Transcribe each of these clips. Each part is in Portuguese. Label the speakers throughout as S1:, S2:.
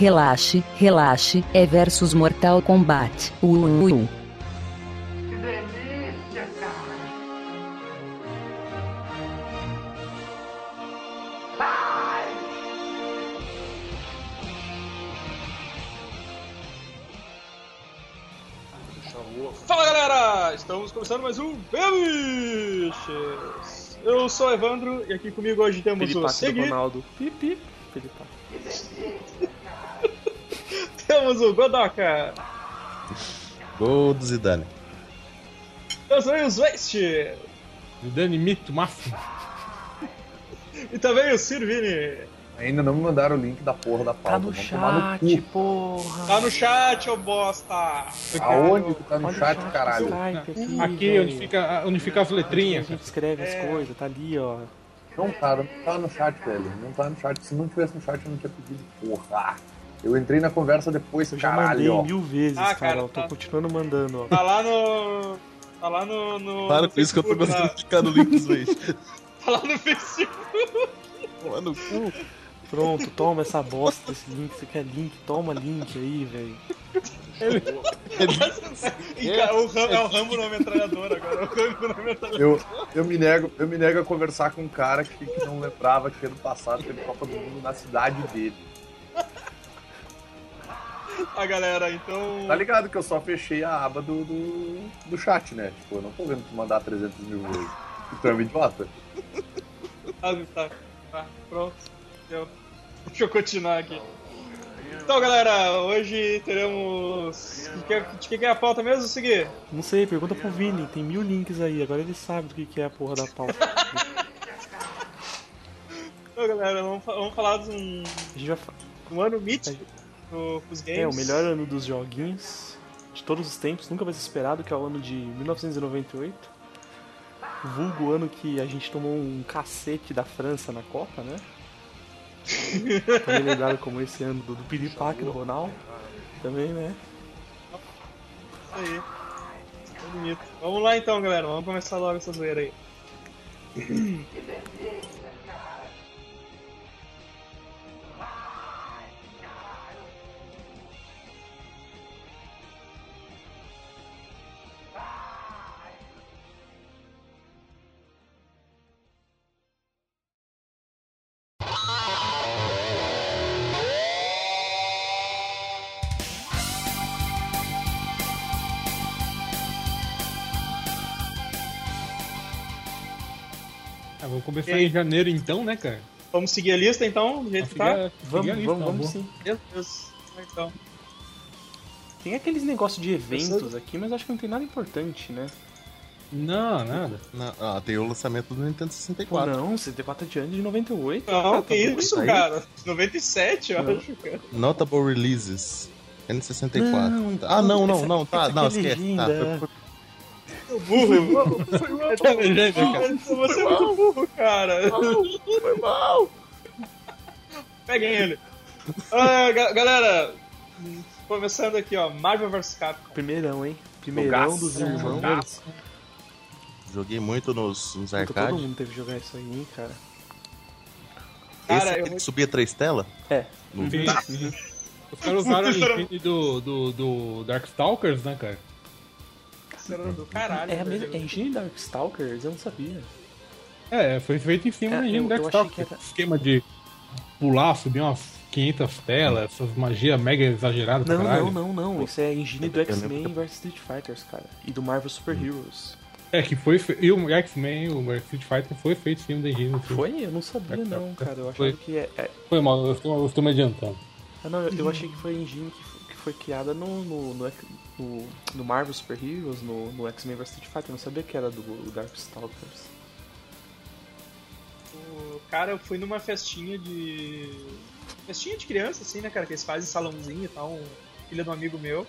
S1: Relaxe, relaxe, é versus Mortal Kombat. Uuuuh.
S2: Que delícia, cara.
S3: Fala galera! Estamos começando mais um Beliches! Eu sou o Evandro e aqui comigo hoje temos o
S4: Felipaço do
S3: Segui,
S4: Ronaldo. Pipi. Felipa.
S3: temos o Godoka,
S5: Gol do Zidane.
S3: eu sou o Zwest e
S6: Dani Mito Máfia.
S3: também o Sirvini.
S7: Ainda não me mandaram o link da porra da pauta.
S4: Tá no
S7: Vão tomar no
S4: chat, porra.
S3: Tá no chat, ô bosta!
S7: cu. Aonde que tá no
S4: Olha o
S7: chat,
S4: do
S7: caralho?
S4: Skype aqui,
S6: Aqui
S4: velho.
S6: onde fica, onde fica as letrinhas.
S4: A gente escreve as coisas, tá ali, ó.
S7: Não tá, não tá no chat, velho. Não tá no chat. Se não tivesse no chat, eu não tinha pedido porra. Eu entrei na conversa depois,
S4: Eu já mandei
S7: caralho, ó.
S4: mil vezes,
S3: Ah, cara,
S4: cara. Eu tô
S3: tá.
S4: continuando mandando, ó.
S3: Tá lá no. Tá lá no. no
S5: Para
S3: no
S5: com isso que eu tô
S3: Facebook,
S5: gostando
S3: Tá,
S5: de clicar no link dos dois.
S3: tá lá no Facebook.
S5: Mano,
S4: Pronto, toma essa bosta desse link. Você quer link? Toma link aí, velho.
S3: E, cara, o Ram- é o Rambo na metralhadora agora. É o Rambo na metralhadora.
S7: Eu, eu, me nego, eu me nego a conversar com um cara que, que não lembrava que ano passado teve Copa do Mundo na cidade dele.
S3: Ah, galera, então.
S7: Tá ligado que eu só fechei a aba do, do, do chat, né? Tipo, eu não tô vendo tu mandar 300 mil vezes. Tu é um idiota.
S3: Ah, tá. Tá, pronto. Deu. Deixa eu continuar aqui. Então, galera, hoje teremos. De que, de que que é a pauta mesmo, seguir?
S4: Não sei, pergunta pro Vini. Tem mil links aí. Agora ele sabe do que que é a porra da pauta.
S3: Então, galera, vamos, fa- vamos falar de um,
S4: A gente vai fa-
S3: um ano mítico no, pros games.
S4: É, o melhor ano dos joguinhos de todos os tempos, nunca vai ser esperado, que é o ano de 1998. Vulgo ano que a gente tomou um cacete da França na Copa, né? Também lembrado como esse ano do, do piripaque do Ronaldo. Também, né?
S3: Isso aí. Tá bonito. Vamos lá então, galera. Vamos começar logo essa zoeira aí.
S6: Ah, vamos começar em janeiro então, né, cara?
S3: Vamos seguir a lista então, do jeito que tá?
S6: Fica- fica
S4: Vamos,
S6: ali,
S4: vamos,
S6: tá
S4: vamos
S6: bom.
S4: sim.
S3: Meu Deus. Então.
S4: Tem aqueles negócios de eventos aqui, mas acho que não tem nada importante, né?
S6: Não, nada.
S5: na- ah, tem o lançamento do Nintendo
S4: Pô,
S5: 64.
S4: Não, 74 de ano de 98.
S3: Não,
S4: Ah, tá
S3: que
S4: bom.
S3: isso,
S5: aí.
S3: cara? 97, eu
S4: Não.
S3: acho, cara.
S5: Notable Releases. N64.
S4: Não, então,
S5: ah, não, não,
S4: essa-
S5: não, tá,
S4: essa
S5: não,
S4: que é
S5: esquece. Tá,
S4: linda.
S5: foi-
S3: Eu burro. Você é muito burro, cara.
S5: foi mal.
S3: Peguem ele. Ah, ga- galera, começando aqui, ó. Marvel vs Capcom.
S4: Primeirão, hein? Primeirão dos
S6: É,
S4: irmãos.
S5: Joguei muito nos, nos
S4: Puta, Todo
S5: arcades.
S4: mundo teve que jogar isso aí, hein, cara.
S3: Cara,
S5: Esse
S3: eu
S5: é aquele
S3: vou-
S5: que subia três telas?
S4: É.
S5: Não vi.
S6: Os caras usaram a engine do, do, do Darkstalkers, né, cara?
S3: Serão do caralho.
S4: É a mesma. É
S3: velho.
S4: engine Darkstalkers? Eu não sabia.
S6: É, foi feito em cima
S4: É,
S6: da engine
S4: eu- eu
S6: do
S4: achei
S6: Darkstalkers.
S4: que era-
S6: Esquema de pular, subir umas 500 telas, essas magias mega exageradas pra
S4: Não,
S6: caralho.
S4: não, não, não. Isso é a engine do
S5: Eu lembro Hum. que
S4: X-Men vs Street Fighters, cara. E do Marvel Super Heroes.
S6: É, que foi. fe- E o X-Men, o Street Fighter foi feito em cima da engine. do-
S4: Foi? Eu não sabia,
S5: É,
S4: não, cara. Eu achava
S6: Foi.
S4: que é. é-
S6: Foi mal, eu estou, eu estou me adiantando.
S4: Ah, não, eu- eu achei que foi a engine que f- que foi criada no, no, no, X- no- no Marvel Super Heroes, no, no X-Men vs Street Fighter. Eu não sabia que era do Darkstalkers.
S3: O- Cara, eu fui numa festinha de. Festinha de criança, assim, né, cara? Que eles fazem salãozinho e tal. um- Filha de um amigo meu.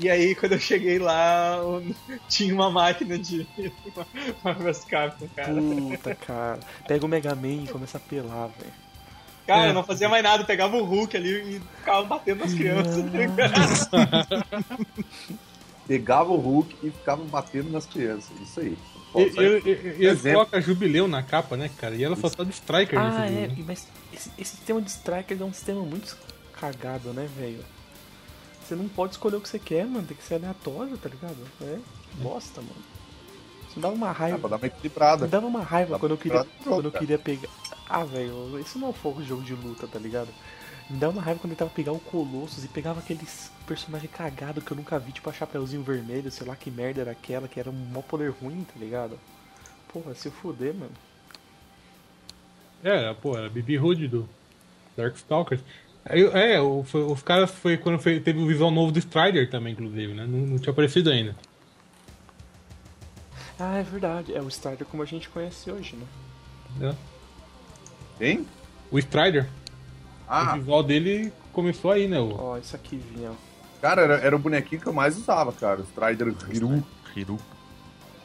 S3: E aí, quando eu cheguei lá, o- tinha uma máquina de Marvel vs Capcom, cara.
S4: Puta, cara. Pega o Mega Man e começa a pelar, velho.
S3: Cara, eu não fazia mais nada, eu pegava o Hulk ali e ficava batendo nas crianças, tá ligado?
S7: Pegava o Hulk e ficava batendo nas crianças. Isso aí.
S6: E,
S7: Isso aí.
S6: e, e, e eles
S7: é Exemplo.
S6: colocam a Jubileu na capa, né, cara? E ela só tá de Striker
S4: Ah,
S6: nesse
S4: é,
S6: jogo.
S4: mas esse, esse sistema de Strikers é um sistema muito cagada, né, velho? Você não pode escolher o que você quer, mano. Tem que ser aleatório, tá ligado? É bosta, mano. Isso me dava uma
S7: Ah,
S4: raiva.
S7: pra dar uma
S4: Me
S7: equilibrada.
S4: dava uma raiva
S7: Dá
S4: quando eu
S7: pra
S4: queria,
S7: trocar.
S4: quando eu queria pegar. Ah, velho, isso não foi um jogo de luta, tá ligado? Me dava uma raiva quando eu tava pegar o Colossus e pegava aqueles personagem cagado que eu nunca vi, tipo a Chapeuzinho Vermelho, sei lá que merda era aquela, que era um mó poder ruim, tá ligado? Porra, se fuder, mano.
S6: É, pô, era Bibi Hood do Darkstalkers. Aí, É, o- foi- os caras foi quando foi- teve o visual novo do Strider também, inclusive, né? Não, não tinha aparecido ainda.
S4: Ah, é verdade. É o Strider como a gente conhece hoje, né?
S6: né?
S7: Hein?
S6: O Strider, o
S7: Ah,
S6: visual dele começou aí, né? O,
S4: Ó, isso aqui vinha, ó.
S7: cara, era, era o bonequinho que eu mais usava, cara. O Strider Hiru.
S5: Hiru.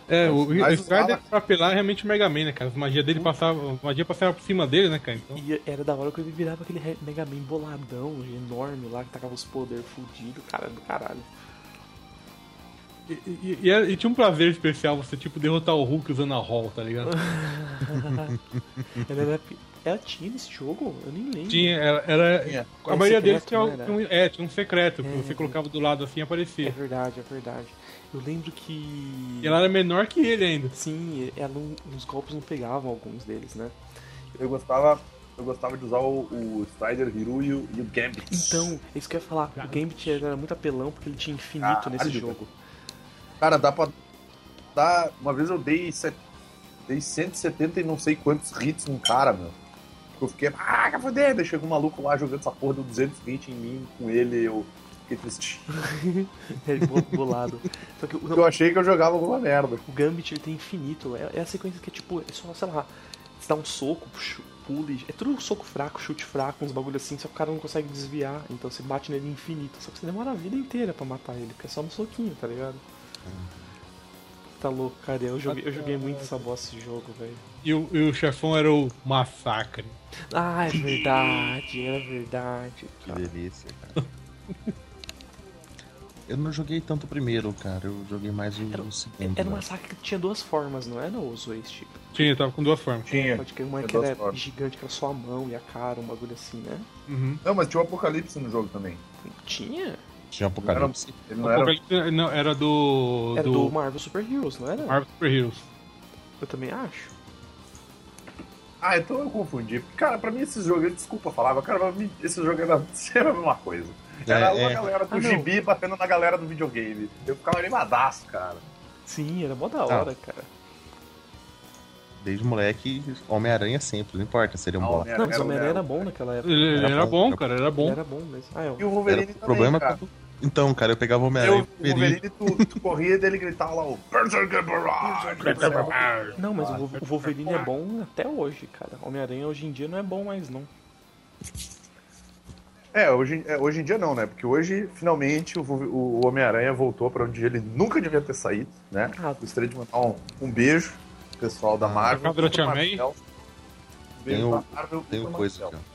S6: é, o, o
S7: mas
S6: Strider
S7: usava-
S6: pra apelar realmente o Mega Man, né, cara? As magias
S7: Uhum.
S6: dele passavam, a magia passava por cima dele, né, cara? Então,
S4: E era da hora que ele virava aquele Re- Mega Man boladão, enorme lá, que tacava os poderes fudidos, cara do caralho.
S6: e, e- e era- e tinha um prazer especial você, tipo, derrotar o Hulk usando a Hall, tá ligado?
S4: Ela era. pe- Ela tinha esse jogo? Eu nem lembro.
S6: Tinha, era. era-
S7: Tinha.
S6: A maioria
S4: secreto,
S6: deles tinha,
S4: não era?
S6: tinha um, é, tinha um secreto, que você colocava do lado assim e
S4: É
S6: aparecia.
S4: verdade, é verdade. Eu lembro que.
S6: E ela era menor que ele ainda.
S4: Sim, é, ela não- os golpes não pegavam alguns deles, né?
S7: Eu gostava, eu gostava de usar o, o Strider Hiru e o, e o Gambit.
S4: Então, isso que eu ia falar, o Gambit era muito apelão porque ele tinha infinito
S7: Ah, Caralho,
S4: nesse
S7: velho.
S4: jogo.
S7: Cara, dá pra. Dá... Uma vez eu dei, set- dei 170 e não sei quantos hits num cara, meu. Eu fiquei, ah, que foder! Daí chegou um maluco lá jogando essa porra, deu 200 hits em mim com ele eu fiquei triste.
S4: Ele bo- bolado. Só que o-
S7: Porque eu achei que eu jogava alguma merda.
S4: O Gambit ele tem infinito. É, é a sequência que é tipo, é só, sei lá, você dá um soco, chu- pule. É tudo um soco fraco, chute fraco, uns bagulho assim, só que o cara não consegue desviar. Então você bate nele infinito. Só que você demora a vida inteira pra matar ele, porque é só um soquinho, tá ligado?
S7: Uhum.
S4: Tá louco, cara. Eu joguei, eu joguei muito essa bosta de jogo, velho.
S6: E o, e o chefão era o Massacre.
S4: Ah, é verdade, é verdade.
S5: Que
S4: Cara.
S5: delícia, cara. Eu não joguei tanto o primeiro, cara. Eu joguei mais o,
S4: Era-
S5: o segundo.
S4: Era um
S5: né?
S4: massacre que tinha duas formas, não era o Waste?
S6: Tinha, tava com duas formas.
S7: Tinha.
S4: Pode que uma
S7: É, tinha
S4: que é era
S7: duas formas.
S4: gigante, que era só a mão e a cara, um bagulho assim, né?
S6: Uhum.
S7: Não, mas tinha o Apocalipse no jogo também.
S4: Tinha?
S5: Tinha um
S7: um
S5: Apocalipse.
S7: Ele
S6: Não
S7: não era.
S6: era... Não, era do.
S4: Era É do
S6: do
S4: Marvel Super Heroes, não era?
S6: Marvel Super Heroes.
S4: Eu também acho.
S7: Ah, então eu confundi. Cara, pra mim esses jogos, desculpa, eu falava, cara, pra mim esses jogos era, era a mesma coisa. Era
S5: É,
S7: uma
S5: é.
S7: galera do
S4: Ah, não.
S7: gibi batendo na galera do videogame. Eu ficava animadaço, cara.
S4: Sim, era mó da hora, cara.
S5: Desde moleque, Homem-Aranha sempre, não importa, seria um
S7: Não,
S5: bola.
S4: não,
S7: Homem-Aranha
S4: mas o
S7: era-
S4: Homem-Aranha era bom naquela época.
S6: Ele ele
S5: Era
S6: era,
S5: bom,
S6: bom,
S5: era
S6: cara, era
S4: Ele
S6: bom.
S4: era bom mesmo. Ah, é,
S7: E o
S5: Era
S7: Wolverine
S5: o
S7: também,
S5: problema
S7: cara.
S5: quando... Então, cara, eu pegava o Homem-Aranha
S7: Eu,
S5: e
S7: o Wolverine, tu, tu corria e ele gritava lá o Berserker Barrage.
S4: Não, mas o Wolver- o Wolverine é bom até hoje, cara. Homem-Aranha hoje em dia não é bom mais, não.
S7: É hoje, é, hoje em dia não, né? Porque hoje, finalmente, o, Wolver- o Homem-Aranha voltou pra onde ele nunca devia ter saído, né?
S4: Ah,
S7: Gostaria de mandar um, um beijo pro pessoal
S5: Ah,
S7: da Marvel.
S6: Acabou de te
S7: pro
S6: amei.
S7: Marvel. Um beijo
S5: Tem o-
S7: pra Marvel e
S5: Tem
S7: pro
S5: uma coisa
S7: Marvel.
S5: aqui,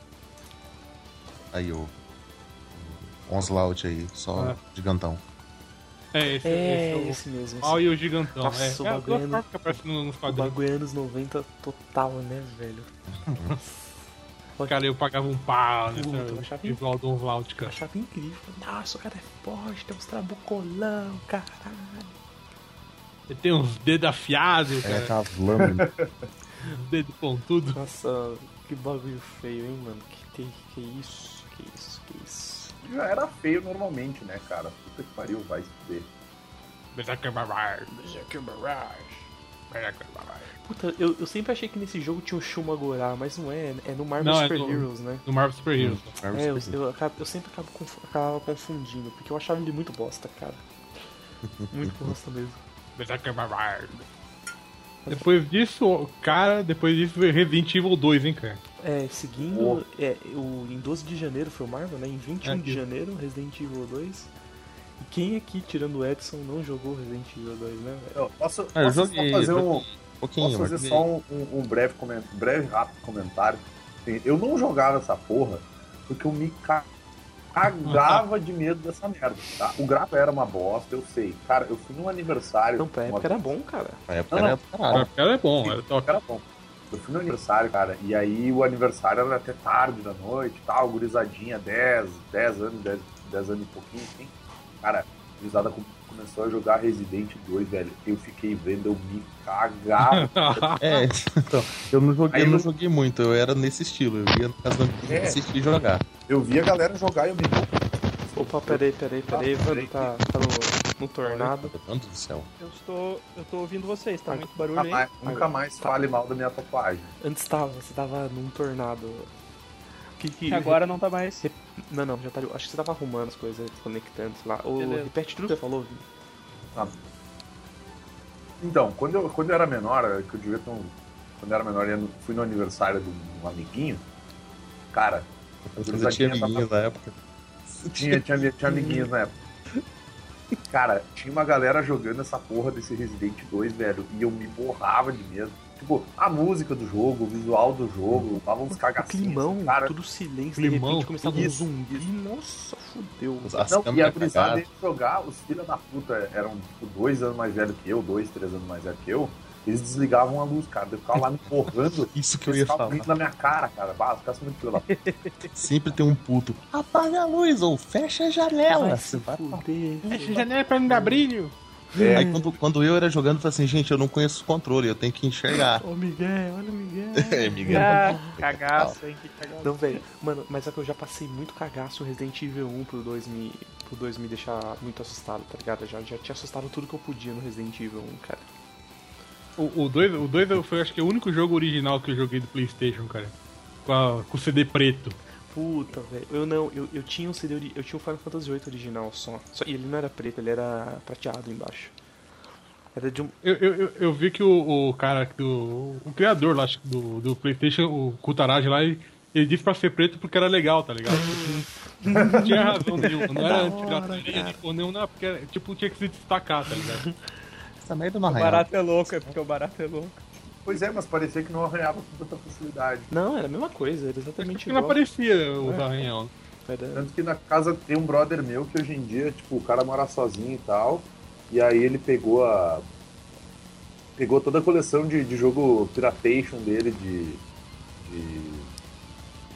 S5: ó. Aí, o. o Onslaught aí, só
S6: Ah.
S5: gigantão.
S6: É, esse,
S4: É,
S6: esse é
S4: esse mesmo.
S6: o
S4: esse-
S6: mal e o gigantão.
S4: Nossa,
S6: é,
S4: o
S6: é as duas
S4: bagulho-
S6: formas que aparecem no- nos
S4: O
S6: quadrinhos.
S4: bagulho é anos 90 total, né, velho?
S6: Cara, eu pagava um pau, né?
S4: Puta,
S6: cara,
S4: eu achava
S6: Visual do Onslaught,
S4: Eu
S6: cara.
S4: achava incrível. Nossa, o cara é forte, tem uns trabucolão, caralho.
S6: Ele tem uns dedos afiados,
S5: É,
S6: cara.
S5: tá lâmina.
S6: Uns dedos pontudos.
S4: Nossa, que bagulho feio, hein, mano? Que, te- que isso, que isso, que isso.
S7: Já era feio normalmente, né, cara? Puta que pariu, vai se fuder.
S6: Berserker Barbar. Berserker Barbar.
S4: Puta, eu, eu sempre achei que nesse jogo tinha o Shumagorá, mas não é, é no Marvel
S6: Não, é
S4: Super
S6: no-
S4: Heroes, né?
S6: Do Marvel Super Heroes.
S4: É, eu, eu, acabo- eu sempre acabo conf- acabava confundindo, porque eu achava ele muito bosta, cara. Muito bosta mesmo.
S6: Berserker Barbar. Depois disso, cara, depois disso veio Resident Evil 2, hein, cara.
S4: É, seguindo, é, o, em 12 de janeiro foi o Marvel, né? Em 21 de
S6: É.
S4: janeiro, Resident Evil 2. E quem aqui, tirando o Edson, não jogou Resident Evil 2, né, velho?
S7: Eu posso,
S5: Ah, eu
S7: posso
S5: joguei,
S7: só fazer um,
S5: joguei. pouquinho,
S7: Posso fazer
S5: mas-
S7: só um, um- um breve, comen- breve, rápido comentário? Assim, Eu não jogava essa porra porque eu me ca- cagava de medo dessa merda, tá? O gráfico era uma bosta, eu sei. Cara, eu fui num aniversário...
S4: Então, pra
S7: uma
S4: época era
S7: vez-
S4: bom, cara.
S5: Na época
S7: um? Não,
S5: era do
S6: Ah,
S5: caralho.
S6: cara é bom, era top.
S7: Era bom. Eu fui no aniversário, cara, e aí o aniversário era até tarde da noite e tal, gurizadinha, 10, 10 anos, 10, 10 anos e pouquinho, enfim. Cara, a gurizada com- começou a jogar Resident 2, velho. Eu fiquei vendo, eu me cagava.
S5: É, então, eu não joguei,
S7: Ah. Aí
S5: eu não
S7: eu-
S5: joguei muito, eu era nesse estilo, eu ia na casa do amigo
S7: É.
S5: assistir jogar.
S7: Eu vi a galera jogar e eu me
S4: Opa, peraí, peraí, peraí, Evandro tá, tá no, no tornado.
S5: Meu Deus do céu.
S8: Eu estou, eu tô ouvindo vocês, tá
S4: Ah,
S8: muito barulho
S7: nunca
S8: aí.
S7: mais, nunca mais fale mal da minha tatuagem.
S4: Antes tava, você tava num tornado. Que, que...
S8: Agora não tá mais.
S4: Não, não, já tá. Acho que você tava arrumando as coisas, conectando, sei lá. Ô,
S8: Beleza.
S4: repete tudo que você falou, Vini.
S7: Então, quando eu, quando eu era menor, eu- que eu devia ter um, Quando eu era menor, eu ia no- fui no aniversário de um, um amiguinho. Cara,
S5: Eu ainda tinha amiguinho na época.
S7: tinha, tinha, tinha amiguinhos na época. Cara, tinha uma galera jogando essa porra desse Resident 2, velho, e eu me borrava de medo. Tipo, a música do jogo, o visual do jogo, tava uns
S4: O
S7: cagacinhos.
S4: climão,
S7: cara.
S4: tudo silêncio,
S6: Climão,
S4: de repente começava um
S7: isso,
S4: zumbi. Nossa, fudeu.
S5: As
S7: Não, e a
S5: câmeras
S7: gurizada
S5: cagadas.
S7: ia jogar, os filha da puta eram, tipo, dois anos mais velho que eu, dois, três anos mais velho que eu, eles desligavam a luz, cara. Eu ficava lá me borrando
S5: Isso que eu
S7: Eles
S5: ia
S7: estavam
S5: falar.
S7: rindo na minha cara, cara. Bah, os caras são muito filha da puta.
S5: Sempre tem um puto. Apaga a luz ou fecha a janela.
S4: Vai
S5: Você
S4: se
S5: vai
S4: fuder.
S8: Fecha a janela pra não dar brilho.
S7: É.
S5: Aí quando, quando eu era jogando, eu falei assim, gente, eu não conheço o controle, eu tenho que enxergar.
S4: Ô, Miguel, olha o Miguel.
S5: É, Miguel.
S8: Ah, cagaço, hein? Que cagaço.
S4: Não, velho. Mano, mas é que eu já passei muito cagaço Resident Evil 1 pro 2 me, pro 2 me deixar muito assustado, tá ligado? Eu Já, já tinha assustado tudo que eu podia no Resident Evil 1, cara.
S6: O 2 o dois eu- foi, acho que, o único jogo original que eu joguei do PlayStation, cara. Com, a- com o CD preto.
S4: Puta, velho. Eu não, eu, eu tinha um CD, ori- eu tinha um Final Fantasy VIII original só. só. E ele não era preto, ele era prateado embaixo. Era de um.
S6: Eu, eu, eu- eu vi que o, o cara, do, o criador lá acho que do, do PlayStation, o Kutaragi lá, ele, ele disse pra ser preto porque era legal, tá ligado? Tipo, não tinha razão nenhuma, não era antigratuleira tipo, nenhuma, não, porque era, tipo, tinha que se destacar, tá ligado?
S5: Essa merda não
S8: O
S5: arranhava.
S8: barato é louco, é porque o barato é louco.
S7: Pois é, mas parecia que não arranhava com tanta facilidade.
S4: Não, era a mesma coisa, era
S6: Acho
S4: exatamente
S6: que não
S4: igual.
S6: aparecia o arranhão.
S4: Era...
S7: Tanto que na casa tem um brother meu que hoje em dia, tipo, o cara mora sozinho e tal. E aí ele pegou a. Pegou toda a coleção de, de jogo Piratation dele de, de.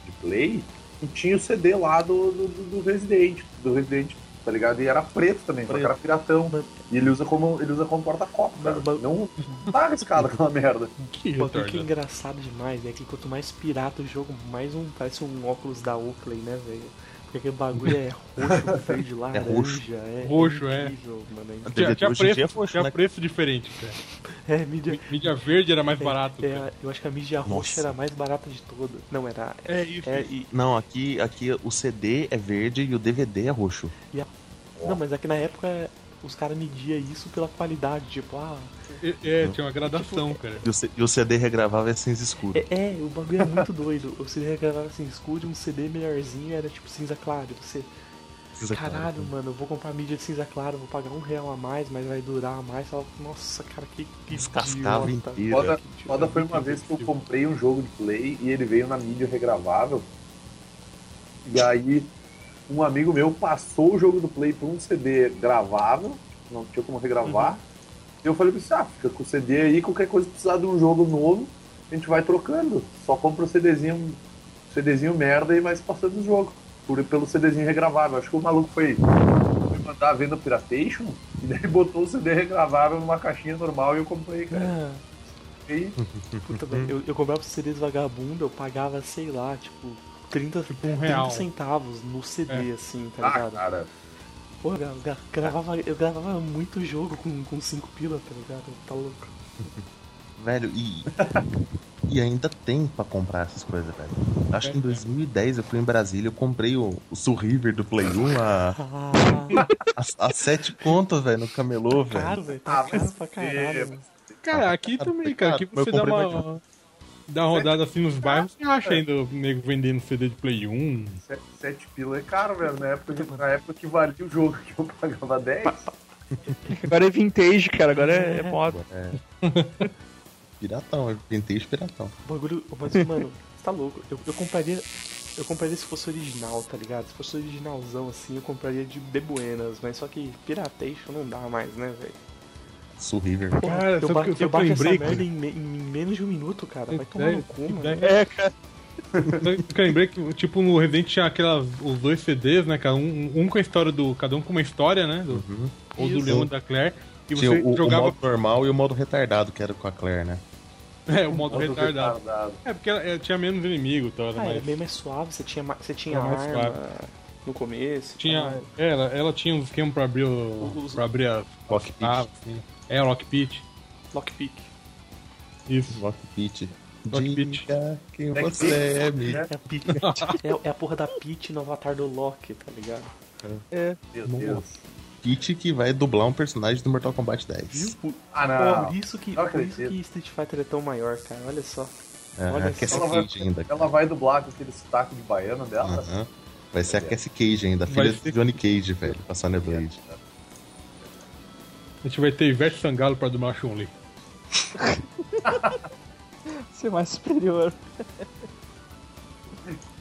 S7: de Play. E tinha o CD lá do, do, do- do Resident, do Resident, tá ligado? E era preto também, só que era piratão. E ele usa como. ele usa como porta-copo, cara.
S4: Mas- mas-
S7: Não tá arriscado aquela merda.
S6: Que
S4: O bagulho que é
S6: retardado.
S4: engraçado demais é que quanto mais pirata o jogo, mais um parece um óculos da Oakley, né, velho? Porque aquele bagulho é roxo, verde, laranja,
S5: roxo.
S4: é
S6: Roxo, é.
S4: incrível, mano. é
S6: Tinha, tinha
S5: Hoje em dia é
S6: preço,
S5: roxo,
S6: tinha
S5: né?
S6: preço diferente, cara.
S4: É, mídia.
S6: Mídia verde era mais barato.
S4: É,
S6: cara.
S4: a- eu acho que a mídia roxa
S5: Nossa.
S4: era a mais barata de todas. Não, era.
S6: É isso.
S4: É, e,
S5: Não, aqui, aqui o CD é verde e o DVD é roxo.
S4: não, mas é que na época os caras mediam isso pela qualidade, tipo, ah.
S6: É, é, tinha uma gradação,
S4: Tipo,
S6: cara.
S5: E o, C- e o CD regravável é cinza escuro.
S4: É, é, o bagulho é muito doido. O CD gravava assim, escute um CD melhorzinho era tipo cinza claro. Você,
S5: Cinza claro. né?"
S4: caralho, mano, eu vou comprar mídia de cinza claro, vou pagar um real a mais, mas vai durar a mais. Fala, Nossa, cara, que, que
S5: Descascava
S4: idiota.
S5: inteiro.
S7: Foda,
S4: Que tipo, idiota.
S7: foda foi uma vez que eu comprei um jogo de play e ele veio na mídia regravável. E aí um amigo meu passou o jogo do play por um CD gravável, não tinha como regravar. E eu falei pra ele, ah, fica com o CD aí, qualquer coisa que precisar de um jogo novo, a gente vai trocando. Só compra o CDzinho, CDzinho merda e vai se passando o jogo. Por, pelo CDzinho regravável. Acho que o maluco foi, foi mandar a venda Piratation e daí botou o CD regravável numa caixinha normal e eu comprei, cara.
S4: Ah,
S7: E
S4: puta, velho, eu, eu comprava os CDs vagabundo, eu pagava, sei lá, tipo, 30,
S6: Tipo, um real.
S4: 30 centavos no
S5: É.
S4: CD, assim, tá
S7: Ah,
S4: ligado?
S7: cara.
S4: Pô, eu, gra- gravava, eu gravava muito jogo com, com cinco pila, tá ligado? Tá louco.
S5: Velho, e. e ainda tem pra comprar essas coisas, velho. Acho que em 2010 eu fui em Brasília, eu comprei o, o Soul River do Play 1 a,
S4: Ah,
S5: a, a 7 conto, velho, no camelô, velho.
S4: caro, velho. Tá
S7: Ah, mas
S4: caro pra
S7: é,
S4: caralho. mano.
S6: Cara,
S5: Tá
S6: aqui também, cara. Aqui
S5: Mas eu
S6: você dá
S5: comprei
S6: uma, dá uma rodada assim nos bairros, você acha ainda o nego vendendo CD de Play 1.
S7: Sete, sete pila é caro, velho. Na época, que- na época que valia o jogo que eu pagava 10.
S8: Agora é vintage, cara, agora é, é moda.
S5: Piratão, eu tentei esse piratão.
S4: O bagulho. Mas, mano, você tá louco. Eu, eu compraria. Eu compraria se fosse original, tá ligado? Se fosse originalzão assim, eu compraria de, de Buenas, mas só que Piratation não dá mais, né, velho?
S5: Soul River.
S6: Cara,
S4: eu,
S6: sabe que
S4: ba
S6: eu,
S4: eu bato
S6: sabe que eu
S4: essa
S6: lembrei,
S4: merda
S6: cara?
S4: em, me- em menos de um minuto, cara. Vai
S6: Que
S4: tomar no
S6: ideia,
S4: cu, mano.
S6: ideia.
S8: É, cara.
S6: Sabe que eu lembrei que, tipo, no Resident tinha aquela, os dois CDs, né, cara? Um, um com a história do. Cada um com uma história, né? Do, Ou do
S4: Isso.
S6: Leon e da Claire. E você
S5: Uhum. Tinha o, o
S6: jogava.
S5: modo normal e o modo retardado, que era com a Claire, né?
S6: é, o modo,
S7: Modo
S6: retardado.
S7: retardado.
S6: É, porque é, tinha menos inimigo, então, era
S4: Ah, era
S6: mais.
S4: bem mais suave, você tinha, ma- você tinha
S6: Era é mais
S4: arma no começo.
S6: Tinha,
S4: tá?
S6: ela, ela tinha um esquema pra abrir o.
S4: Os-
S6: pra abrir a.
S5: Lockpit.
S6: Ah, sim. É, o Lockpit.
S4: Lockpick.
S6: Isso.
S5: Lockpit.
S6: Lockpit.
S5: Diga quem
S7: É
S5: você
S7: que-
S5: é, amigo.
S4: É a, Pit- é, é a porra da Pit no avatar do Loki, tá ligado?
S7: Meu Deus.
S5: Pit que vai dublar um personagem do Mortal Kombat 10.
S4: Viu? Por,
S7: Ah, não.
S4: por isso que,
S7: Não
S4: por isso
S7: acredito.
S4: que Street Fighter é tão maior, cara. Olha só.
S5: É,
S4: Olha
S5: a Cassie
S4: só.
S7: Ela vai,
S5: Cage ainda. cara.
S7: ela vai dublar com aquele sotaque de baiana dela?
S5: Aham. Vai ser a Cassie Cage ainda,
S6: é. Vai
S5: filha
S6: ser- É.
S5: do Johnny Cage, velho, pra Sonya Blade.
S6: A gente vai ter Ivete Sangalo pra do Machun Lee.
S8: Ser mais superior.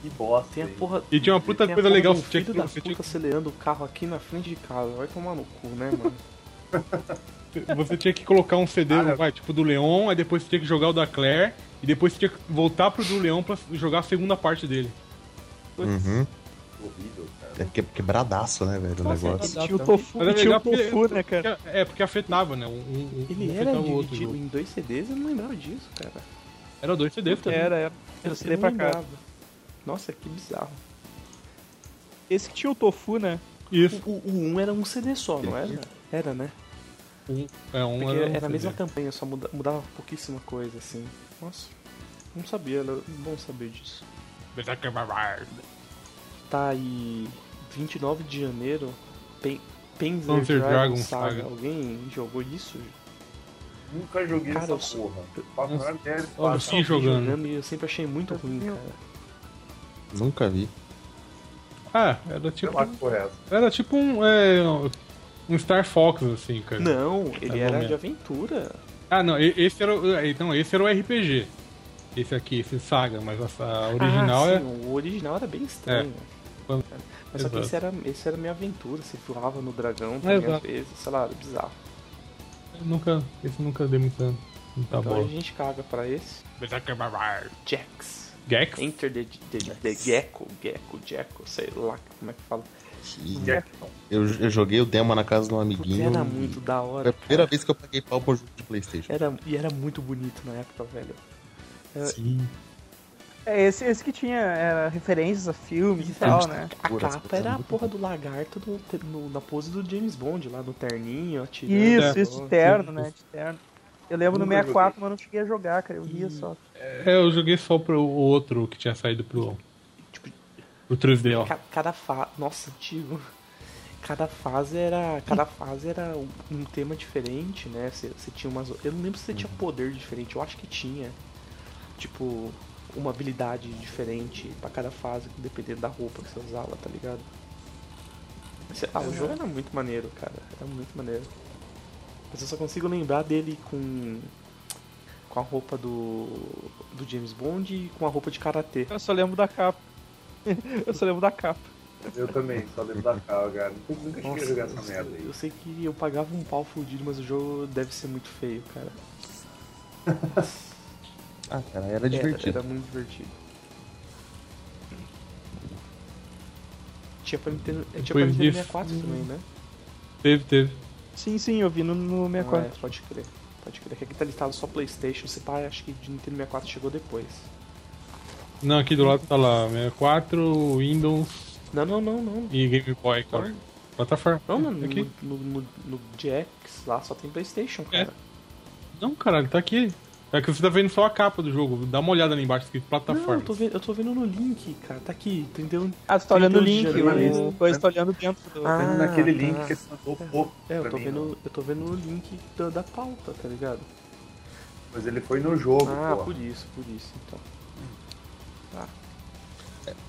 S7: Que bosta.
S4: Tem a
S7: hein?
S4: porra.
S6: E tinha uma puta
S4: tem a
S6: coisa
S4: porra
S6: legal,
S4: do
S6: você tinha
S4: filho
S6: que-
S4: da
S6: você tinha
S4: puta acelerando o carro aqui na frente de casa. Vai tomar no cu, né, mano?
S6: Você tinha que colocar um CD,
S7: Cara.
S6: vai, tipo, do Leon, aí depois você tinha que jogar o da Claire, e depois você tinha que voltar pro do Leon pra jogar a segunda parte dele.
S5: Uhum.
S7: Horrível, cara.
S5: É que- quebradaço, né, velho, o
S4: Nossa, é
S5: negócio.
S4: Dá
S8: Tinha o
S4: também.
S8: tofu,
S6: Mas é
S8: tinha
S4: um
S6: legal
S8: o tofu,
S6: porque-
S8: né, cara?
S6: Porque- É, porque afetava, né? Um, um, um
S4: Ele era
S6: afetava o outro.
S4: dividido
S6: jogo.
S4: em dois CDs, eu não lembrava disso, cara.
S6: Era dois CDs também.
S8: Era, era. Eu
S4: Eu
S8: sei
S4: não
S8: pra cá.
S4: lembrava. Nossa, que bizarro.
S8: Esse que tinha o tofu, né?
S6: Isso.
S4: O, o, o um era um CD só, não era? Era, né?
S6: É, um
S4: Porque
S6: era,
S4: era,
S6: um
S4: a
S6: CD.
S4: mesma campanha, só muda- mudava pouquíssima coisa, assim. Nossa, não sabia, era bom saber disso.
S6: é
S4: Tá aí, 29 de janeiro, Pen Panzer,
S6: Panzer
S4: Dragon,
S6: Dragon
S4: Saga.
S6: Saga.
S4: Alguém jogou isso?
S7: Nunca joguei
S4: Cara, eu
S7: essa
S4: sou-
S7: porra. Faço a menor ideia do que
S6: Olha,
S7: faço.
S6: sim. Assim, jogando.
S4: e eu sempre achei muito ruim, cara.
S5: Nunca vi.
S6: Ah, era
S7: Sei
S6: tipo,
S7: lá que porra é essa.
S6: era tipo um, é, um Star Fox, assim, cara.
S4: Não, ele
S6: bom
S4: era
S6: mesmo.
S4: de aventura.
S6: Ah, não, e- esse era, o- é, não, esse era o RPG. Esse aqui, esse Saga, mas essa- a original
S4: ah,
S6: é...
S4: sim, o original era bem estranho.
S6: Quando-
S4: Mas só que
S6: Exato.
S4: esse era, esse era minha aventura, você voava no dragão também às
S6: Exato.
S4: vezes, sei lá, era bizarro.
S6: Eu Nunca, esse nunca deu muita, muita
S4: então a
S6: bola.
S4: gente caga pra esse. Jax.
S6: Gex?
S4: Enter the, the, the Gecko, Gecko, Gecko, sei lá como é que fala.
S5: E
S6: é.
S5: eu, eu joguei o demo na casa de um
S4: Putz,
S5: amiguinho.
S4: era muito da
S5: Foi
S4: hora.
S5: a primeira vez que eu paguei pau pro jogo de Playstation.
S4: Era, e era muito bonito na época, velho.
S5: Sim.
S8: É, esse, esse que tinha era, referências a filmes e tal, né?
S4: A
S5: Pura, essa
S4: capa
S5: coisa
S4: era a
S5: muito
S4: porra do lagarto do, no- na pose do James Bond, lá no terninho, atirando.
S8: Isso,
S6: É.
S8: isso, de terno, né? De terno. Eu lembro no
S7: Nunca
S8: 64, mas não cheguei a jogar, cara. Eu ria só.
S6: É, eu joguei só pro o outro que tinha saído pro.
S4: Tipo,
S6: pro 3D, ó.
S4: Ca- cada fase. Nossa, antigo. Cada fase era. Cada fase era um- um tema diferente, né? Você você tinha umas. Eu não lembro se você tinha poder diferente, eu acho que tinha. Tipo, uma habilidade diferente pra cada fase, dependendo da roupa que você usava, tá ligado? Sei lá, o jogo era muito maneiro, cara. Era muito maneiro. Mas eu só consigo lembrar dele com. Com a roupa do. do James Bond e com a roupa de karatê.
S8: Eu só lembro da capa. Eu só lembro da capa.
S7: Eu também, só lembro da cara, cara. Nunca cheguei
S4: Nossa,
S7: a jogar
S4: eu
S7: essa
S4: sei-
S7: merda aí.
S4: Eu sei que eu pagava um pau fudido, mas o jogo deve ser muito feio, cara.
S5: Ah, cara,
S8: É
S5: era
S4: Era-
S5: divertido.
S4: Era, muito divertido. Tinha pra Nintendo, é, tinha pra
S6: Depois
S4: Nintendo
S6: disso,
S4: 64 também, né?
S6: Teve, teve.
S8: Sim, sim, eu vi no, no
S4: Não,
S8: 64.
S4: é, pode crer. Pode crer. Que aqui tá listado só Playstation, se pá, acho que de Nintendo 64 chegou depois.
S6: Não, aqui do lado tá lá 64, Windows
S4: Não, não, não, não.
S6: e Game Boy, cara. Plataforma.
S4: Não, mano,
S6: aqui.
S4: no, no, no, no Jax lá só tem Playstation,
S8: É,
S4: cara.
S6: Não, caralho, tá aqui. É que você tá vendo só a capa do jogo. Dá uma olhada ali embaixo, escrito
S8: tá
S4: não,
S6: plataforma.
S4: eu tô, vendo, eu tô vendo no link, cara. Tá aqui, 31.
S8: Ah, você tá olhando o
S4: Entendi,
S8: link,
S7: jornalista.
S8: o coisa tá olhando dentro do.
S4: Ah,
S7: Vendo naquele
S4: tá.
S7: link que você mandou pouco.
S4: É, eu
S7: pra
S4: tô
S7: mim,
S4: vendo, eu tô vendo o link da, da pauta, tá ligado?
S7: Mas ele foi no jogo,
S4: Ah,
S7: porra.
S4: por isso, por isso, então.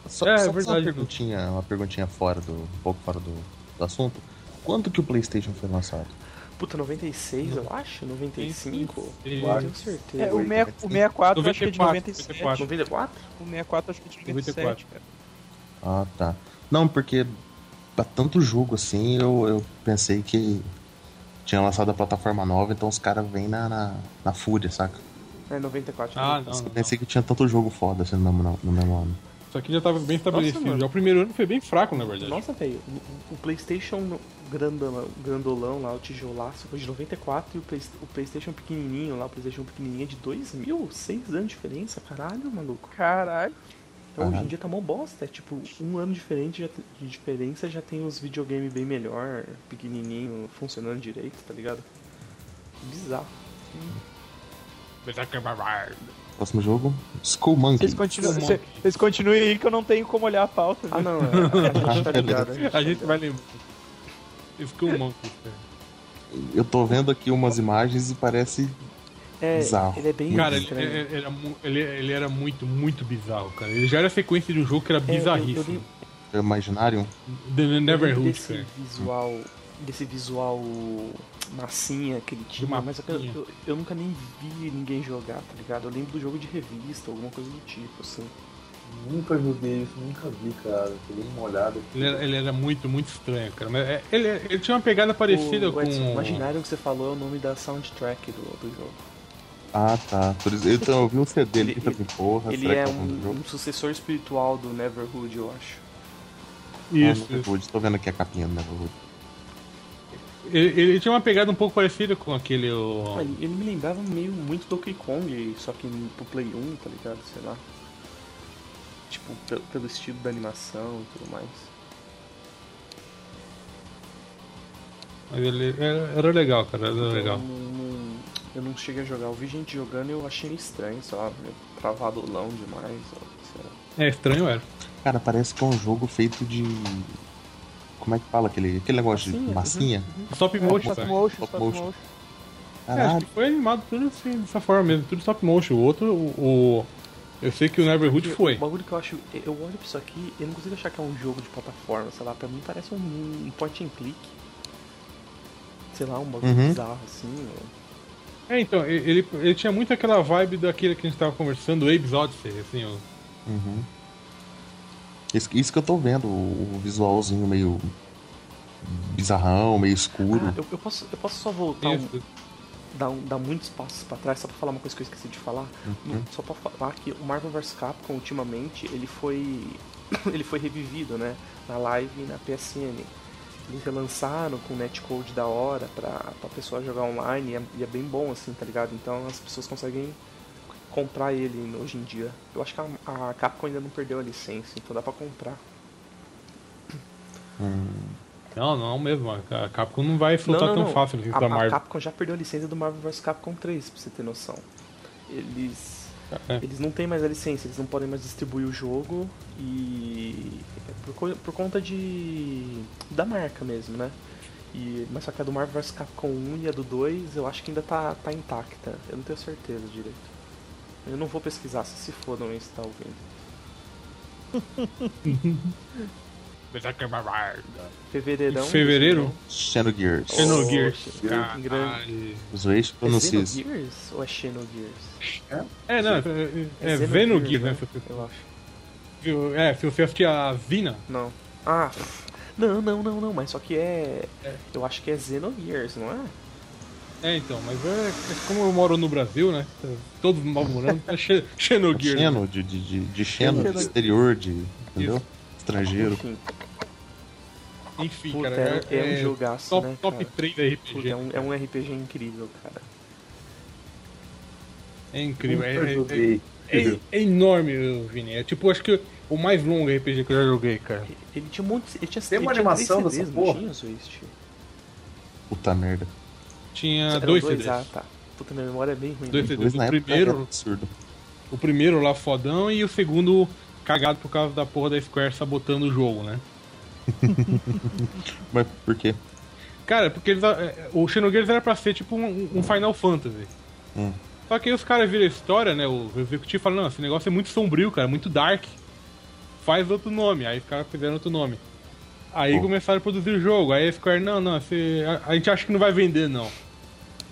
S5: Só,
S6: É,
S5: só
S6: é verdade.
S5: uma perguntinha, uma perguntinha fora do. um pouco fora do, do assunto. Quando que o Playstation foi lançado?
S4: Puta, 96, eu acho? 95?
S6: Ele-
S4: Não tenho certeza.
S8: É, o, meia- o 64 eu acho que é de 97.
S6: 94.
S4: 94?
S8: O 64 acho que é de 97,
S6: 94.
S8: cara.
S5: Ah, tá. Não, porque pra tanto jogo assim, eu, eu pensei que Tinha lançado a plataforma nova, então os caras vêm na, na, na fúria, saca?
S4: É 94.
S6: Ah,
S4: né?
S6: não,
S5: Nossa,
S6: não,
S5: eu pensei que tinha tanto jogo foda assim, no, mesmo- no mesmo ano.
S6: não. Isso aqui já tava bem estabelecido.
S4: mano.
S6: já o primeiro ano foi bem fraco, na verdade.
S4: Nossa, velho, o- o Playstation grandolão, grandolão lá, o tijolaço, foi de 94 e o, Play- o Playstation pequenininho lá, o Playstation pequenininho é de 2000, 6 anos de diferença, caralho, maluco.
S8: Caralho.
S4: Então hoje em
S5: Caralho.
S4: dia tá mó bosta, é tipo, um ano diferente já te- de diferença já tem os videogames bem melhor, pequenininho, funcionando direito, tá ligado? Bizarro.
S5: Próximo jogo, Skull Monkey.
S8: Vocês continuem, vocês- vocês continuem aí que eu não tenho como olhar a pauta. né?
S4: Ah não, é, a gente tá ligado. gente tá
S6: A gente
S4: ligado.
S6: vai lembrar. Eu fiquei um monte. cara.
S5: Eu tô vendo aqui umas imagens e parece
S4: É,
S5: bizarro.
S4: ele é bem
S6: Cara, ele,
S4: estranho.
S6: ele era, mu- ele- é, ele era muito, muito bizarro, cara. Ele já era sequência de um jogo que
S4: É,
S6: era
S4: eu- eu
S6: bizarríssimo.
S4: lem-
S5: é, Imaginarium.
S6: The Neverhood,
S4: desse
S6: cara.
S4: visual desse visual massinha que ele tinha,
S6: uma
S4: mas eu,
S6: massinha.
S4: eu- eu nunca nem vi ninguém jogar, tá ligado? Eu lembro do jogo de revista, alguma coisa do tipo, assim.
S7: Nunca joguei isso, nunca vi, cara. Peguei uma olhada aqui.
S6: Ele
S4: é-
S6: era, ele era muito, muito estranho, cara. Mas é- ele, ele tinha uma pegada parecida
S4: o, o
S6: com.
S4: Edson, Imaginário que você falou é o nome da soundtrack do, do jogo.
S5: Ah, tá. Por isso, então, eu vi um CD ali
S4: Ele-
S5: que tá assim, porra,
S4: ele
S5: será que
S4: é
S5: tá falando do
S4: um,
S5: jogo?
S4: um sucessor espiritual do Neverhood, eu acho.
S6: Isso,
S5: Ah,
S6: isso.
S5: Neverwood. Tô vendo aqui a capinha do Neverwood.
S6: Ele, ele tinha uma pegada um pouco parecida com aquele. o-
S4: Ele, ele me lembrava meio muito Donkey Kong, só que pro Play 1, tá ligado? Sei lá. Tipo, pelo, pelo estilo da animação e tudo mais.
S6: Mas ele era, era legal, cara. Era
S4: Então,
S6: legal.
S4: não- não- eu não cheguei a jogar, eu vi gente jogando e eu achei meio estranho, sei lá, meio travadolão demais, ou sei lá.
S6: É estranho, era.
S5: Cara, parece que é um jogo feito de. Como é que fala aquele, aquele negócio de massinha?
S4: É,
S6: Stop
S8: Stop
S6: motion, cara.
S8: motion,
S5: Stop
S8: stop
S5: motion.
S8: motion.
S6: É, acho
S5: Caralho,
S6: que foi animado tudo assim, dessa forma mesmo. Tudo stop motion. O outro, o. o- eu sei que o Neverhood foi.
S4: O bagulho que eu acho, eu olho pra isso aqui, eu não consigo achar que é um jogo de plataforma, sei lá, pra mim parece um, um point and click. Sei lá, um bagulho
S5: Uhum.
S4: bizarro assim. ou-
S6: É, então, e- ele, ele tinha muito aquela vibe daquele que a gente tava conversando, o Abe's Odyssey, assim, o-
S5: Uhum. Isso, isso que eu tô vendo, o o visualzinho meio bizarrão, meio escuro.
S4: Ah, eu, eu posso, eu posso só voltar, um,
S6: isso.
S4: dar, um- dar muitos passos pra trás, só pra falar uma coisa que eu esqueci de falar.
S5: Uhum.
S4: Só pra falar que o Marvel vs Capcom ultimamente ele foi ele foi revivido, né? Na live e na PSN. Eles relançaram com netcode da hora pra, pra pessoa jogar online e é, e é bem bom assim, tá ligado? Então as pessoas conseguem comprar ele no- hoje em dia. Eu acho que a, a Capcom ainda não perdeu a licença, então dá pra comprar.
S6: Não, não mesmo. A a Capcom não vai soltar
S4: Não, não,
S6: tão
S4: não.
S6: fácil assim,
S4: A,
S6: da
S4: a
S6: Marvel.
S4: Capcom já perdeu a licença do Marvel vs Capcom 3, pra você ter noção. Eles.
S6: É.
S4: Eles não têm mais a licença, eles não podem mais distribuir o jogo e. é Por, co- por conta de. da marca mesmo, né? E, mas só que a do Marvel vs Capcom 1 e a do 2 eu acho que ainda tá, tá intacta. Eu não tenho certeza direito. Eu não vou pesquisar, se se fodam isso, tá ouvindo. Fevereirão.
S6: Fevereiro?
S5: Xenogears.
S4: Xeno-
S6: Xenogears.
S4: Oh,
S6: Caralho.
S4: grande.
S5: Os Waste
S4: É
S5: pronuncia isso.
S4: Xenogears ou é Xenogears?
S6: É, não, é, é, é Xenogears, né? se
S4: Eu acho.
S6: você- É, se você assistir a Vina,
S4: Não. Ah, não, não, não, não, mas só que é. Eu acho que é Xenogears, não é?
S6: é então, mas é, é como eu moro no Brasil, né? tá Todos mal morando, é Xe- Xenogears.
S5: Xeno, de, de, de, de Xeno, de exterior, de. Entendeu? Estrangeiro.
S4: Enfim,
S6: Enfim,
S4: puta,
S6: cara,
S4: é, é um jogaço,
S6: top,
S4: né?
S6: top
S4: cara?
S6: 3 da RPG.
S4: Puta, é, um, é um RPG incrível, cara.
S6: É incrível, é,
S7: Nunca
S6: é-
S7: joguei.
S6: é-
S4: Uhum.
S6: é- é enorme, Vini. É tipo, acho que o mais longo RPG que eu já joguei, cara.
S4: Ele tinha um monte. Ele tinha,
S7: Tem uma
S4: ele tinha três
S7: animação
S4: CDs,
S7: dessa
S4: não
S7: porra?
S4: tinha, Zwist?
S5: Puta merda.
S6: Tinha
S4: Eram
S6: dois,
S4: dois
S6: CDs.
S4: Ah, tá. Puta, minha memória é bem ruim.
S6: Dois
S4: né?
S6: CDs.
S5: Dois
S6: O
S5: na época era
S6: primeiro,
S5: absurdo.
S6: o primeiro lá fodão e o segundo cagado por causa da porra da Square sabotando o jogo, né?
S5: Mas por quê?
S6: Cara, porque eles, é, o Xenogears era pra ser tipo um, um Final Fantasy.
S5: Hum.
S6: Só que aí os caras viram a história, né? O executivo falou, não, esse negócio é muito sombrio, cara, muito dark. Faz outro nome. Aí os caras fizeram outro nome. Aí
S5: Pô.
S6: começaram a produzir o jogo. Aí a Square, não, não, esse- a, a gente acha que não vai vender, não.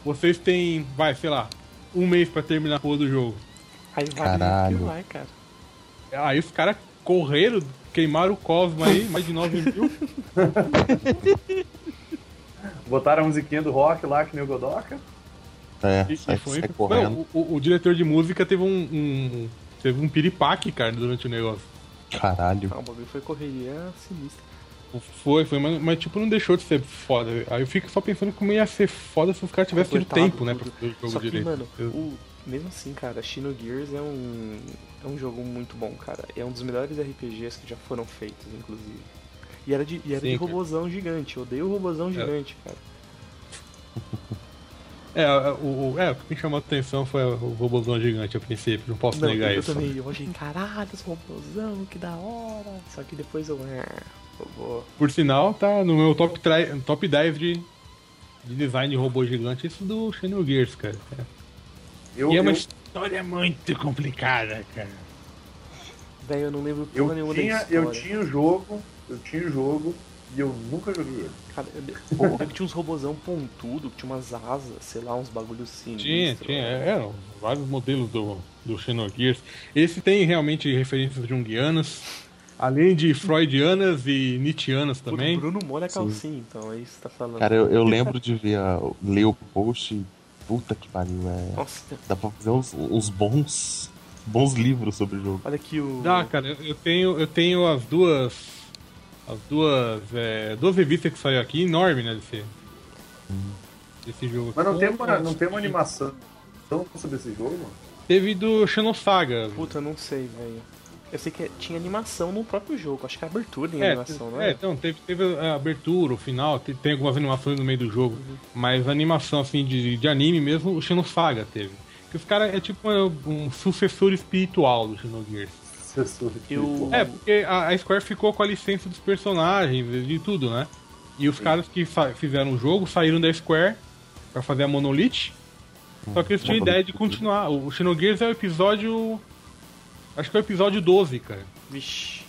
S6: Vocês têm, vai, sei lá, um mês pra terminar a porra do jogo.
S4: Aí vai
S5: Caralho.
S4: aquilo lá, cara.
S6: Aí os caras correram, queimaram o Cosmo aí, mais de 9 mil.
S7: Botaram a musiquinha do rock lá, que nem o Godoca.
S5: É,
S6: E-
S5: sai,
S6: e foi-
S5: sai correndo.
S6: Não, o, o diretor de música teve um, um- teve um piripaque, cara, durante o negócio.
S5: Caralho.
S4: Não, o bagulho foi correria sinistra.
S6: Foi, foi, mas, mas, tipo, não deixou de ser foda. Aí eu fico só pensando como ia ser foda se os caras tivessem tido
S4: Coitado,
S6: tempo, né, pra
S4: tudo.
S6: fazer o
S4: Só
S6: jogo
S4: que,
S6: direito.
S4: mano,
S6: Eu-
S4: o- mesmo assim, cara, Shino Gears é um, é um jogo muito bom, cara. É um dos melhores RPGs que já foram feitos, inclusive. E era de, e era
S6: Sim,
S4: de
S6: cara.
S4: robozão gigante. Eu odeio o robozão gigante, cara.
S6: É, o, o- é, o que me chamou a atenção foi o robôzão gigante a princípio, não posso
S4: Não,
S6: negar
S4: eu
S6: isso. né?
S4: também. Eu achei, caralho, esse robozão, que da hora. Só que depois eu. ah, robô.
S6: Por sinal, tá no meu top, tri- top 10 de, de design de robô gigante, isso do Channel Gears, cara.
S7: Eu,
S6: e é uma
S7: eu,
S6: história muito complicada, cara.
S4: Velho, eu não lembro
S7: eu
S4: porra nenhuma da
S7: tinha,
S4: história.
S7: eu tinha o jogo, eu tinha o jogo e eu nunca joguei ele.
S4: Cara, eu- Pô, é que tinha uns robozão pontudo, que tinha umas asas, sei lá, uns né? bagulhos sinistros.
S6: Tinha, tinha, é, eram vários modelos do, do Xenogears. Esse tem realmente referências junguianas, além de freudianas e nietzschianas
S4: Puta,
S6: também.
S4: O Bruno Moura é calcinha, então, é isso que tá falando.
S5: Cara, eu, eu lembro de ver, a- ler o post e, puta que pariu, é.
S4: Nossa,
S5: Dá pra fazer uns, uns bons, bons livros sobre o jogo.
S4: olha aqui o.
S6: Dá, cara, eu- eu tenho, eu tenho as duas. As duas. É, duas revistas que saiu aqui, enorme, né? Desse, desse jogo.
S7: Mas não
S6: Com-
S7: tem uma, não tem uma animação Então, sobre esse jogo, mano?
S6: Teve do Xenosaga.
S4: Puta, eu não sei, velho. Eu sei que tinha animação no próprio jogo, acho que a abertura tem
S6: É,
S4: animação, não
S6: é,
S4: é?
S6: então, teve, teve a abertura, o final, te- tem, algumas animações no meio do jogo,
S4: Uhum.
S6: mas a animação assim de, de anime mesmo, o Xenosaga teve. Que os caras é tipo um, um sucessor espiritual do Xenogears.
S4: Eu.
S6: É, porque a, a Square ficou com a licença dos personagens e de tudo, né? E os caras que sa- fizeram o jogo saíram da Square pra fazer a Monolith. Só que eles tinham ideia de
S4: né?
S6: continuar. O Xenogears é o episódio. Acho que é o episódio 12, cara.
S4: Vixe.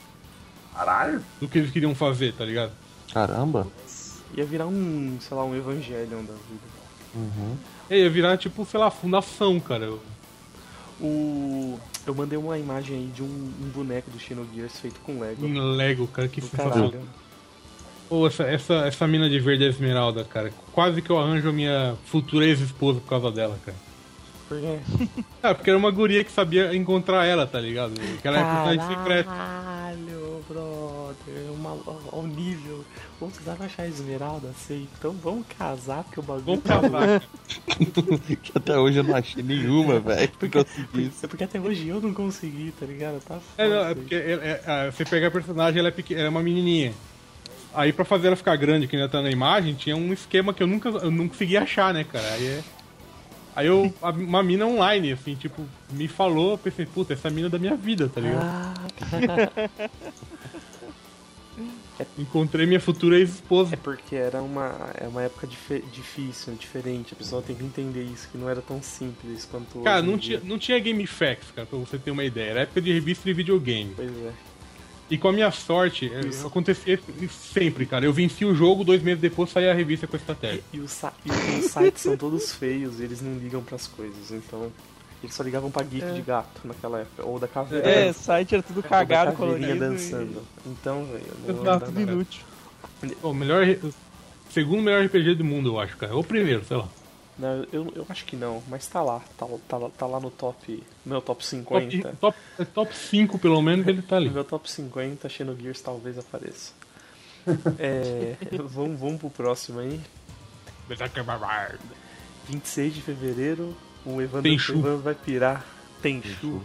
S7: Caralho?
S6: Do que eles queriam fazer, tá ligado?
S5: Caramba.
S4: Ia virar um, sei lá, um Evangelion da vida.
S6: É, ia virar tipo, sei lá, fundação, cara.
S4: O. Eu mandei uma imagem aí de um, um boneco do Xenogears feito com Lego.
S6: Um Lego, cara, que
S4: Do
S6: sensacional.
S4: caralho.
S6: Pô, essa, essa, essa mina de verde esmeralda, cara. Quase que eu arranjo a minha futura ex-esposa por causa dela, cara.
S4: Por quê?
S6: Ah, porque era uma guria que sabia encontrar ela, tá ligado? Que ela era personagem secreto.
S4: Caralho, brother. é Uma, ó, ó, o nível. Vamos precisar achar a esmeralda, sei. Então vamos casar, porque o bagulho
S6: Vamos
S4: tá
S6: casar. cara.
S5: Que até hoje eu não achei nenhuma, velho. que consegui isso.
S4: É porque até hoje eu não consegui, tá ligado? Tá
S6: É, não,
S4: foda
S6: é
S4: isso.
S6: porque ela- é- a- você pega a personagem, ela é, pequena, ela é uma menininha. Aí pra fazer ela ficar grande, que ainda tá na imagem, tinha um esquema que eu nunca eu não consegui achar, né, cara? Aí, é- aí eu, a- uma mina online, assim, tipo, me falou, eu pensei, puta, essa mina é da minha vida, tá ligado?
S4: Ah,
S6: Encontrei minha futura ex-esposa.
S4: Ah. é porque era uma, é uma época dife- difícil, diferente. A pessoa tem que entender isso, que não era tão simples quanto
S6: Cara,
S4: hoje em
S6: não
S4: dia.
S6: tinha, não tinha Game Facts, cara, pra você ter uma ideia. Era época de revista de videogame.
S4: Pois é.
S6: E com a minha sorte, é, acontecia sempre, cara. Eu venci o jogo, dois meses depois saía a revista com a estratégia.
S4: E, os sa- e os sites são todos feios e eles não ligam pras coisas, então. Eles só ligavam pra geek de gato naquela época, ou da caveira.
S8: É, site era tudo cagado,
S4: Ou da caveirinha
S8: colorido.
S4: dançando. Então, velho. não
S6: Exato.
S4: dá
S8: E... Tudo inútil.
S6: O melhor. re- o Segundo melhor RPG do mundo, eu acho, cara. Ou o primeiro, sei lá.
S4: Não, eu, eu acho que não, mas tá lá. Tá, tá, lá- tá lá no top. Meu top
S6: Top,
S4: 50.
S6: top, é top 5, pelo menos, ele tá ali.
S4: No meu top 50, Xenogears talvez apareça. É, vamos, vamos pro próximo aí.
S6: Berserker Barbar.
S4: 26 de fevereiro, o Evandro,
S6: Tenchu.
S4: o Evandro vai pirar. Tenchu.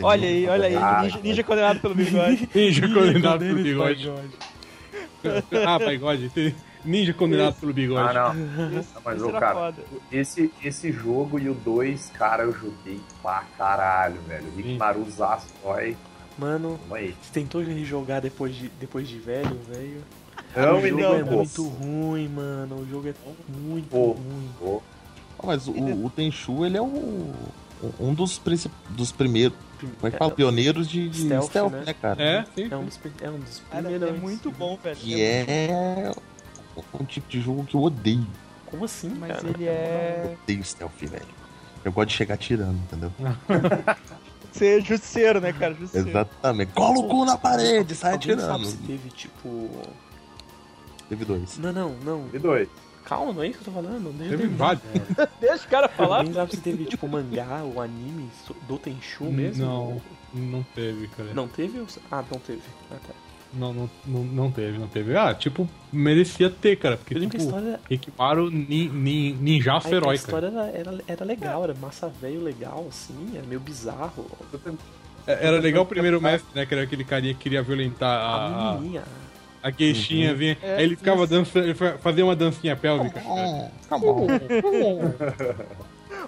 S8: Olha aí, olha aí.
S7: Ah,
S8: ninja, ninja condenado pelo bigode.
S6: Ninja condenado
S4: Cadê
S6: pelo
S4: esse
S6: bigode. Ah, bigode. tem- Ninja condenado pelo
S7: Ah,
S6: bigode.
S7: não. Não, Mas,
S8: Isso
S7: ô,
S8: era
S7: cara,
S8: foda.
S7: esse, esse jogo e o 2, cara, eu joguei pra caralho, velho. Rick
S6: Sim.
S7: Maru Zastoy,
S4: Mano,
S7: vamos aí.
S4: você tentou rejogar depois de, depois de velho, velho?
S7: Não,
S4: o jogo
S7: não,
S4: é muito ruim, mano. O jogo é muito
S7: Pô.
S4: ruim.
S5: Ah, mas o, o Tenchu, ele é o, um dos, princip... dos primeiros. Como é que fala? Pioneiros de, de
S4: Stealth,
S5: stealth,
S4: né?
S5: né, cara?
S6: É, sim.
S4: É um dos, pri- é um dos
S8: Cara,
S4: primeiros.
S8: é muito bom, velho.
S5: Que é um tipo de jogo que eu odeio.
S4: Como assim,
S8: Mas
S4: cara?
S8: ele é.
S5: Odeio stealth, velho. Eu gosto de chegar tirando, entendeu?
S8: Você é justiceiro, né, cara? Justiceiro.
S6: tá
S5: Exatamente. Cola o cu na parede, sai
S4: Alguém
S5: atirando.
S4: sabe se teve, tipo,
S5: Teve dois.
S4: Não, não, não.
S7: E dois.
S4: Calma, não é isso que eu tô falando. Deixa eu
S6: Teve
S4: terminar.
S6: vários.
S8: Deixa o cara
S4: Eu
S8: falar.
S4: nem sabe se teve, tipo, mangá ou anime so- do Tenchu um mesmo.
S6: Não, não teve, cara.
S4: Não teve? ou- Ah, não teve. Ah, tá.
S6: Não, não, não, não teve, não teve. Ah, tipo, merecia ter, cara. Porque,
S4: Eu lembro que a
S6: tipo,
S4: história,
S6: equiparam nin, nin, ninjaço
S4: a, a
S6: herói, cara.
S4: história era, era, era legal, era massa velho legal, assim, era meio bizarro.
S7: Tô tentando-
S6: É, Era legal o primeiro mestre, né? Que era aquele carinha que queria violentar
S4: A
S6: a,
S4: menininha.
S6: a gueixinha. Vinha, aí ele ficava dançando, ele fa- fazia uma dancinha pélvica.
S5: Oh, Hum, tá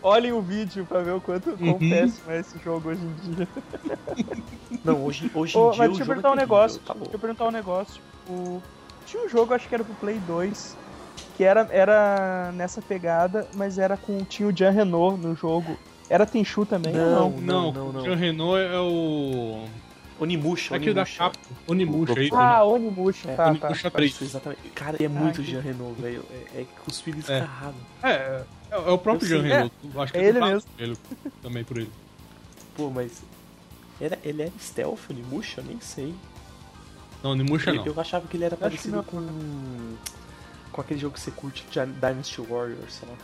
S8: Olhem o vídeo pra ver o quanto quão péssimo é esse jogo hoje em dia.
S4: Não, hoje, hoje
S8: Ô,
S4: em dia o
S8: mas deixa eu
S4: jogo é
S8: perguntar um
S4: terrível,
S8: negócio.
S4: Tá bom.
S8: Deixa eu perguntar um negócio. Tipo, tinha um jogo, acho que era pro Play 2, que era, era nessa pegada, mas era com. Tinha o Jean Renault no jogo. Era Tenchu também ou não?
S4: Não,
S6: Não,
S4: não, não.
S6: o Jean Renault é o.
S4: Onimusha,
S6: Aquele da
S4: Onimusha.
S6: capa. Onimusha, é isso?
S8: Ah, Onimusha.
S4: É,
S8: tá, tá.
S4: Parece
S6: Onimusha 3.
S4: que foi exatamente. Cara, é muito
S8: Ai,
S4: Jean Renault, velho. É, é cuspido
S6: É.
S4: escarrado.
S6: É, é, é o próprio
S4: Eu
S6: Jean
S4: sei.
S6: Renault. Acho que
S8: é ele
S6: tá
S8: mesmo.
S6: Ele, também por ele.
S4: Pô, mas. Era, ele era stealth, Onimusha? Eu Nem sei.
S6: Não, Onimusha
S4: Eu,
S6: não.
S4: eu achava que ele era
S8: acho que
S4: parecido
S8: não.
S4: com. Com aquele jogo que você curte, Jan- Dynasty Warriors, sei lá.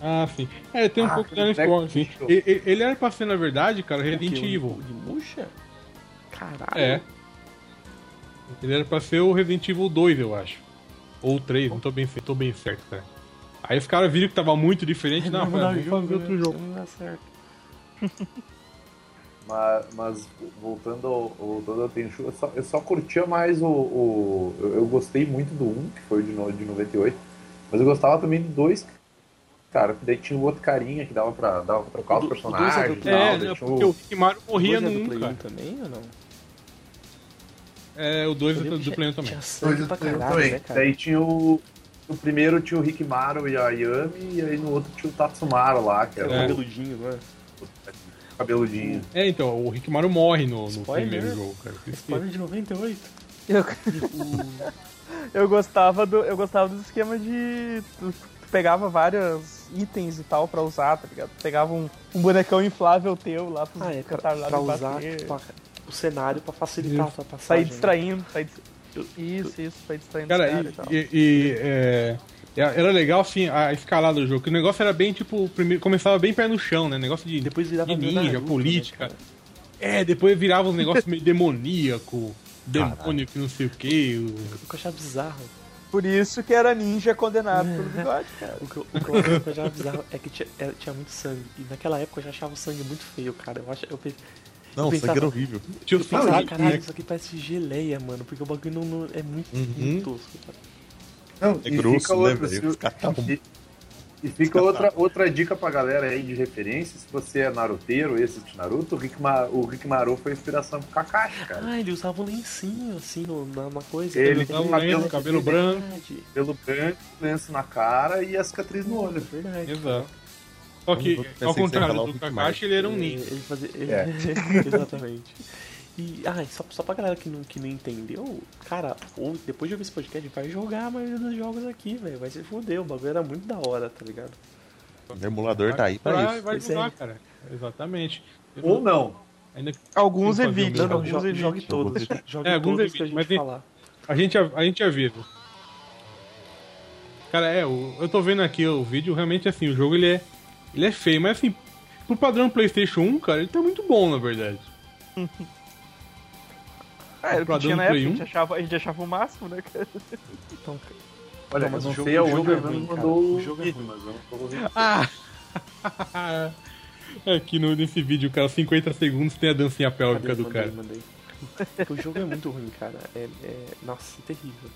S6: Ah, sim. É, tem um
S7: Ah,
S6: pouco de
S7: aquele
S6: Alice Warren, sim.
S7: Black
S6: E- e- Ele era pra ser, na verdade, cara, Resident
S4: Que o-
S6: Evil.
S4: O Onimusha? Caralho.
S6: É. Ele era pra ser o Resident Evil 2, eu acho. Ou 3, não tô bem, cer- tô bem certo, cara. Aí os caras viram que tava muito diferente, não, é.
S4: vamos
S6: não vamos
S8: né?
S6: fazer
S4: né?
S6: outro jogo.
S4: Não dá certo.
S7: Mas, mas voltando ao, voltando ao Tenchu, eu só, eu só curtia mais o. o- eu, eu gostei muito do 1, que foi o de, no- de 98. Mas eu gostava também do 2, cara, que daí tinha o outro carinha que dava pra, dava pra trocar
S4: O do-
S7: os
S4: o dois é do
S7: personagens. e
S4: Play
S7: tal,
S6: É,
S4: um.
S7: daí
S6: né,
S7: tinha
S6: porque o Rick Mario morria
S4: Dois
S6: no
S4: é do
S6: 1,
S4: Play
S6: cara.
S4: 1 também ou não?
S6: um. É, o 2 é
S4: Eu
S6: do,
S4: lembro que
S6: do Play 1
S4: tinha-
S6: também.
S4: Tinha
S7: Dois
S4: sangue
S7: do
S4: pra
S7: Play um
S4: caralho,
S7: também.
S4: né, cara?
S7: Daí tinha o. No primeiro tinha o Rikimaru e a Yami, e aí no outro tinha o Tatsumaru lá, que era
S4: Era
S6: É.
S4: cabeludinho, né?
S7: o cabeludinho.
S6: É, então, o Rick Mario morre no, no
S4: Spoiler.
S6: primeiro jogo, cara. Esqueci.
S4: Spoiler de 98.
S8: Eu-
S4: O-
S8: Eu gostava do, eu gostava do esquema de tu, tu pegava vários itens e tal pra usar, tá ligado? Tu pegava um, um bonecão inflável teu lá pros
S4: Ah, é, pra,
S8: catarlados
S4: pra usar
S8: bater,
S4: tipo, a- o cenário pra facilitar a sua
S8: sair
S4: passagem. né?
S8: distraindo, sair dis-
S4: Eu-
S8: Isso, isso, sair distraindo os
S6: Cara,
S8: caras
S6: e,
S8: e tal.
S6: e- e, é, era legal, assim, a escalada do jogo. Que o negócio era bem, tipo, primeiro, começava bem pé no chão, né? Negócio de
S4: E depois virava
S6: de
S4: meio
S6: ninja,
S4: Naruto, né,
S6: política.
S4: cara?
S6: É, depois virava uns negócios meio demoníaco, demônio que não sei o que.
S4: O que eu achava bizarro.
S8: Por isso que era ninja condenado pelo bigode, cara.
S4: é, O que eu, o que eu- o que eu achava bizarro é que tinha, era- tinha muito sangue. E naquela época eu já achava o sangue muito feio, cara. Eu, acho, eu, pe-
S5: Não,
S4: pensava-
S5: isso aqui era horrível.
S6: Tinha
S4: eu
S6: o
S4: pensava,
S6: sangue,
S4: caralho,
S6: né?
S4: isso aqui parece geleia, mano. Porque o bagulho não, não- é muito, muito tosco. cara.
S7: Não,
S5: É grosso, né,
S7: se-
S5: velho? Os caras tavam-
S7: e, e fica outra, outra dica pra galera aí de referência, se você é naruteiro, esse de Naruto, o Rick, Ma, o Rick Maru foi inspiração pro Kakashi, cara.
S4: Ah, ele usava um lencinho, assim, no- na, na coisa.
S7: Ele
S4: Tá
S7: usava um
S4: ligado?
S7: lenço,
S4: É
S6: cabelo
S4: verdade.
S7: Pelo branco, lenço na cara e a cicatriz no
S4: É
S7: olho.
S4: verdade.
S6: Exato. Só
S5: Eu
S6: que,
S5: pensei
S6: ao
S5: que você ia falar
S6: contrário
S5: um
S6: do
S5: pouco
S6: Kakashi,
S5: mais.
S6: ele era um ninja.
S4: Ele fazia. ele-
S7: É.
S4: Exatamente. E, ah, e só, só pra galera que não, que não entendeu, cara, ou depois de ouvir esse podcast, vai jogar a maioria dos jogos aqui, velho. Vai se foder, o bagulho era muito da hora, tá ligado?
S5: O emulador tá aí pra
S6: Vai,
S5: isso.
S6: vai
S4: Pois
S6: jogar,
S4: é.
S6: cara. Exatamente.
S7: Ou não.
S6: Ainda que-
S8: Alguns
S6: Tem que fazer
S8: evitam,
S6: um-
S4: Não, não,
S8: alguns
S4: jogue,
S8: evitam.
S4: jogue todos. Jogue
S6: É, alguns
S4: todos que a
S6: evitam,
S4: gente
S6: mas tem-
S4: falar.
S6: A gente, a gente avisa. Cara, é, o- eu tô vendo aqui o vídeo, realmente assim, o jogo ele é, ele é feio, mas assim, pro padrão Playstation 1, cara, ele tá muito bom, na verdade.
S8: Ah, era o que
S6: Comprador
S8: tinha
S6: do
S8: na época, a
S6: Play
S8: gente, achava, a gente achava o máximo, né, cara?
S4: Então,
S7: Olha,
S4: Não, mas
S7: eu
S4: o
S7: não
S4: jogo-
S7: sei
S4: o
S7: aonde
S4: jogo
S7: o
S4: é
S7: Evandro
S4: ruim, cara.
S7: mandou
S4: O
S7: o
S4: jogo é
S7: vídeo,
S4: ruim.
S7: mas eu não tô ouvindo.
S6: Ah! Aqui no, nesse vídeo, cara, 50 segundos tem a dancinha pélvica
S4: cadê?
S6: do
S4: Mandei,
S6: cara.
S4: mandei. É que o jogo é muito ruim, cara. É, é- Nossa, é terrível.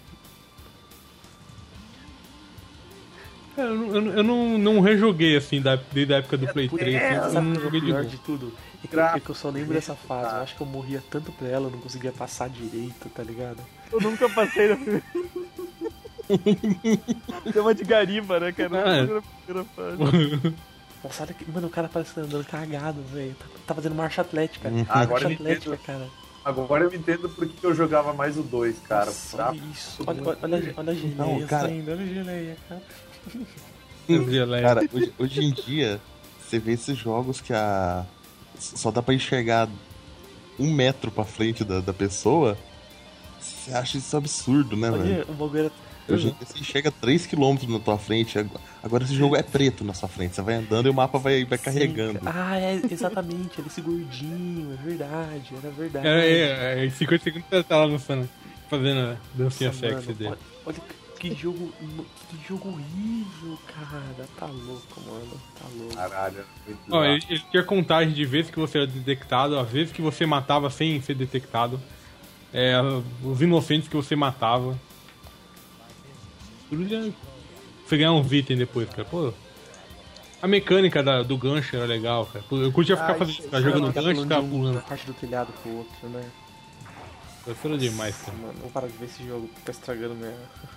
S6: Cara, É, eu não- eu, não- eu não, não rejoguei assim da, desde a época do Play 3, assim, eu
S4: Sabe
S6: não
S4: o
S6: joguei de
S4: É, pior
S6: novo.
S4: de tudo? É que, eu-
S7: Gráfico,
S4: é que eu só lembro dessa fase. Eu acho que eu morria tanto pra ela, eu não conseguia passar direito, tá ligado?
S8: Eu nunca passei na primeira. Tem uma de gariba, né, cara?
S6: Ah, é.
S8: Eu nunca passei na primeira fase.
S4: Nossa, olha que. Mano, o cara parece que tá andando cagado, velho. Tá, tá fazendo marcha atlética.
S7: Ah, agora
S4: marcha
S7: eu me
S4: atlética,
S7: entendo.
S4: cara.
S7: Agora eu entendo por que que eu jogava mais o 2, cara.
S4: Nossa,
S7: Pra-
S4: olha isso. Olha, olha, olha, olha a geleia
S5: Não, cara.
S4: saindo, olha a geleia, cara.
S6: é.
S5: Cara, hoje, hoje em dia, você vê esses jogos que a. Só dá pra enxergar um metro pra frente da, da pessoa. Você acha isso absurdo, né, velho?
S4: Olha, o bagulho era.
S5: Hoje em dia você enxerga 3km na tua frente, agora- agora esse jogo é preto na sua frente. Você vai andando e o mapa vai, vai Tá carregando.
S4: Ah, é, exatamente, era esse gordinho, é verdade, era verdade.
S6: Era, é, é, em 50 segundos você tá lá dançando, fazendo a dancinha
S4: Nossa,
S6: sexy
S4: mano,
S6: dele.
S4: Olha, olha que jogo. Que jogo horrível, cara. Tá louco, mano. Tá louco.
S7: Caralho, é muito
S6: Ó,
S7: bizarro.
S6: ele, ele tinha contagem de vezes que você era detectado, as vezes que você matava sem ser detectado, é, os inocentes que você matava. Tudo já- Você ganhava uns itens depois, cara. Pô. A mecânica da- do gancho era legal, cara. Pô, Eu curtia ficar
S4: Ah,
S6: fazendo
S4: isso-
S6: ficar
S4: isso
S6: Tá jogando
S4: era
S6: gancho e
S4: legal,
S6: ficava
S4: de um- Da
S6: pulando.
S4: parte do telhado pro outro, né?
S6: Isso era demais, cara.
S4: Mano, vou parar de ver esse jogo, tá estragando minha,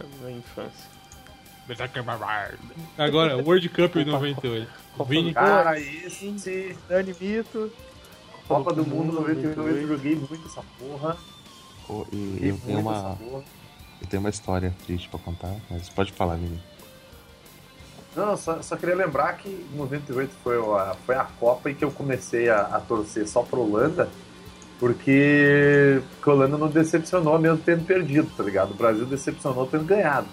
S4: minha infância.
S6: Agora, World Cup em 98.
S4: Copa
S6: Vini,
S7: Cara, esse
S8: Dani Mito.
S7: Copa do Mundo
S4: 98.
S7: 98 eu joguei muito essa porra.
S5: Pô, e
S7: Joguei
S5: eu, tenho
S7: muito essa
S5: uma,
S7: porra.
S5: eu tenho uma história triste pra contar, mas pode falar, menino.
S7: Não, só, só queria lembrar que 98 foi a, foi a Copa em que eu comecei a, a torcer só pra Holanda, porque, porque a Holanda não decepcionou mesmo tendo perdido, tá ligado? O Brasil decepcionou tendo ganhado.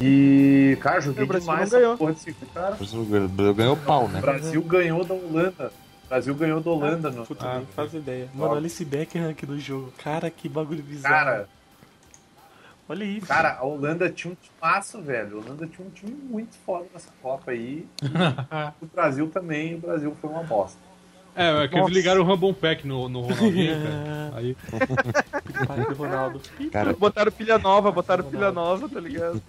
S7: E, cara, joguei
S8: É, O Brasil não
S7: demais
S8: ganhou.
S7: essa porra desse cara.
S5: Mas o Brasil ganhou pau,
S7: O
S5: né?
S7: Brasil ganhou da Holanda. O Brasil ganhou da Holanda. no-
S4: Puta,
S7: Ah,
S4: nem faz ideia. Mano, olha esse Beckham aqui do jogo. Cara, que bagulho bizarro.
S7: Cara,
S4: olha isso.
S7: Cara, a Holanda tinha um timaço, velho. A Holanda tinha um time muito foda nessa Copa aí. o Brasil também, o Brasil foi uma bosta.
S6: É, é que eles
S4: Nossa.
S6: ligaram o Rambon Pack no, no Ronaldinho, cara. Aí,
S4: Pai do Ronaldo.
S5: Cara,
S8: Botaram pilha nova, botaram pilha nova, tá ligado?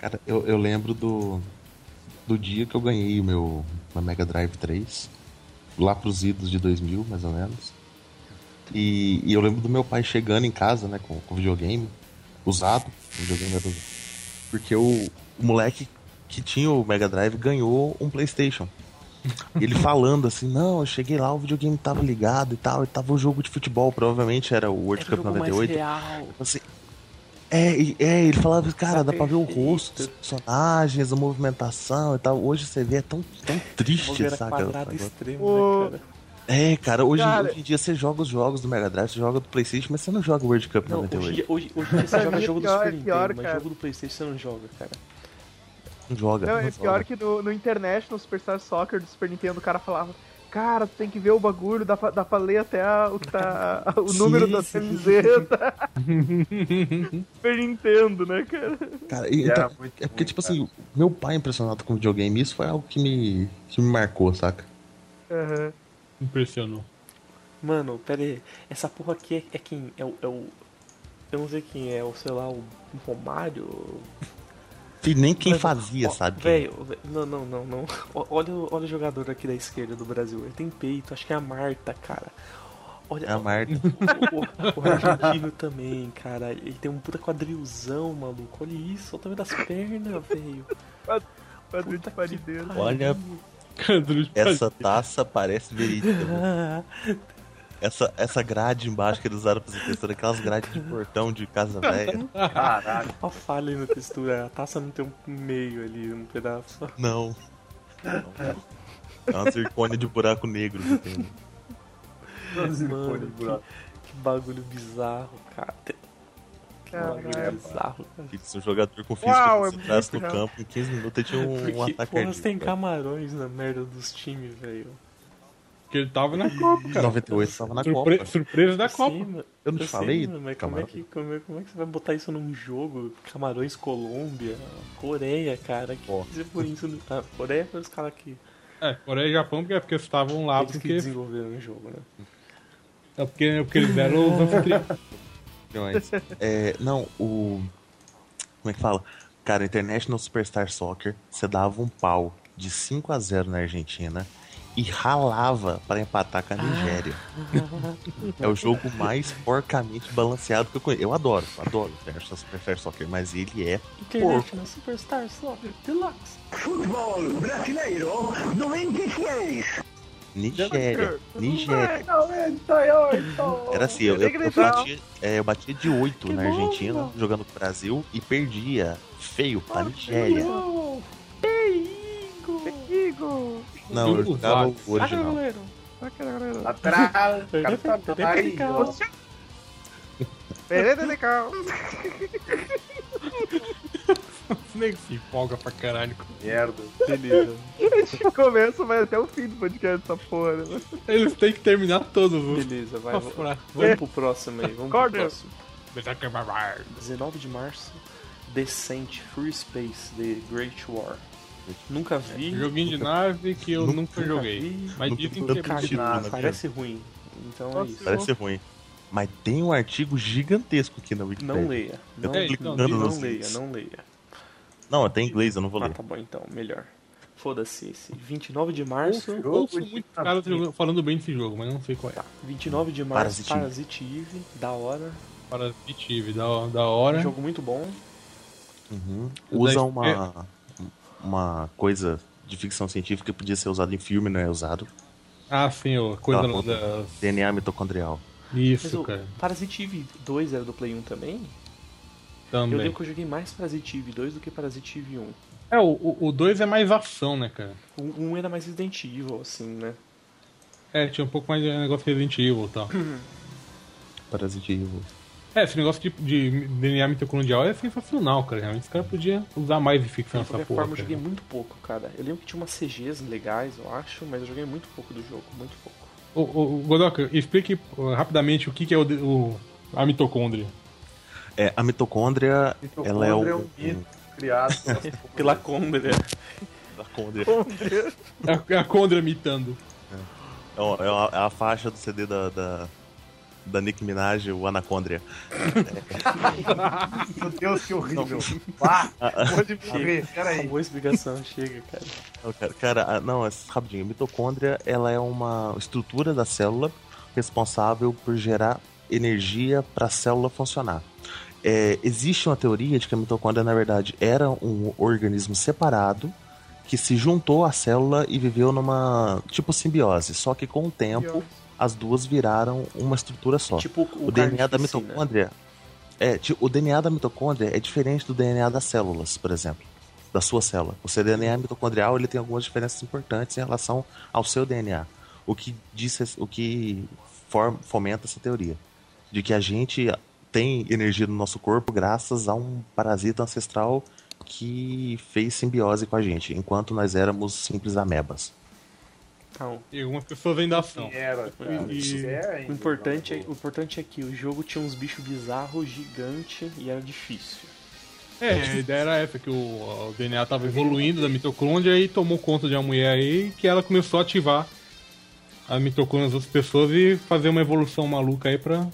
S5: Cara, eu, eu lembro do, do dia que eu ganhei o meu na Mega Drive 3, lá pros idos de 2000, mais ou menos. E, e eu lembro do meu pai chegando em casa, né, com, com videogame, usado, o videogame era usado. Porque o, o moleque que tinha o Mega Drive ganhou um Playstation. E Ele falando assim, não, eu cheguei lá, o videogame tava ligado e tal, e tava o jogo de futebol, provavelmente era o World
S7: é
S4: Era o
S5: Cup
S4: jogo É, mais
S5: 98.
S4: real.
S5: Assim, é, e- é, ele falava, cara,
S4: Tá
S5: dá pra ver o
S4: perfeito.
S5: rosto dos personagens, a movimentação e tal. Hoje você vê, é tão, tão
S4: O
S5: triste,
S4: bagulho era
S5: saca?
S4: quadrado
S5: Agora-
S4: extremo,
S8: O-
S4: né, cara?
S5: É, cara hoje,
S8: Cara.
S5: hoje em dia você joga os jogos do Mega Drive, você joga do Playstation, mas você não joga o World Cup
S4: Não, hoje, em
S5: 98.
S4: dia- hoje, hoje em dia você
S8: Pra
S4: joga
S8: mim é
S4: jogo do
S8: pior,
S4: Super
S8: é
S4: Nintendo,
S8: pior,
S4: mas
S8: cara.
S4: jogo do Playstation você não joga, cara.
S5: Não joga.
S8: Não,
S5: não
S8: é
S5: joga.
S8: pior que no, no International Superstar Soccer do Super Nintendo o cara falava. Cara, tu tem que ver o bagulho, dá pra, dá pra ler até a- o, que tá, a- o
S5: Sim,
S8: número da
S5: sim.
S8: camiseta. Super Nintendo, né, cara?
S5: Cara, e-
S7: E
S5: então,
S7: era muito
S5: é porque,
S7: ruim,
S5: tipo
S7: cara.
S5: assim, meu pai impressionado com videogame, isso foi algo que me, que me marcou, saca?
S8: Aham.
S6: impressionou.
S4: Mano, pera aí. Essa porra aqui é, é quem? É o, é o. Eu não sei quem é, o sei lá, o Romário?
S5: E nem quem é.
S4: Mas,
S5: fazia,
S4: ó,
S5: sabe?
S4: Velho, ve- não, não, não, não. Ó, Olha, o- olha o jogador aqui da esquerda do Brasil. Ele tem peito, acho que é a Marta, cara. Olha,
S5: É a Marta.
S4: o, o- o argentino também, cara. Ele tem um puta quadrilzão, maluco. Olha isso, olha o tamanho das pernas, velho.
S8: Padrinho
S4: Puta
S8: de
S4: que
S8: parideiro.
S4: pariu.
S5: Olha, essa taça parece verídica. mano.
S4: Ah,
S5: Essa, essa grade embaixo que eles usaram pra fazer textura, aquelas grades de portão de casa velha.
S7: Caralho.
S4: Uma falha na textura. A taça não tem um meio ali, um pedaço.
S5: Não. É uma circônia de buraco negro que tem.
S7: Todos os
S4: Mano,
S7: ícones, buraco.
S4: Que é bagulho bizarro, cara. Que bagulho
S8: Caralho.
S4: bizarro, cara.
S5: Isso, um jogador com física
S8: Uau, é
S5: que você traz no
S8: muito legal.
S5: campo, em 15 minutos ele tinha um, um
S4: Porque,
S5: ataque
S4: porra, você tem
S5: cardíaco.
S4: camarões na merda dos times, velho.
S6: Porque ele tava na Copa,
S5: Em
S6: cara.
S5: 98 tava na
S6: Surpre-
S5: Copa.
S6: Surpresa da
S4: Sim,
S6: Copa.
S4: mano.
S5: Eu não te
S4: Eu sei,
S5: falei?
S4: mano, né? mas como é,
S5: camarada?
S4: que, como, é, como é que você vai botar isso num jogo? Camarões, Colômbia, Coreia, cara. Que
S5: Ó.
S4: dizer por isso? não- Ah, Coreia foi os caras que,
S6: É, Coreia e Japão, porque, porque eles estavam lá,
S4: eles que
S6: porque,
S4: desenvolveram o jogo, né?
S6: é porque, porque eles deram os anfitriões.
S5: Milhões. É, não, o. Como é que fala? Cara, International Superstar Soccer, você dava um pau de 5 a 0 na Argentina e ralava pra empatar com a Nigéria.
S4: Ah.
S5: é o jogo mais porcamente balanceado que eu conheço. Eu adoro, adoro International Superstar Soccer, mas ele é
S4: International Superstar Soccer Deluxe.
S5: Nigéria. Nigéria.
S8: é, tá,
S5: Era assim, eu, eu, eu
S8: Integridade.
S5: batia, é, eu batia de 8 na Argentina, jogando pro Brasil, e perdia feio pra Nigéria.
S4: Uou, perigo!
S8: Perigo!
S5: Não, eu
S4: Ah,
S6: Os
S5: jogava o
S6: lados.
S4: Saca,
S5: original.
S4: goleiro!
S8: Saca, galera.
S7: Atrás, cara, tá
S4: Defende- defende,
S7: aí, ó.
S4: cara.
S9: Beleza, legal.
S6: Os negros se empolga pra caralho.
S7: Merda.
S4: Beleza.
S9: A gente começa, vai até o fim do podcast, essa porra. né?
S6: Eles têm que terminar todos os.
S4: Beleza, vai.
S6: Vamos
S4: Vamos,
S6: furar.
S4: vamos pro próximo aí. Vamos pro
S9: Corner.
S4: próximo.
S6: Apesar que é barbar.
S4: 19 de março, Descent Free Space The Great War. Nunca vi.
S6: Joguinho de nave que eu
S5: Nunca-
S6: nunca,
S4: nunca
S6: joguei.
S4: vi,
S6: Mas
S5: Nunca
S6: dizem
S5: vi
S6: que é
S5: tanto
S6: muito
S5: tiro
S6: bom.
S5: na
S4: Cara,
S5: vida.
S4: parece ruim. Então é
S9: Nossa,
S4: isso.
S5: Parece ser ruim. Mas tem um artigo gigantesco aqui na Wikipedia.
S4: Não leia. Não,
S5: Eu
S6: É,
S5: tô
S6: então,
S5: clicando
S6: diz-
S4: não
S5: nos
S4: leia,
S5: links.
S4: não leia.
S5: Não, até em inglês, eu não vou
S4: Ah,
S5: ler.
S4: tá bom então, melhor. Foda-se esse. 29 de março.
S6: Eu ouço muito cara falando bem desse jogo, mas não sei qual é.
S4: Tá, 29 de março,
S5: Parasite Eve.
S4: Parasite Eve, da hora.
S6: Parasitive, da, da hora.
S4: Jogo muito bom.
S5: Uhum. Usa
S6: Daí-
S5: uma,
S4: é-
S5: uma coisa de ficção científica que podia ser usada em filme, não é usado.
S6: Ah, sim, ó, coisa
S5: Aquela
S6: no-
S5: puta.
S6: da...
S5: DNA mitocondrial.
S4: Mas
S6: Isso,
S4: o
S6: cara.
S4: Parasite Eve 2 era do Play 1 também? Eu
S6: Também.
S4: lembro que eu joguei mais Parasite Eve 2 do que Parasite Eve 1.
S6: É, o 2 é mais ação, né, cara?
S4: O 1 era mais Resident Evil, assim, né?
S6: É, tinha um pouco mais de negócio Resident Evil e tal.
S5: Parasitivo.
S6: É, esse negócio de, de DNA mitocondrial é sensacional, cara. Realmente, os caras podiam usar mais de ficção
S4: De
S6: nessa
S4: qualquer
S6: porra.
S4: forma, eu
S6: cara.
S4: joguei muito pouco, cara. Eu lembro que tinha umas CGs legais, eu acho, mas eu joguei muito pouco do jogo, muito pouco.
S6: Ô, ô, Godoka, explique ó, rapidamente o que, que é o, de- o- a mitocôndria.
S5: É, a mitocôndria, ela é,
S7: Mitocôndria
S5: o,
S7: um mito criado
S4: Pela né? Condra.
S5: mitocôndria.
S6: É a, a condra mitando.
S5: É uma- é uma- é a faixa do CD da, da, da Nick Minaj, o Anacôndria.
S7: Meu Deus, que horrível. Pá,
S4: Ah,
S7: pode morrer. Peraí.
S4: Boa explicação, chega, cara.
S5: Não, cara, cara, ah, não, é rapidinho. A mitocôndria ela é uma estrutura da célula responsável por gerar energia para a célula funcionar. É, existe uma teoria de que a mitocôndria, na verdade, era um organismo separado que se juntou à célula e viveu numa tipo simbiose. Só que com o tempo, as duas viraram uma estrutura só.
S4: Tipo o, né?
S5: O, DNA da
S4: Carnificina.
S5: mitocôndria. É, ti- o DNA da mitocôndria é diferente do DNA das células, por exemplo. Da sua célula. O seu DNA mitocondrial ele tem algumas diferenças importantes em relação ao seu DNA. O que diz, res- o que form- fomenta essa teoria. De que a gente tem energia no nosso corpo graças a um parasita ancestral que fez simbiose com a gente, enquanto nós éramos simples amebas.
S4: Então,
S6: E algumas pessoas ainda ação.
S7: Era, cara.
S6: E-
S7: É,
S4: o,
S7: ainda,
S4: importante é,
S7: mano.
S4: o importante é que o jogo tinha uns bichos bizarros, gigante e era difícil.
S6: É, a ideia era essa, que o, o DNA tava evoluindo da mitocôndria e tomou conta de uma mulher aí que ela começou a ativar a mitocôndria das outras pessoas e fazer uma evolução maluca aí pra...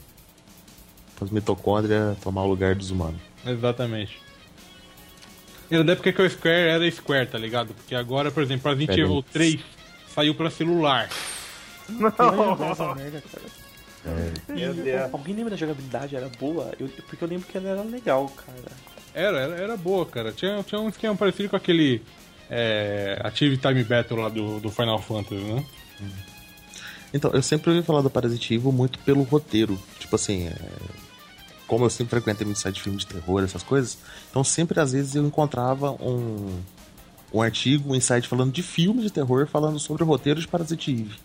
S5: As mitocôndrias é tomar o lugar dos humanos.
S6: Exatamente. Era da época que o Square era Square, tá ligado? Porque agora, por exemplo, a Resident
S5: Pera aí.
S6: Evil 3 saiu pra celular.
S4: Essa merda, cara.
S7: Meu Deus.
S4: Alguém lembra da jogabilidade? Era boa? Eu- porque eu lembro que ela era legal, cara.
S6: Era, era, era boa, cara. Tinha, tinha um esquema parecido com aquele é, Active Time Battle lá do, do Final Fantasy, né?
S5: Então, eu sempre ouvi falar do Parasitivo muito pelo roteiro. Tipo assim, é, como eu sempre frequentei muito site de filme de terror, essas coisas, então sempre às vezes eu encontrava um, um artigo, um insight falando de filme de terror, falando sobre o roteiro de Parasitivo.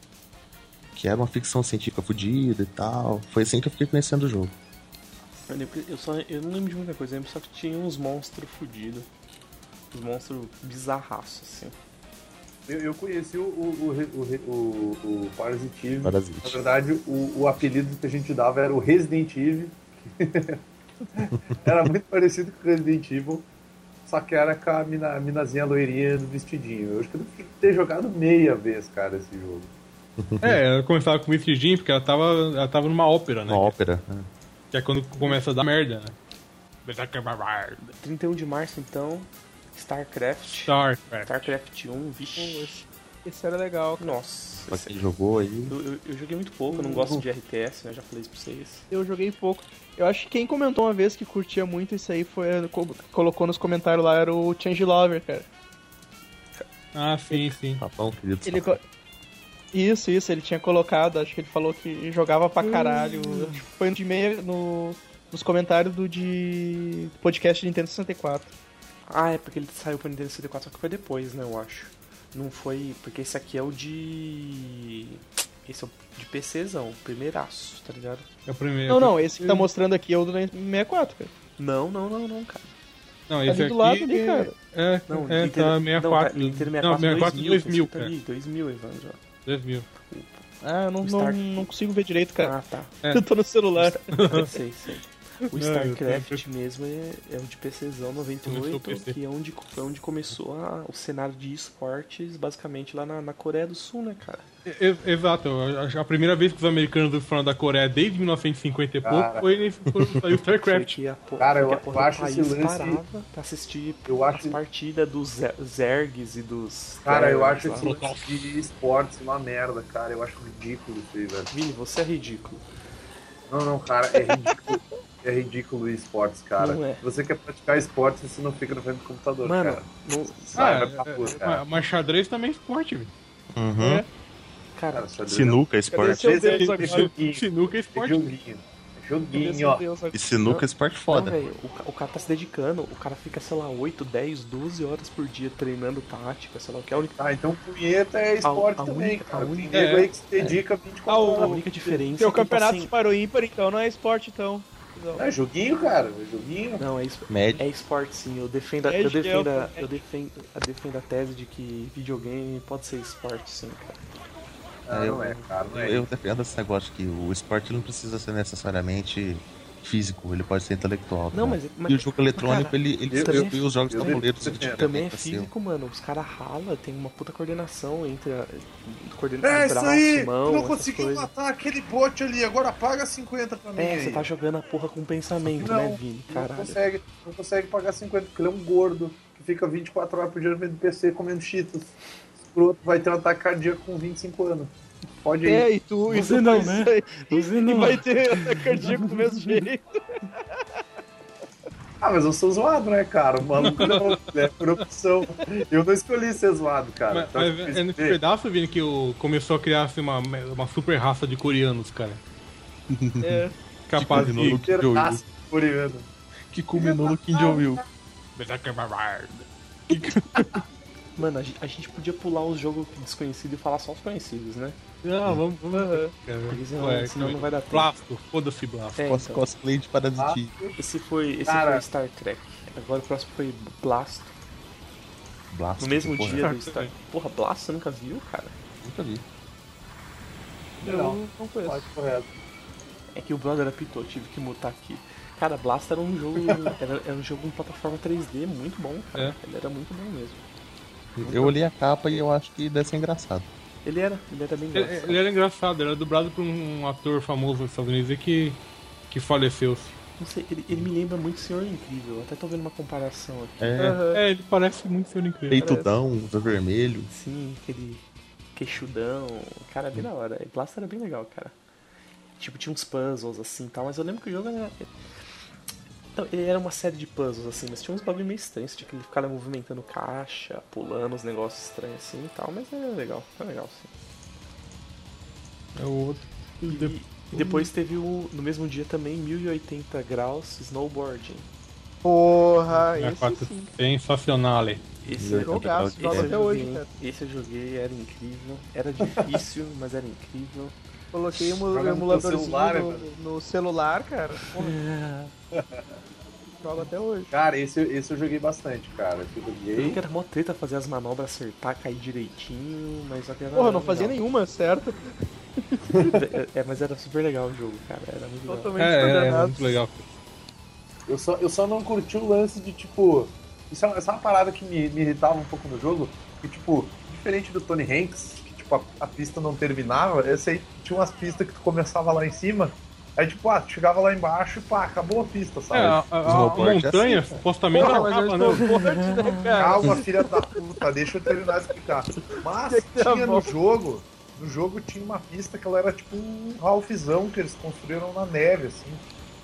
S5: Que era uma ficção científica fodida e tal. Foi assim que eu fiquei conhecendo o jogo.
S4: Eu, lembro que- eu só, eu não lembro de muita coisa, eu lembro só que tinha uns monstros fudidos. Uns monstros bizarraços, assim.
S7: Eu, eu conheci o, o, o, re- o, re- o, o Parasite Eve. Na
S5: Parasite.
S7: verdade, o, o apelido que a gente dava era o Resident Evil. era muito parecido com o Resident Evil, só que era com a mina, minazinha loirinha do vestidinho. Eu acho que eu devo ter jogado meia vez, cara, esse jogo.
S5: Uhum.
S6: É, ela começava com o Miss Jean, porque ela tava, ela tava numa ópera, né?
S5: Uma ópera. né?
S6: Que é quando começa a dar merda, né? Bezaca Barbar,
S4: 31 de março, então, StarCraft.
S6: Star, cara.
S4: StarCraft 1, vixe.
S8: Esse era legal.
S4: Nossa.
S5: Pra
S4: esse-
S5: quem jogou aí.
S4: Eu, eu- eu joguei muito pouco, eu não gosto de RTS, né? Já falei isso pra vocês.
S8: Eu joguei pouco. Eu acho que quem comentou uma vez que curtia muito isso aí foi. co- Colocou nos comentários lá, era o Change Lover, cara.
S6: Ah, sim, sim.
S5: Papão, querido.
S8: Ele
S5: safado.
S8: co- Isso, isso, ele tinha colocado, acho que ele falou que jogava pra caralho. Acho que Foi no de meia no, nos comentários do de do podcast de Nintendo 64.
S4: Ah, é porque ele saiu pra Nintendo 64, só que foi depois, né, eu acho. Não foi. Porque esse aqui é o de. Esse é o de PCzão, o primeiraço, tá ligado?
S6: É o primeiro.
S8: Não, não, esse que tá mostrando aqui é o do 64, cara.
S4: Não, não, não, não, cara.
S6: Não,
S8: Tá
S6: esse
S8: ali do
S6: aqui.
S8: lado ali, cara.
S6: É,
S4: Não,
S6: é
S4: Nintendo-
S6: tá
S4: Não,
S6: 64.
S4: tá, Nintendo
S6: não,
S4: 64
S6: 2000,
S4: 2000, tá
S6: cara.
S4: ali, 2000, Evandro. ó.
S6: 2000.
S8: Ah, eu não,
S4: O
S8: não,
S4: Star-
S8: não consigo ver direito, cara.
S4: Ah, tá.
S6: É.
S8: Eu tô no celular.
S4: sei, sei. O
S6: eu
S4: StarCraft mesmo é, é o de PCzão
S6: Começou o
S4: 98,
S6: PC.
S4: que é onde, é onde começou a- o cenário de esportes, basicamente lá na, na Coreia do Sul, né, cara?
S6: E- e- Exato, eu acho que a primeira vez que os americanos foram da Coreia desde 1950 e pouco
S7: Cara.
S6: foi nesse- foi- saiu o StarCraft.
S4: Porque a po-
S7: Cara, eu-
S4: porque a
S7: eu
S4: porra do
S7: acho esse
S4: país
S7: lance-
S4: parava pra assistir
S7: Eu
S4: as
S7: acho.
S4: partidas dos Zer- Zergs e dos.
S7: Cara,
S6: É,
S7: eu
S4: Terrans
S7: acho
S4: lá.
S7: esse lance de esportes uma merda, cara. Eu acho ridículo isso aí, velho.
S4: Vini, você é ridículo.
S7: Não, não, cara, é ridículo. é ridículo o esportes, cara.
S4: Não é.
S7: Se você quer praticar esportes, você não fica na frente do computador,
S4: Mano,
S7: cara.
S4: não-
S7: Sai,
S6: Ah,
S7: vai pra
S6: é,
S7: rua,
S6: é,
S7: cara.
S6: mas- mas xadrez também é esporte, velho.
S5: Uhum.
S4: cara,
S7: Cara, só Deus
S5: Sinuca é
S7: Cadê
S5: esporte.
S7: seu Deus
S6: Esse-
S7: agora?
S6: esse-
S7: Joguinho.
S6: Sinuca é
S7: é
S6: esporte.
S7: joguinho. É joguinho, ó.
S8: Deus,
S5: E sinuca é esporte foda.
S4: Não, velho, o, ca- o cara tá se dedicando, o cara fica, sei lá, 8, 10, 12 horas por dia treinando tática, sei lá o que. é A única,
S7: Tá, então punheta é esporte
S4: A- a
S7: também,
S4: única-
S7: cara.
S4: a
S7: Tem
S4: única-
S7: nego
S6: é.
S7: aí que se dedica 24
S4: a
S7: horas.
S4: única diferença
S8: Seu
S4: é que, tipo
S8: campeonato
S4: assim,
S8: para o ímpar, então, não é esporte, então. Não.
S7: É joguinho, cara. É joguinho.
S4: Não, é, es-
S5: Médio.
S4: é esporte sim, eu defendo, a-
S8: É
S4: eu,
S8: de
S4: defendo, a-
S8: elfo, é.
S4: eu defendo, eu defendo a tese de que videogame pode ser esporte sim, cara.
S7: Não, não é, cara. Não
S5: Eu,
S7: é.
S5: eu defendo esse negócio que o esporte não precisa ser necessariamente físico, ele pode ser intelectual.
S4: Não,
S5: né?
S4: mas,
S5: E o
S4: mas
S5: jogo eletrônico,
S4: cara,
S5: ele, ele
S7: eu-
S5: substitui os jogos
S7: eu-
S5: de tabuleiros.
S7: eu-
S5: que antigamente assim,
S4: também é
S5: nasceu.
S4: físico, mano. Os caras rala, tem uma puta coordenação entre a, coordena
S7: É
S4: braço,
S7: isso aí!
S4: mão,
S7: tu não
S4: essas
S7: conseguiu
S4: coisas.
S7: matar aquele bote ali, agora paga 50 pra mim.
S4: É, você
S7: aí.
S4: tá jogando a porra com pensamento,
S7: Não,
S4: né, Vini?
S7: Não
S4: Caralho.
S7: consegue, não consegue pagar 50, porque ele é um gordo que fica 24 horas por dia no meio do PC comendo cheetos. Escroto, vai ter um ataque cardíaco com 25 anos. Pode ir.
S8: É, e tu, e
S4: Você
S8: tu
S4: não,
S8: faz
S4: né?
S8: isso aí,
S4: Você não.
S8: E vai ter ataque cardíaco do mesmo jeito.
S7: Ah, mas eu sou zoado, né, cara? O maluco não, é por opção. Eu não escolhi ser zoado, cara.
S6: Mas,
S7: Então,
S6: mas é nesse
S7: é,
S6: pedaço, Vini, que o- começou a criar-se uma, uma super raça de coreanos, cara.
S8: É.
S6: Capaz
S5: Que
S6: de.
S5: combinou
S7: pedaço tipo, coreano.
S5: Que culminou no Kim Jong-il.
S6: assim.
S4: Mano, a gen- a gente podia pular os jogos desconhecidos e falar só os conhecidos, né?
S6: Não, vamos. vamos
S4: Porque senão,
S6: Ué,
S7: É,
S4: É,
S7: então,
S4: senão não vai dar tempo.
S6: Tipo, é, Blasto, foda-se, Blasto.
S4: É,
S5: Cos-
S4: então,
S5: Cosplay de parasitinho.
S4: esse foi, esse
S7: Cara.
S4: foi Star Trek. Agora o próximo foi Blasto.
S5: Blasto,
S4: No mesmo
S5: porra,
S4: dia do Star Porra, Blasto você nunca viu, cara?
S5: Nunca vi.
S7: Não,
S4: Eu não conheço.
S7: pode correto.
S4: É que o brother apitou, tive que mutar aqui. Cara, Blast era um jogo. era, era um jogo em plataforma 3D muito bom, cara.
S6: É.
S4: Ele era muito bom mesmo.
S5: Eu olhei a capa e eu acho que deve ser engraçado.
S4: Ele era, ele era bem
S6: Ele,
S4: engraçado.
S6: ele era engraçado, era dublado por um ator famoso dos Estados Unidos e que, que assim. faleceu-se.
S4: Não sei, ele, ele me lembra muito Senhor Incrível. Eu até tô vendo uma comparação aqui.
S5: É,
S6: É, ele parece muito ser incrível.
S5: peitudão, vermelho.
S4: Sim, assim, aquele queixudão. Cara, é bem da hora. E Blast era bem legal, cara. Tipo, tinha uns puzzles assim e tal, mas eu lembro que o jogo era. Não, ele era uma série de puzzles assim, mas tinha uns bagulho meio estranhos. Tinha que ele ficar movimentando caixa, pulando uns negócios estranhos assim e tal, mas era legal, era legal sim.
S6: É o outro.
S4: E e depois teve o, no mesmo dia também 1080 graus snowboarding.
S8: Porra,
S6: É
S8: esse
S6: quatro.
S8: sim.
S6: Sensacional.
S4: Esse eu joguei,
S8: Jogaço, joga
S4: esse
S8: até
S4: eu
S8: hoje,
S4: joguei, né?
S8: cara.
S4: esse eu joguei, era incrível. Era difícil, mas era incrível.
S8: Coloquei um
S7: Joga no teu
S8: emuladorzinho
S7: celular,
S8: no,
S7: né,
S8: no celular, cara. Porra.
S7: É.
S8: Joga até hoje.
S7: Cara, esse, esse eu joguei bastante, cara. Esse Eu
S4: Eu lembro que
S7: joguei.
S4: era mó treta fazer as manobras, acertar, cair direitinho, mas só que era.
S8: Porra, eu não
S4: era
S8: fazia
S4: legal.
S8: nenhuma, certo?
S4: É, é, mas era super legal o jogo, cara. Era muito legal.
S8: Totalmente
S6: É, é,
S8: condenado.
S6: muito legal.
S7: Eu só, eu só não curti o lance de, tipo. Isso é, uma- isso é uma parada que me, me irritava um pouco no jogo. Que, tipo, diferente do Tony Hanks, que, tipo, a, a pista não terminava, esse aí tinha umas pistas que tu começava lá em cima. Aí, tipo, ah, tu chegava lá embaixo e pá, acabou a pista,
S6: É,
S7: sabe?
S6: a, a- a
S5: Snowboard é
S6: montanha, supostamente,
S8: Porra,
S6: não
S8: mas
S6: acaba,
S8: eu
S6: né?
S8: estou forte, né, cara?
S7: Calma, filha da puta, deixa eu terminar de explicar. Mas
S8: Tá
S7: tinha
S8: bom.
S7: no jogo, no jogo tinha uma pista que ela era tipo um Ralphzão que eles construíram na neve, assim.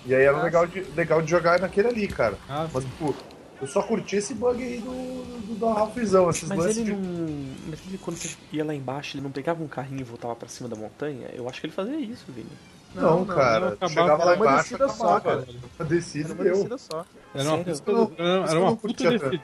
S7: E aí era
S8: Nossa.
S7: legal de, legal de jogar naquele ali, cara.
S6: Ah,
S7: Mas, tipo, eu só curti esse bug aí do, do, do Ralphzão, esses
S4: Mas
S7: lances
S4: ele
S7: de...
S4: não. Mas ele, quando você ia lá embaixo, ele não pegava um carrinho e voltava pra cima da montanha? Eu acho que ele fazia isso, Vini.
S7: Não, cara.
S6: acabava,
S7: chegava lá
S8: era uma
S7: embaixo,
S8: descida só,
S7: acabava.
S8: cara.
S7: A descida
S8: Era uma
S7: deu.
S8: descida só.
S6: Era uma
S4: Sério?
S6: pista, era,
S7: Isso
S6: era
S7: eu
S6: uma
S7: não curtia
S6: puta descida.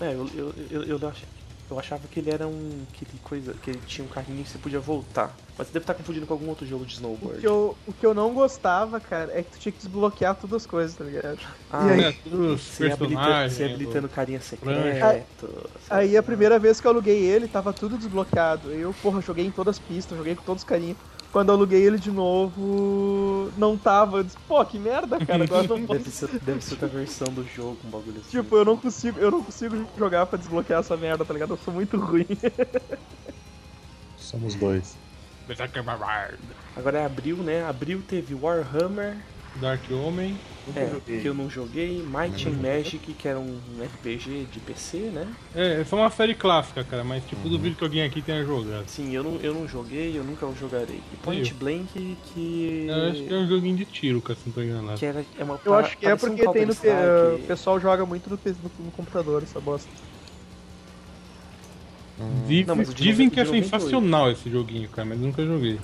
S4: É, eu, eu, eu, eu, acho- eu, Eu achava que ele era um. que ele, coisa, que ele tinha um carrinho que você podia voltar. Mas você deve estar confundindo com algum outro jogo de
S8: O
S4: snowboard.
S8: que, eu, o que eu não gostava, cara, é que tu tinha que desbloquear todas as coisas, tá ligado?
S4: Ah,
S8: E aí?
S6: É, todos os
S4: Você habilitando,
S6: personagens.
S4: você habilitando carinha
S6: Franjas.
S4: secreto.
S8: Aí a primeira vez que eu aluguei ele, tava tudo desbloqueado. Eu, porra, joguei em todas as pistas, joguei com todos os carinhos. Quando eu aluguei ele de novo, não tava. Eu disse, Pô, que merda, cara, agora não posso.
S4: Deve ser, deve ser outra versão do jogo, um bagulho assim.
S8: Tipo, eu não consigo, eu não consigo jogar pra desbloquear essa merda, tá ligado? Eu sou muito ruim.
S5: Somos dois.
S4: Agora é abril, né? Abril teve Warhammer,
S6: Dark Homem.
S4: é,
S7: joguei.
S4: que eu não joguei, Might and Magic, que era um RPG de PC, né?
S6: É, essa é uma série clássica, cara, mas tipo, duvido que alguém aqui tenha jogado.
S4: Sim, eu não, eu não joguei, eu nunca jogarei. E Point
S6: Eu.
S4: Blank, que.
S6: Eu acho que é um joguinho de tiro, cara, se não tô enganado.
S4: que era, é uma
S8: Eu acho que uh, é
S4: parecia um
S8: porque tem no. P-
S4: Counter-Strike.
S8: O pessoal joga muito no, P- no- no computador essa bosta.
S6: Dizem,
S4: Não, mas o de
S6: dizem
S4: noventa-
S6: que é
S4: de 98.
S6: sensacional esse joguinho, cara, mas nunca joguei.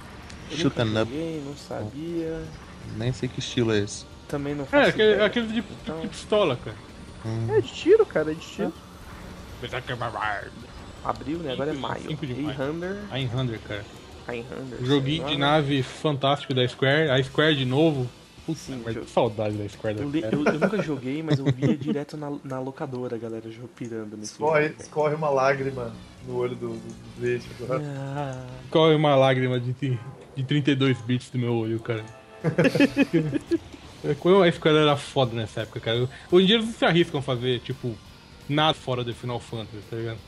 S4: Eu
S5: Shoot
S4: nunca
S5: and up.
S4: joguei, não sabia.
S5: Nem sei que estilo é esse.
S4: Também não faço
S6: É, aquele,
S4: ideia.
S6: aquele de,
S4: Então-
S6: de pistola, cara. É.
S8: É de tiro, cara, é de tiro.
S4: Abril, né? Agora é maio.
S6: Cinco de maio.
S4: Einhander.
S6: Einhander, cara.
S4: Einhander.
S6: Joguinho
S8: é
S4: sei
S6: de
S4: lá.
S6: nave fantástico da Square. A Square de novo. Putz,
S4: Sim,
S6: mas
S4: jogo.
S6: que saudade da Square da
S4: Eu, li-
S6: Square.
S4: eu- eu nunca joguei, mas eu via direto na, na locadora, galera, jo- pirando nesse
S7: Escorre,
S4: jogo, velho.
S7: escorre uma lágrima no olho do, do, do leite agora.
S4: Ah,
S6: Corre é uma lágrima de, tri- de 32 bits do meu olho, cara. É, Como a Square era foda nessa época, cara. Hoje em dia eles não se arriscam a fazer, tipo, nada fora do Final Fantasy, tá ligado?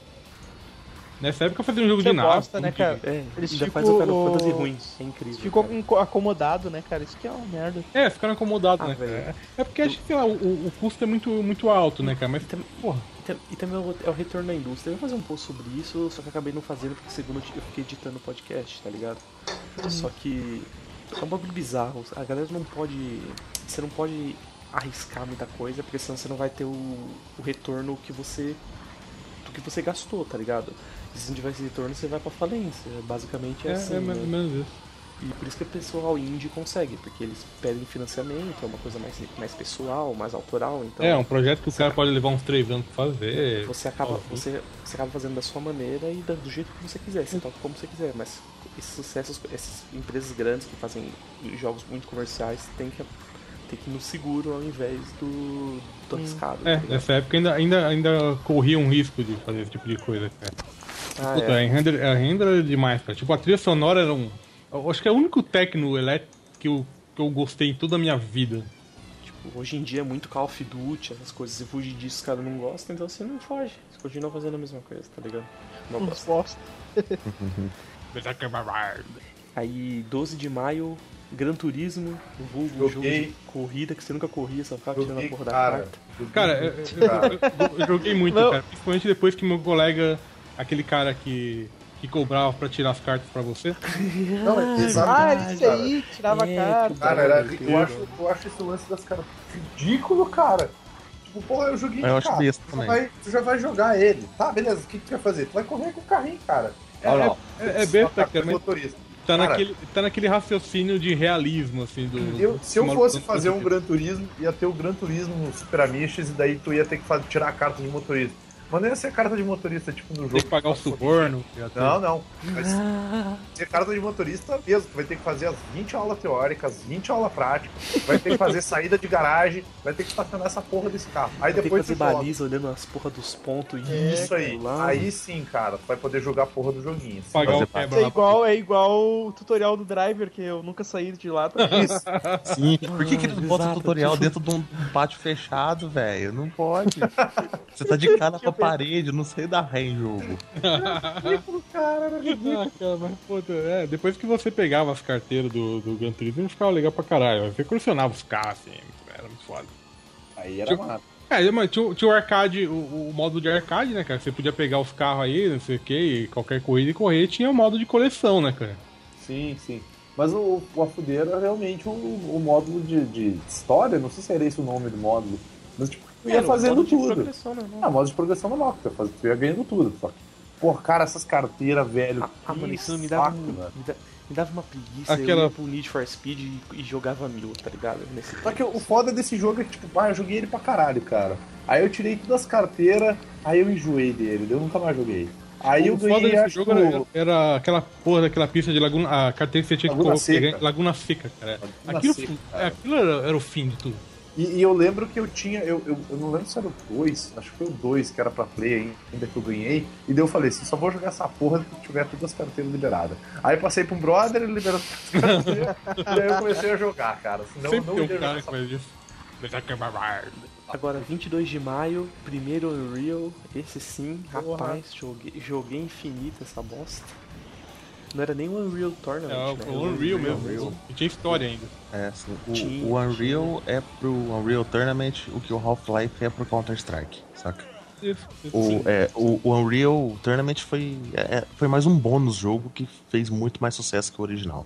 S6: Nessa época fazer um jogo
S8: Você
S6: de nave.
S8: bosta, né,
S6: como que-
S8: cara?
S4: é,
S8: Eles
S4: ainda
S8: ficam-
S4: faz o Final Fantasy ruim. É incrível.
S8: Ficou
S4: cara.
S8: inco- acomodado, né, cara? Isso que é uma merda.
S6: É, ficaram acomodados,
S4: Ah,
S6: né,
S4: velho.
S6: cara? É porque, acho que, sei lá, o, o custo é muito, muito alto, né, cara? Mas,
S4: Então-
S6: porra,
S4: E tam- E também é o- é o retorno da indústria. Eu ia fazer um post sobre isso, só que eu acabei não fazendo porque segundo eu ti- eu fiquei editando o podcast, tá ligado?
S6: Uhum.
S4: Só que é um bagulho bizarro. A galera não pode. Você não pode arriscar muita coisa, porque senão você não vai ter o, o retorno que você. do que você gastou, tá ligado? E se não tiver esse retorno, você vai pra falência. Basicamente
S6: é,
S4: é,
S6: é
S4: assim.
S6: mais
S4: né?
S6: ou menos isso.
S4: E por isso que o pessoal indie consegue, porque eles pedem financiamento, é uma coisa mais, mais pessoal, mais autoral, então.
S6: é, um projeto que o cara pode levar uns 3 anos pra fazer.
S4: Você
S7: Uhum.
S4: acaba,
S6: Óbvio.
S4: você, você acaba fazendo da sua maneira e da- do jeito que você quiser, você toca como você quiser, mas esses sucessos, essas empresas grandes que fazem jogos muito comerciais tem que, tem que ir no seguro ao invés do, do arriscado.
S6: É,
S4: tá ligado?
S6: nessa época ainda, ainda, ainda corria um risco de fazer esse tipo de coisa, cara.
S4: Ah,
S6: Puta,
S4: é.
S6: a Render a Render era demais, cara. Tipo, a trilha sonora era um. eu acho que é o único techno elétrico que eu, que eu gostei em toda a minha vida.
S4: Tipo, hoje em dia é muito Call of Duty, essas coisas, se fugir disso os caras não gostam, então você não foge. Você continua fazendo a mesma coisa, tá ligado? Uma bosta.
S8: Bosta.
S4: Aí, 12 de maio, Gran Turismo, vulgo, um jogo
S7: Joguei.
S4: de corrida que você nunca corria, só ficava tirando a
S7: Joguei,
S4: porra da
S7: cara.
S4: carta.
S7: Joguei,
S6: Cara, eu,
S7: cara.
S6: eu- eu joguei muito,
S8: Não.
S6: cara. Principalmente depois que meu colega, aquele cara que, que cobrava pra tirar as cartas pra você.
S7: Não, é
S8: Ah,
S7: exatamente,
S8: era isso
S7: cara.
S8: aí, tirava
S4: É,
S8: a cara.
S7: Cara, era, eu, acho, eu acho esse lance das caras ridículo, cara. Tipo, porra, eu joguei
S5: Mas eu acho
S7: cara.
S5: besta
S7: tu, já
S5: também.
S7: vai, tu já vai jogar ele. Tá, beleza, o que tu vai fazer? Tu vai correr com o carrinho, cara.
S5: Olha lá.
S6: É, é besta, cara, mas
S7: motorista.
S6: tá
S7: Cara.
S6: naquele, tá naquele raciocínio de realismo, assim, do.
S7: Eu, se eu
S6: do maluco
S7: fosse
S6: do-
S7: fazer um Gran Turismo, ia ter o Gran Turismo no Super Amiches e daí tu ia ter que fa- tirar a carta de motorista. Mas não ia ser carta de motorista, tipo, no jogo.
S6: Tem que pagar o suborno. já tá.
S7: Não, não. Vai ser carta de motorista mesmo. Tu vai ter que fazer as 20 aulas teóricas, as 20 aulas práticas. Vai ter que fazer saída de garagem. Vai ter que estacionar essa porra desse carro. Aí
S4: Tem que
S7: depois
S4: fazer
S7: joga.
S4: baliza olhando as porra dos pontos e
S7: Isso aí.
S4: lá.
S7: Aí sim, cara, tu vai poder jogar a porra do joguinho. assim.
S6: Pagar
S5: Fazer
S6: o quebra
S8: É
S6: lá.
S8: igual, é igual o tutorial do driver, que eu nunca saí de lá. Tá?
S5: Sim. Por que, que eles botam
S4: Exato. tipo,
S5: tutorial dentro de um pátio fechado, velho? Não pode. Você tá de cara pra parede, não sei dar ré em jogo.
S6: Ah,
S7: Tipo, né?
S6: cara, mas, puta, é, depois que você pegava as carteiras do, do Gran Turismo, ficava legal pra caralho. Você colecionava os carros, assim, era muito foda.
S7: Aí era
S6: Tipo-
S7: massa.
S6: É, mas tinha, o- tinha o arcade, o, o modo de arcade, né, cara? Você podia pegar os carros aí, não sei o que, qualquer corrida e correr, tinha o modo de coleção, né, cara?
S7: Sim, sim. Mas o, o Afudeiro era realmente o, o módulo de, de história, não sei se era esse o nome do módulo. Mas tipo, tu ia
S4: Era um
S7: fazendo
S4: modo de
S7: tudo.
S4: progressão, né, não?
S7: Ah, modo de progressão normal, que tu ia, fazer, tu ia ganhando tudo. Só que, pô, cara, essas carteiras, velho.
S4: Ah, ah,
S7: que
S4: mano, isso me dava,
S7: saco,
S4: um-
S7: velho.
S4: me, da- me dava uma preguiça. Eu
S6: Aquela-
S4: ia pro Need for Speed e, e jogava mil, tá ligado? Nesse
S7: Só que o foda desse jogo é que, tipo, ah, eu joguei ele pra caralho, cara. Aí eu tirei todas as carteiras, aí eu enjoei dele, daí eu nunca mais joguei. Aí eu
S6: o foda
S7: ganhei,
S6: desse
S7: acho que.
S6: jogo era,
S7: o-
S6: era aquela porra daquela pista de Laguna. A característica que você tinha que
S7: Laguna
S6: colocar-
S7: Seca.
S6: Laguna Seca, cara.
S7: Laguna
S6: aquilo
S7: Seca,
S6: fu-
S7: cara.
S6: aquilo era, era o fim de tudo.
S7: E, e eu lembro que eu tinha. Eu, eu, eu não lembro se era o 2, acho que foi o 2 que era pra play ainda que eu ganhei. E daí eu falei assim: só vou jogar essa porra que tiver todas as carteiras liberadas. Aí passei pra um brother, ele liberou todas as carteiras. e aí eu comecei a jogar, cara. Senão eu
S6: Sempre
S7: não
S6: tem
S7: ia
S6: um
S7: jogar
S6: cara que
S7: essa
S6: faz isso. Mas é que é babado.
S4: Agora, 22 de maio, primeiro Unreal, esse sim, rapaz, joguei, joguei infinito essa bosta. Não era nem o Unreal Tournament,
S6: É,
S4: né?
S6: o Unreal mesmo. E tinha história ainda.
S5: É, assim,
S4: Tinha,
S5: o, o Unreal é pro Unreal Tournament o que o Half-Life é pro Counter-Strike, saca?
S6: Isso, isso,
S5: O, é, o, o Unreal Tournament foi, é, é, foi mais um bônus jogo que fez muito mais sucesso que o original.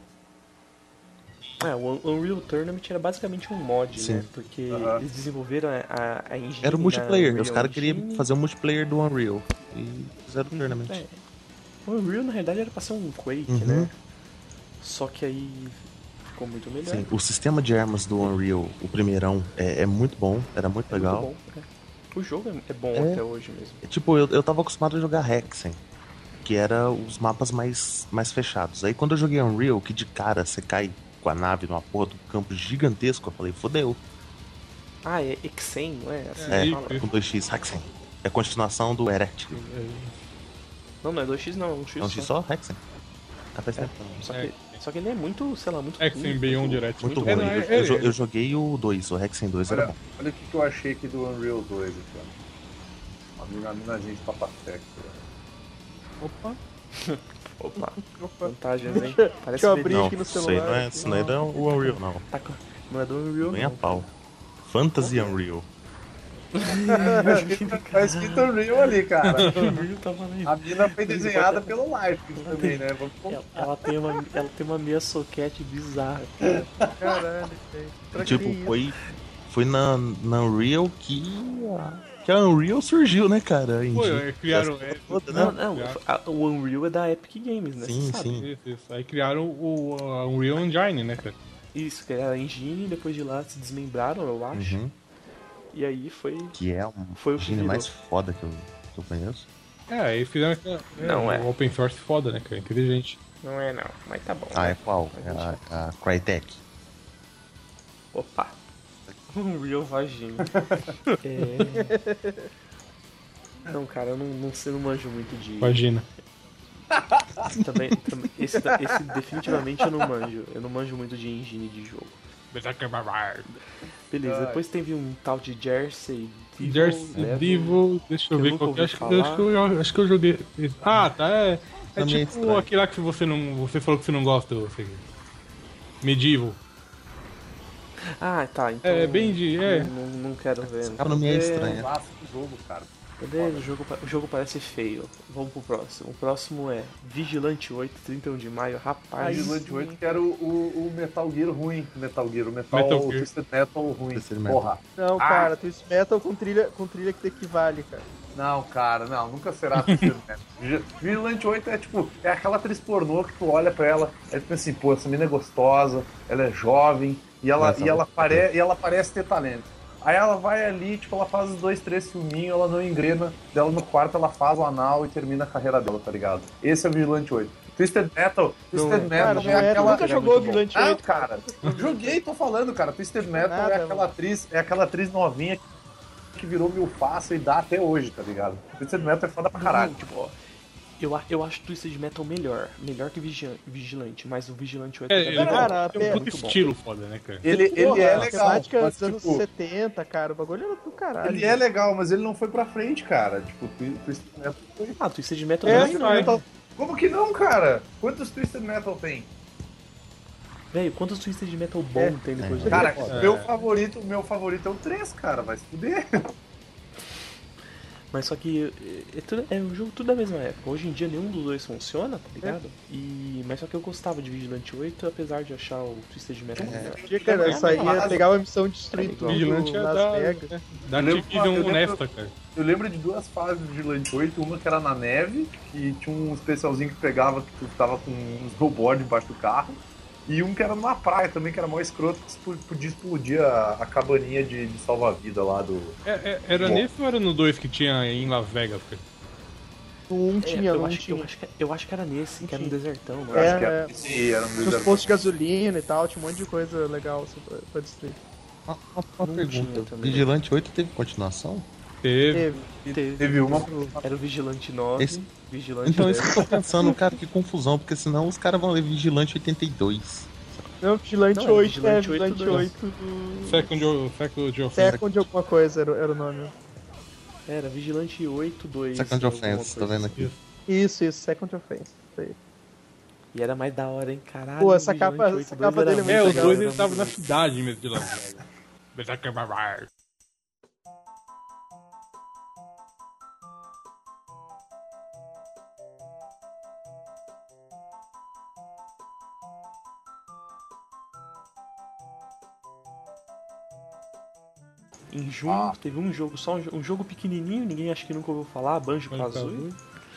S4: É, o Un- Unreal Tournament era basicamente um mod, né?
S5: Sim.
S4: Porque
S7: Aham.
S4: eles desenvolveram a, a, a engine.
S5: Era o
S4: na
S5: multiplayer, né? os
S4: Unreal
S5: caras queriam
S4: Engine.
S5: fazer o multiplayer do Unreal. E fizeram o Tournament.
S4: É. O Unreal na realidade era pra ser um Quake,
S5: Uhum.
S4: né? Só que aí ficou muito melhor.
S5: Sim, o sistema de armas do Unreal, o primeirão, é, é muito bom, era muito
S4: É muito
S5: legal.
S4: bom, né? O jogo é- é bom
S5: É.
S4: até hoje mesmo.
S5: Tipo, eu, eu tava acostumado a jogar Hexen, que era os mapas mais, mais fechados. Aí quando eu joguei Unreal, que de cara você cai com a nave numa porra do campo gigantesco, eu falei, fodeu.
S4: Ah, é Exen, não é? Assim
S5: É,
S4: que fala.
S5: com 2x, Hexen. É a continuação do Heretic.
S4: Não, não é 2x não, é 1x
S5: É um x só? Hexen. Ah, faz tempo.
S4: Só que, só que ele é muito, sei lá, muito. assim,
S6: Exen
S4: ruim,
S6: Beyond
S4: muito-
S6: Direct.
S5: Muito
S6: É,
S5: ruim.
S6: não,
S5: Eu,
S6: é-
S5: eu jo- eu joguei o 2, o Hexen 2 era
S7: Olha,
S5: bom.
S7: olha o que, que eu achei aqui do Unreal 2 aqui, ó. Uma mina- Uma minazinha de papateca.
S8: Opa,
S4: Opa,
S8: opa.
S4: vantagens, hein? Parece
S8: eu
S4: que
S8: abrir.
S5: Não,
S8: aqui no
S5: isso aí
S8: celular,
S5: não é,
S8: aqui.
S5: isso daí não é o Unreal, não.
S4: Tá com... Não é do Unreal.
S5: Nem a
S4: não.
S5: pau. Fantasy Unreal.
S7: Tá escrito Unreal ali, cara.
S4: O Unreal tá valendo.
S7: A mina foi desenhada pelo Life também, né? Vamos
S4: Ela, ela tem uma, ela tem uma meia soquete bizarra.
S8: Caralho, velho. Pra que
S5: tipo,
S8: isso?
S5: foi, foi na, na Unreal que a, que a Unreal surgiu, né, cara? A
S6: Pô,
S5: engine.
S6: é, criaram. É,
S5: Toda, né?
S4: Não, não, a- o Unreal é da Epic Games, né?
S5: Sim,
S4: Você sabe.
S5: sim.
S6: isso, isso. Aí criaram o a Unreal Engine, né, cara?
S4: Isso, que era a engine, depois de lá se desmembraram, eu acho.
S5: Uhum.
S4: E aí foi.
S5: Que é uma
S4: Foi o que
S5: engine
S4: virou.
S5: mais foda que eu, que eu conheço.
S6: É, aí fizeram aquela,
S4: Não, é.
S6: o open source foda, né, cara? Inteligente.
S4: Não é não, mas tá bom.
S5: Ah, é qual? É a, a Crytek.
S4: Opa!
S7: Um
S4: Unreal vagina. é... Não, cara, eu não, não, sei, não manjo muito de.
S6: Imagina.
S4: Também, também- esse, da- esse definitivamente eu não manjo. Eu não manjo muito de engine de jogo. Beleza,
S7: Ai.
S4: depois teve um tal de Jersey Devil.
S6: Jersey
S4: Level.
S6: Devil, deixa eu
S4: eu
S6: ver
S4: nunca
S6: qual que é.
S4: ouvi
S6: Acho, que- eu- acho que eu, acho que eu joguei. esse. Ah, tá. É, é
S5: Também é
S6: tipo
S5: estranho.
S6: aquele lá que você não. Você falou que você não gosta, você. Medieval.
S4: Ah, tá. Então,
S6: É, bem de- é.
S4: Não, não, não quero ver.
S5: Esse cara não me é estranho.
S7: um Clássico jogo, cara.
S4: Beleza, o jogo, pa- o jogo parece feio. Vamos pro próximo. O próximo é Vigilante 8, 31 de maio.
S7: Aí
S4: Rapaz.
S7: o Vigilante 8 que era o, o, o Metal Gear ruim. Metal Gear, o Metal,
S6: Metal
S7: o
S6: Gear.
S7: Twisted Metal ruim.
S5: Twisted Metal.
S7: Porra. Ah,
S8: Não, cara, Twist Metal com trilha, com trilha que equivale, cara.
S7: Não, cara, não, nunca será Twisted Metal. Vigi- Vigilante 8 é tipo, é aquela atriz pornô que tu olha pra ela, aí tu pensa assim, pô, essa mina é gostosa, ela é jovem, e ela,
S5: Essa
S7: e ela,
S5: boca.
S7: pare, e ela parece ter talento. Aí ela vai ali, tipo, ela faz os dois, três filminhos, ela não engrena, dela no quarto ela faz o anal e termina a carreira dela, tá ligado? Esse é o Vigilante 8. Twisted Metal, Twisted
S4: é,
S7: Metal
S8: cara, não é,
S7: aquela.
S8: nunca jogou
S4: bom.
S8: Vigilante
S7: Ah,
S8: 8.
S7: cara, joguei, tô falando, cara. Twisted Metal
S8: Nada,
S7: é aquela
S8: mano.
S7: atriz, é aquela atriz novinha que virou mil fácil e dá até hoje, tá ligado? Twisted Metal é foda pra caralho.
S8: Uhum.
S4: Tipo, ó, eu, a- eu acho Twisted Metal melhor. Melhor que Vigilan- Vigilante, mas o Vigilante 8
S6: É,
S4: também
S6: ele
S8: cara,
S6: tem um
S8: é
S6: puto
S4: muito bom.
S6: estilo foda, né, cara?
S7: Ele, ele é
S8: a
S7: legal,
S8: temática
S7: mas,
S8: dos anos
S7: tipo,
S8: 70, cara. O bagulho era do caralho.
S7: ele é legal, mas ele não foi pra frente, cara. Tipo, Twi- Twisted Metal foi.
S4: Ah, Twisted Metal
S6: É,
S4: é,
S6: sim.
S7: Twisted Metal- Como que não, cara? Quantos Twisted Metal tem?
S4: Velho, quantos Twisted Metal bom tem depois do
S7: Cara,
S6: É.
S7: meu favorito, meu favorito é o 3, cara. Vai se fuder.
S4: Mas só que é, é tudo- é um jogo tudo da mesma época. Hoje em dia nenhum dos dois funciona, tá ligado? E, mas só que eu gostava de Vigilante 8, apesar de achar o Twisted Metal melhor.
S8: Tinha, cara, eu saía, pegava a missão de
S4: É,
S8: destruir tudo
S6: Vigilante é
S8: Las
S6: da.
S8: Vegas.
S6: é, Da
S7: Eu lembro- eu
S6: Activision
S7: lembro-
S6: honesta, cara.
S7: Eu lembro de duas fases do Vigilante 8, uma que era na neve, que tinha um especialzinho que pegava que tu tava com um snowboard embaixo do carro, e um que era numa praia também, que era mó escroto, que expo- podia explodir a, a cabaninha de, de salva-vida lá do...
S6: É, é, era
S7: Bom.
S6: nesse ou era no 2 que tinha em Las Vegas, cara?
S8: No 1
S4: É,
S8: tinha,
S4: eu,
S8: não
S4: acho, que- eu,
S8: tinha.
S4: acho que, eu acho que era nesse, que era no desertão.
S7: Eu acho
S8: É,
S7: que
S8: é.
S7: era esse, era um
S8: Tinha os
S7: deserto.
S8: postos de gasolina e tal, tinha um monte de coisa legal assim, pra, pra destruir.
S6: Uma pergunta.
S4: tinha também. né?
S5: Vigilante 8 teve continuação?
S6: Teve.
S8: Teve.
S4: Teve.
S7: Teve uma.
S4: Era o Vigilante 9,
S5: Esse-
S4: Vigilante
S5: Então,
S4: 10.
S5: isso que eu tô pensando, cara, que confusão, porque senão os caras vão ler Vigilante 82.
S8: Não, Vigilante
S4: Não, é
S8: 8, né?
S4: Vigilante 8
S8: Vigilante
S4: do-
S8: 8 do.
S6: Second, o- second of
S8: Second alguma coisa era, era o nome.
S4: Era Vigilante 8, 2.
S5: Second
S4: alguma
S5: Offense, tá
S4: coisa
S5: vendo
S4: assim.
S5: aqui?
S8: Isso, isso, Second Offense. Isso aí.
S4: E era mais da hora, hein, caralho.
S8: Pô, essa
S4: Vigilante
S8: capa-
S4: 8,
S8: essa
S4: 2
S8: capa
S4: era
S8: dele é
S4: muito
S6: É, os
S4: legal, né,
S6: dois
S4: era
S6: eles estavam na
S4: muito-
S6: cidade mesmo de Las Vegas. é Betacababar.
S4: Em junho,
S7: Ah.
S4: teve um jogo, só um, jo- um jogo pequenininho, ninguém acho que nunca ouviu falar, Banjo Kazooie.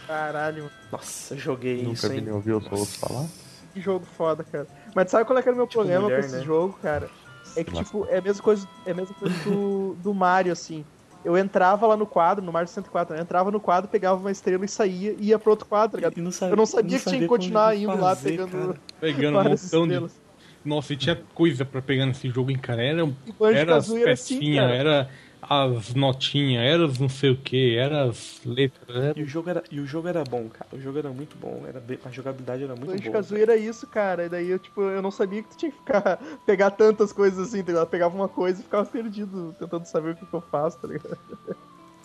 S8: Caralho, mano,
S4: Nossa, eu joguei isso,
S5: Nunca vi
S4: hein.
S5: nem ouvi os outros falar.
S8: que jogo foda, cara. Mas sabe qual é que era o meu problema
S4: mulher,
S8: com esse
S4: né?
S8: jogo, cara? É que,
S5: Sei lá.
S8: tipo, é a mesma coisa, é a mesma coisa do, do Mario, assim. Eu entrava lá no quadro, no Mario 64, né? eu entrava no quadro, pegava uma estrela e saía, ia pro outro quadro, tá ligado?
S4: E não sabe-
S8: Eu não sabia que tinha
S4: sabia
S8: que
S4: como
S8: continuar
S4: eles
S8: indo
S4: iam
S8: lá
S4: fazer,
S8: pegando
S4: cara.
S6: Pegando um
S8: várias
S6: montão de.
S8: estrelas.
S6: Nossa, e tinha coisa pra pegar nesse jogo, hein, cara. Era,
S8: E Banjo
S6: era as né?
S8: Kazooie era assim,
S6: pecinhas,
S8: cara.
S6: era as notinhas, era as não sei o que, era as letras. Era...
S4: E o, jogo era, e o jogo era bom, cara. O jogo era muito bom. Era bem- a jogabilidade era muito
S8: Banjo
S4: boa.
S8: Kazooie era isso, cara. E daí eu, tipo, eu não sabia que tu tinha que ficar pegar tantas coisas assim, tá ligado? Eu pegava uma coisa e ficava perdido, tentando saber o que, que eu faço, tá ligado?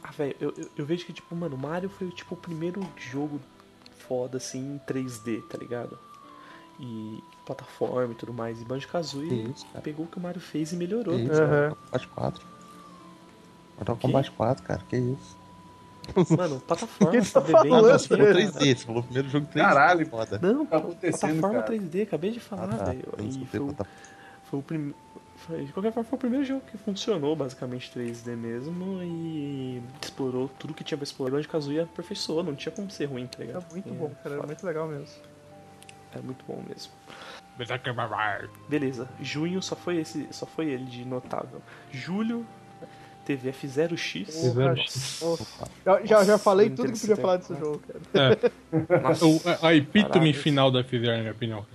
S4: Ah, velho, eu, eu, eu vejo que, tipo, mano, Mario foi, tipo, o primeiro jogo foda, assim, em 3D, tá ligado? E plataforma e tudo mais. E
S5: Que
S4: Banjo-Kazooie
S5: isso, cara.
S4: pegou o que o Mario fez e melhorou.
S5: Que isso,
S4: né?
S5: cara. Mortal Kombat 4. Mortal Kombat 4, cara, que isso.
S4: Mano, plataforma,
S8: Que que você tá
S4: bebendo,
S5: Ah,
S8: falando,
S5: não,
S4: assim,
S5: você falou
S8: velho?
S5: 3D, você falou o primeiro jogo 3D.
S7: Caralho.
S5: foda.
S4: Não,
S7: Tá acontecendo,
S4: plataforma
S7: cara.
S4: 3D, acabei de falar,
S5: Ah, tá.
S4: velho.
S5: Eu não
S4: E
S5: escutei
S4: foi, um o-
S5: quanta-
S4: foi o primeiro. De qualquer forma, foi o primeiro jogo que funcionou, basicamente, 3D mesmo, e explorou tudo que tinha pra explorar, onde Kazuya aperfeiçoou, não tinha como ser ruim, tá
S8: Era
S4: ligado?
S8: muito
S4: É,
S8: bom, cara. Era
S4: foda.
S8: muito legal mesmo.
S4: Era muito bom mesmo.
S6: é Betacababar.
S4: Beleza, junho só foi esse, só foi ele de notável. Julho, teve F0X.
S6: Fizeram-
S8: Já, já, já
S4: Nossa,
S8: falei
S4: Nintendo
S8: tudo que podia falar desse
S4: 64.
S8: jogo, cara.
S4: Nossa,
S6: O- a- A epítome
S4: Caralho.
S6: final da Fizer, na minha opinião.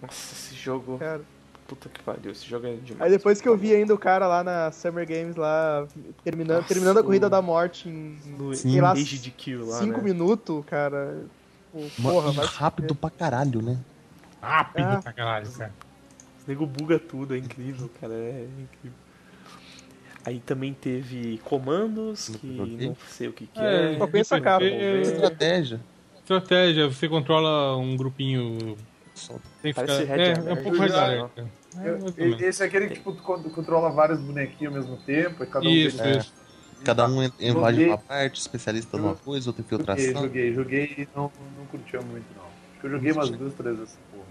S4: nossa, esse jogo.
S8: Cara.
S4: Puta que pariu, esse jogo é demais.
S8: Aí depois que eu vi ainda o cara lá na Summer Games lá, terminando,
S4: Nossa,
S8: terminando a corrida
S4: o-
S8: da morte em
S4: No
S8: Sim. sei lá,
S4: Age de Kill lá.
S8: 5
S4: né?
S8: minutos, cara. Tipo,
S5: Mano,
S8: Porra,
S5: e
S8: vai se
S5: rápido pra caralho, né?
S6: Rápido
S4: É.
S8: Ah.
S6: pra caralho, cara.
S4: Esse nego buga tudo, é incrível, cara. É incrível. Aí também teve comandos,
S5: Nunca
S4: que
S5: joguei.
S4: não sei o que, que
S6: É,
S4: é.
S8: Só pensa
S4: não
S8: capa.
S4: vou ver.
S5: Estratégia.
S6: Estratégia, você controla um grupinho.
S5: Só-
S6: Tem que
S4: Parece
S6: ficar...
S4: Red né?
S6: É,
S4: Alert.
S6: é um pouco Red
S7: Já-
S6: Alert. cara. É, mais ou menos.
S7: Esse é aquele que tipo, tu con- controla vários bonequinhos ao mesmo tempo, e cada um
S6: Isso,
S7: tem-
S4: né?
S6: isso.
S5: Cada um en- invade
S7: Joguei.
S5: uma parte, especialista numa coisa, outro
S7: Joguei,
S5: infiltração.
S7: joguei, joguei e não, não curtia muito, não. Acho que eu joguei umas duas, três vezes, porra.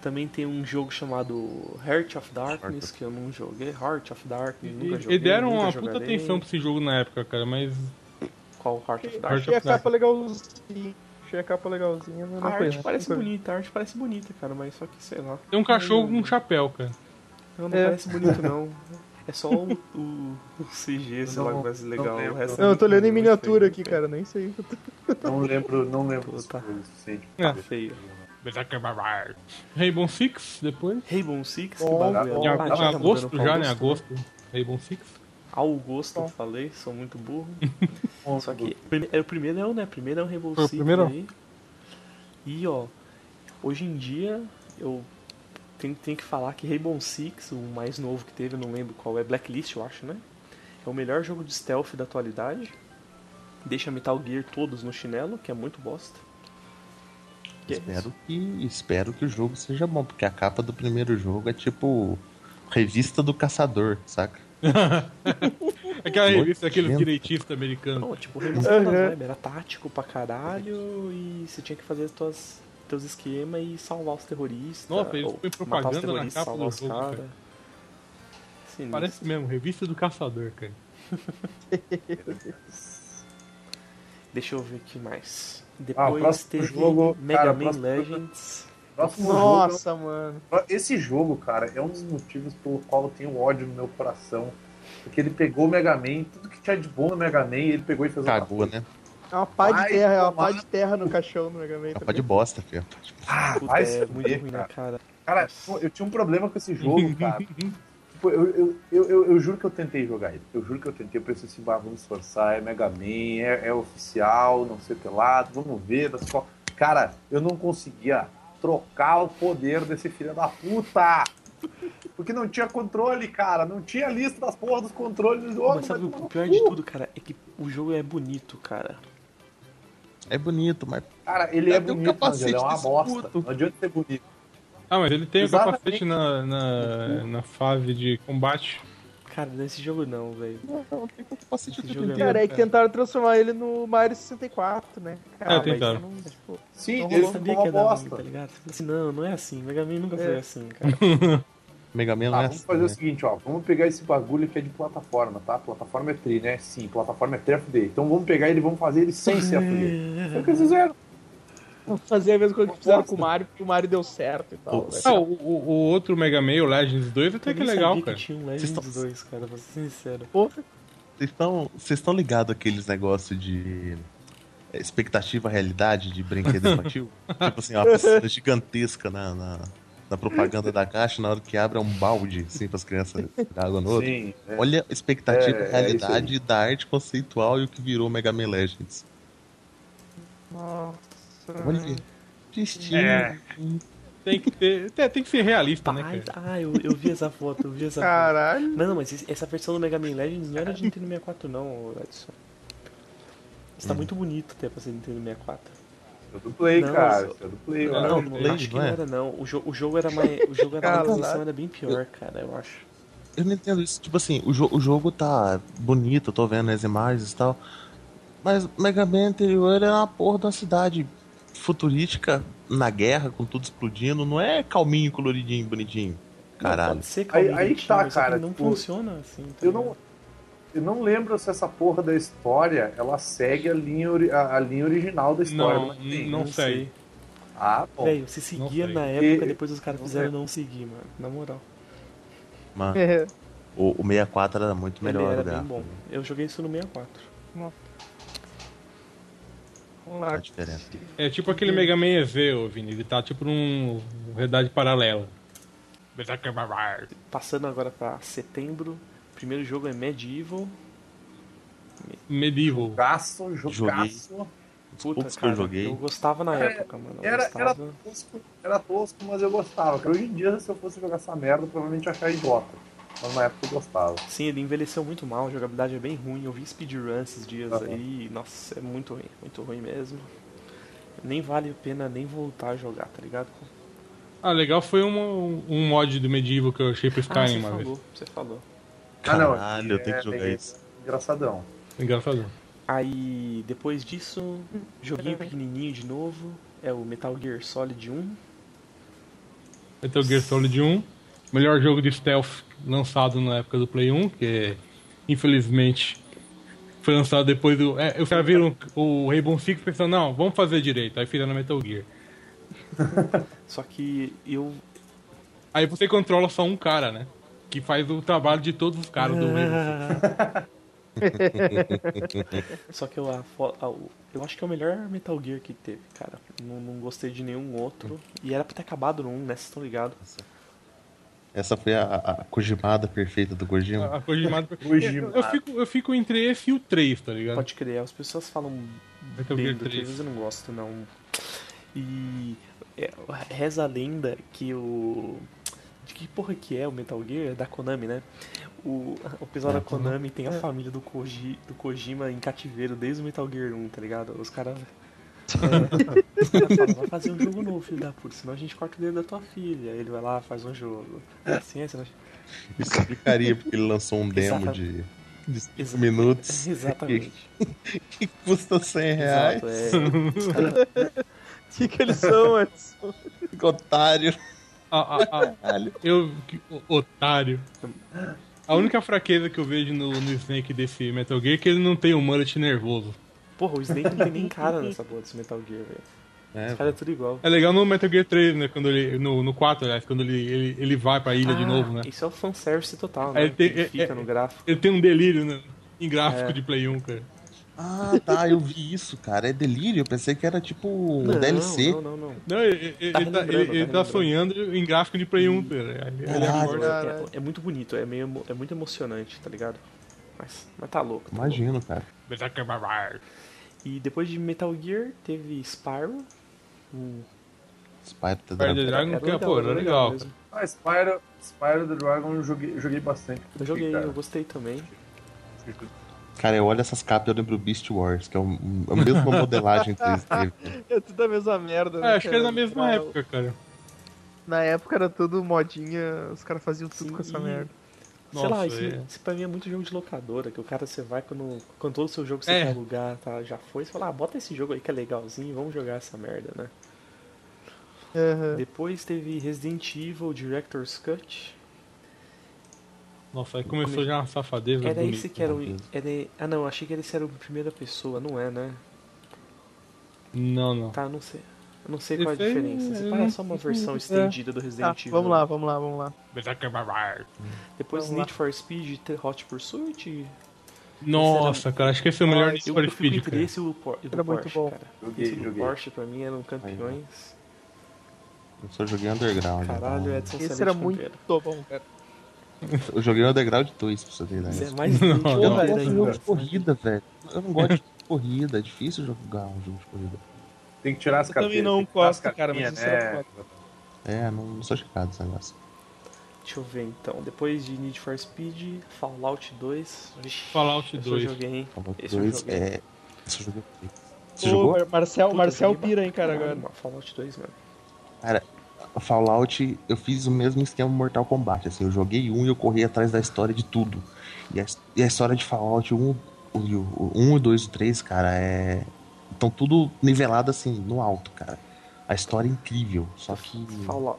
S4: Também tem um jogo chamado Heart of Darkness, que eu não joguei. Heart of Darkness, nunca
S6: E-
S4: joguei.
S6: E deram
S4: nunca
S6: uma
S4: jogarei.
S6: puta atenção pra esse jogo na época, cara, mas.
S4: Qual Heart of
S8: fuder.
S4: Darkness?
S8: Achei a
S6: Dark Knight.
S8: capa é legalzinha. Achei a capa legalzinha, mas
S4: A
S8: não
S4: arte
S8: conheço.
S4: parece bonita, a arte parece bonita, cara, mas só que sei lá.
S6: Tem um cachorro com um chapéu, cara.
S4: Não, não
S8: É.
S4: parece bonito, não. É só o, o, o CG, sei lá, que parece legal.
S7: lembro.
S4: O resto é
S8: Não, eu tô
S4: muito-
S8: olhando em
S4: muito
S8: miniatura
S4: feio,
S8: aqui, cara. Nem sei.
S7: Não lembro, não lembro das
S4: Puta.
S7: coisas, sei.
S4: Tá feio.
S6: é Betacababar. Rainbow Six, depois.
S4: Rainbow Six, que
S8: Bom,
S4: bagulho.
S7: bom.
S6: Em
S4: Ah,
S7: tá
S6: ag- em
S4: tá
S6: agosto
S4: mudando pra
S6: já, né? Agosto. Rainbow Six.
S4: Augusto, eu falei, sou muito burro. Só que prime- é o primeirão, né? Primeirão Rainbow
S6: tá Foi o
S4: Six
S6: primeirão.
S4: aí. E ó, hoje em dia eu tenho, tenho que falar que Rainbow Six, o mais novo que teve, eu não lembro qual é, Blacklist, eu acho, né? É o melhor jogo de stealth da atualidade. Deixa Metal Gear todos no chinelo, que é muito bosta. Que é isso?
S5: Espero que, espero que o jogo seja bom, porque a capa do primeiro jogo é tipo revista do caçador, saca?
S6: Aquela
S5: Muito
S6: revista daqueles
S5: lento.
S6: direitistas americanos.
S4: Não,
S7: Uhum.
S4: tipo, o Rainbow Six era,
S8: Aham.
S4: vibe, era tático pra caralho e você tinha que fazer tuas, teus esquemas e salvar os terroristas.
S6: Nossa, eles
S4: ou matar
S6: põem
S4: os
S6: propaganda na
S4: terroristas,
S6: capa
S4: salvar
S6: do
S4: os
S6: jogo,
S4: caras.
S6: cara. Parece mesmo, revista do caçador, cara.
S4: Deixa eu ver o que mais.
S7: Ah,
S4: Depois
S7: o próximo
S4: teve
S7: jogo,
S4: Mega
S7: cara, o
S4: Man
S7: próximo jogo- é
S4: Legends.
S7: Próximo um jogo,
S8: Nossa, mano.
S7: esse jogo, cara, é um dos motivos pelo qual eu tenho ódio no meu coração. Porque ele pegou o Mega Man, tudo que tinha de bom no Mega Man, ele pegou e fez outra
S5: Cagou, né?
S8: É uma pá de
S7: Vai
S8: terra, é uma
S7: tomar-
S8: pá de terra no caixão do Mega Man.
S5: Capa Tá de
S8: também.
S5: bosta, filho.
S4: Puta,
S7: Ah, vai se
S4: é muito
S7: fuder,
S4: ruim, né, cara?
S7: Cara, pô, eu tinha um problema com esse jogo, cara. Tipo, eu, eu, eu, eu, eu juro que eu tentei jogar ele. Eu juro que eu tentei. Eu pensei assim, bah, vamos esforçar, é Mega Man, é, é oficial, não sei o que lá, vamos ver. Das co- Cara, eu não conseguia trocar o poder desse filho da puta. Porque não tinha controle, cara. Não tinha lista das porras dos controles do jogo.
S4: Mas sabe
S7: vai
S4: o
S7: tomar
S4: pior
S7: no
S4: de
S7: cu.
S4: tudo, cara? É que o jogo é bonito, cara.
S5: É bonito, mas
S7: Cara, ele é
S5: Cadê o
S7: bonito, mas
S5: um capacete
S7: ele é uma
S5: desse
S7: bosta.
S5: puto?
S7: Não adianta ser bonito.
S6: Ah, mas ele tem o
S7: Exatamente.
S6: capacete na, na, na fase de combate.
S4: Cara, nesse jogo não, velho.
S5: não tem quanto paciente
S4: Esse
S5: do
S4: jogo é-
S8: Cara, é que tentaram transformar ele no Mario 64, né? Cara,
S6: É, tentaram.
S8: mas não- tipo,
S7: Sim, ele
S8: Não
S4: Eu
S8: rolou.
S7: ficou
S4: sabia que
S7: uma
S4: ia dar ruim, tá
S7: bosta.
S4: ligado? Eu falei Assim, não, não é assim. Mega Man nunca foi
S8: É.
S4: assim, cara.
S5: Mega Man não
S7: Tá,
S5: é
S7: vamos
S5: assim,
S7: fazer o
S5: né?
S7: seguinte, ó. Vamos pegar esse bagulho que é de plataforma, tá? Plataforma é tri, né? Sim, plataforma é tri FD. Então vamos pegar ele e vamos fazer ele sem ser FD. Foi o que eles fizeram.
S8: fazer a mesma coisa que fizeram
S7: Bosta.
S8: com o Mario, porque o Mario deu certo e tal.
S5: Putz.
S8: né?
S6: Ah, o, o, o outro Mega Man, o Legends 2, até
S4: Eu
S6: que é
S4: nem
S6: legal,
S4: sabia
S6: cara.
S4: Que tinha um
S5: Vocês tão-
S4: Legends 2, cara, pra ser sincero.
S5: Vocês estão- Vocês estão ligados àqueles negócios de é, expectativa realidade de brinquedo infantil? tipo assim, uma piscina gigantesca na, na, na propaganda da caixa, na hora que abre é um balde, assim, pras crianças jogar água no outro.
S7: Sim. é.
S5: Olha a expectativa
S7: É, é isso
S5: realidade da arte conceitual e o que virou Mega Man Legends.
S8: Nossa.
S5: Olha. Tristinho.
S6: É. Tem que, ter, tem, tem que ser realista, né,
S4: Paz,
S6: cara?
S4: ah, eu, eu vi essa foto, eu vi essa
S9: Caralho.
S4: foto. Não, mas esse- essa versão do Mega Man Legends não era de Nintendo 64, não, Edson. Isso tá muito bonito até pra ser Nintendo 64.
S7: Eu do Play,
S4: Não,
S7: cara.
S4: eu-
S7: Eu do Play,
S6: Não,
S7: ó.
S4: não,
S6: não
S4: não,
S6: tem,
S4: acho que
S5: não
S4: não
S5: é?
S4: era, não. O, jo- o jogo era mais. O jogo era. A
S8: Caralho.
S4: transição era bem pior, cara, eu acho.
S5: Eu não entendo isso. Tipo assim, o, jo- o jogo tá bonito, eu tô vendo as imagens e tal. Mas Mega Man anterior era uma porra de uma cidade futurística, na guerra, com tudo explodindo. Não é calminho, coloridinho, bonitinho.
S4: Não,
S5: Caralho.
S4: pode ser,
S7: Aí-
S4: calma,
S7: aí
S4: bonitinho,
S7: tá,
S4: mas só que
S7: cara,
S4: Não
S7: tipo,
S4: funciona assim. tá
S7: Eu não, eu não lembro se essa porra da história, ela segue a linha, ori- a, a linha original da história.
S6: Não,
S7: mas tem.
S6: não sei.
S7: Ah, bom.
S4: Velho, se seguia
S6: sei.
S4: na época,
S7: E-
S4: depois os caras
S7: não
S4: fizeram não seguir, mano. Na moral.
S5: Mano,
S9: É.
S5: o, o 64 era muito melhor
S4: Ele era
S5: lugar.
S4: bem bom. Eu joguei isso no 64.
S8: Vamos
S5: A
S8: lá.
S5: diferença.
S6: É tipo aquele Mega Man EV, ô, Vini. Ele tá tipo num realidade paralela.
S4: Passando agora pra setembro, primeiro jogo é Medieval.
S6: Medieval.
S7: Jogaço, jogaço.
S4: Puta,
S5: Poucos que eu
S4: cara,
S5: joguei.
S4: eu gostava na
S7: Cara,
S4: época, mano. Eu
S7: Era,
S4: gostava.
S7: era, tosco, era tosco, mas eu gostava. Cara, hoje em dia, se eu fosse jogar essa merda, eu provavelmente ia achar idiota. Mas na época eu gostava.
S4: Sim, ele envelheceu muito mal, a jogabilidade é bem ruim. Eu vi speedrun esses dias
S7: Aham.
S4: aí, nossa, é muito ruim, muito ruim mesmo. Nem vale a pena nem voltar a jogar, tá ligado?
S6: Ah, legal foi um, um mod do Medieval que eu achei pro
S4: Ah,
S6: Skyrim
S4: você
S6: uma vez.
S4: falou, você falou.
S7: Ah, não,
S5: Caralho, eu tenho que jogar
S7: é-
S5: isso.
S7: Engraçadão.
S6: Engraçado.
S4: Aí, depois disso,
S7: Hum,
S4: joguinho pequenininho de novo, é o Metal Gear Solid 1.
S6: Metal Gear Solid 1, melhor jogo de stealth lançado na época do Play 1, que infelizmente foi lançado depois do. É, os caras viram o Rainbow Six pensando, não, vamos fazer direito. Aí fizeram Metal Gear.
S4: Só que eu.
S6: Aí você controla só um cara, né? Que faz o trabalho de todos os caras do Rainbow Six.
S4: Só que eu, a, fo- a- o- eu acho que é o melhor Metal Gear que teve, cara. Não, não gostei de nenhum outro. E era pra ter acabado no 1, né? Vocês estão ligados?
S5: Essa foi a, a Kojimada perfeita do Kojima.
S6: A Kojimada- Eu,
S7: Kojimada.
S6: eu fico, eu fico entre esse e o 3, tá ligado?
S4: Pode crer, as pessoas falam
S6: Metal
S4: bem
S6: Gear
S4: do 3,
S6: 3.
S4: mas É eu não gosto, não. E é, reza a lenda que o. De que porra que é o Metal Gear? É da Konami, né? O, o pessoal da Konami tem É a
S8: É.
S4: família do, Koji, do Kojima em cativeiro desde o Metal Gear 1, tá ligado? Os caras. É, os caras falam, vai fazer um jogo novo, filho da puta, senão a gente corta o dedo da tua filha. Ele vai lá, faz um jogo. assim, é Paciência, nós
S5: Isso explicaria, porque ele lançou um demo de, de cinco minutos
S4: Exatamente.
S5: que custa 100 reais.
S4: Exato, é. Os caras-
S8: O que, que eles são, Edson?
S5: Que otário.
S6: Ah, ah, ah, eu. que o- Otário. A única fraqueza que eu vejo no, no Snake desse Metal Gear é que ele não tem o mullet nervoso.
S4: Porra, o Snake não tem nem cara nessa porra desse Metal Gear, velho.
S5: É,
S4: Os caras é tudo igual.
S6: É legal no Metal Gear 3, né? Quando ele. No, no 4, aliás, quando ele, ele, ele vai pra ilha de
S4: Ah,
S6: novo, né?
S4: Isso é o fanservice total,
S6: Aí
S4: né?
S6: tem-
S4: Ele
S6: é-
S4: fica
S6: é-
S4: no gráfico.
S6: Ele tem um delírio né, em gráfico
S4: É.
S6: de Play 1, cara.
S5: Ah, tá, eu vi isso, cara. É delírio. Eu pensei que era tipo um
S4: Não,
S5: DLC.
S4: Não, não, não.
S6: Não, ele, ele-
S4: Tá Hum.
S6: ele tá,
S4: relembrando,
S6: ele- ele
S4: tá
S6: tá
S4: relembrando.
S6: sonhando em gráfico de Play 1, cara. Ele- ele
S5: Caralho.
S6: acorda-
S4: É- É, muito bonito, é, meio, emo- é muito emocionante, tá ligado? Mas, mas tá louco. tá louco.
S5: Imagino, cara.
S4: E depois de Metal Gear, teve Spyro. Hum,
S5: Spyro the
S6: Spyro the
S5: Dragon.
S6: Dragon.
S4: era
S6: Pô, era legal,
S4: é mesmo.
S7: Ah, Spyro, Spyro the Dragon eu joguei, joguei bastante.
S4: Eu joguei,
S7: Cara,
S4: eu gostei também.
S5: Cara, eu olho essas capas e eu lembro Beast Wars, que é um, um- a mesma modelagem que eles teve.
S9: É tudo a mesma merda.
S6: É, acho que era na mesma
S9: Pra-
S6: época, cara.
S9: Na época era tudo modinha, os caras faziam tudo
S4: Sim,
S9: com essa
S4: e-
S9: merda.
S4: Sei lá,
S6: Nossa,
S4: isso,
S6: é.
S4: isso pra mim é muito jogo de locadora, que o cara você vai quando, quando todo o seu jogo que você
S6: É.
S4: quer alugar tá, já foi, você fala, ah, bota esse jogo aí que é legalzinho, vamos jogar essa merda, né?
S9: Aham.
S4: Depois teve Resident Evil Director's Cut.
S6: Nossa, aí começou já uma safadeza.
S4: Era
S6: bonita.
S4: esse que era o.
S5: meu
S4: Era... Ah não, achei que esse era o primeira pessoa, não é, né?
S6: Não, não.
S4: Tá, não sei. Eu não sei qual é a
S6: Esse aí,
S4: diferença. Se
S6: é,
S4: pá, é só uma versão estendida do
S9: Tá,
S4: Resident Evil.
S9: vamos lá, vamos lá, vamos lá.
S4: Depois
S9: vamos
S4: Need for Speed The Hot Pursuit.
S6: Nossa, cara, acho que esse é o melhor
S4: eu,
S6: Need
S4: eu
S6: for
S4: fico
S6: Speed,
S4: entre
S6: cara.
S4: esse e o, Por e o do
S9: Era muito
S4: Porsche,
S9: bom.
S4: cara.
S7: Joguei,
S4: esse do
S7: joguei.
S4: Porsche pra mim eram campeões.
S5: Eu só joguei Underground.
S4: Caralho, é
S5: então.
S4: Edson
S9: Esse
S4: Celeste
S9: era muito
S4: Campeiro.
S9: bom.
S5: Eu joguei Underground 2, pra você ter ideia.
S4: Isso é mais
S6: Não,
S5: Eu
S6: não,
S5: não
S4: doideira
S5: gosto de um jogo é
S4: ainda.
S5: de corrida, velho. Eu não gosto de corrida. É difícil jogar um jogo de corrida.
S7: Tem que tirar as
S3: Eu
S7: cartinhas.
S3: também não
S7: tem que tirar as
S3: gosto, cara, mas
S7: cartinhas,
S3: isso era
S7: né?
S5: É, não, não sou chegado esse negócio.
S4: Deixa eu ver então. Depois de Need for Speed, Fallout 2. Vixe,
S6: Fallout
S4: eu só
S6: 2.
S4: joguei, hein?
S5: Fallout
S4: Esse eu
S5: 2
S4: joguei.
S5: é. Esse jogo é. Você
S8: Ô,
S5: jogou?
S8: Mar- Marcel,
S4: Puta,
S8: Marcel
S4: joguei
S8: pira, hein,
S4: pra
S8: cara,
S4: caralho,
S8: agora.
S4: mano, Fallout 2, mano.
S5: Fallout, eu fiz o mesmo esquema Mortal Kombat. Assim, eu joguei um e eu corri atrás da história de tudo. E a, e a história de Fallout 1, o- e o- o 1, o 2 e o 3, cara, é. Estão tudo nivelado assim, no alto, cara. A história é incrível. Só que.
S4: Fallout.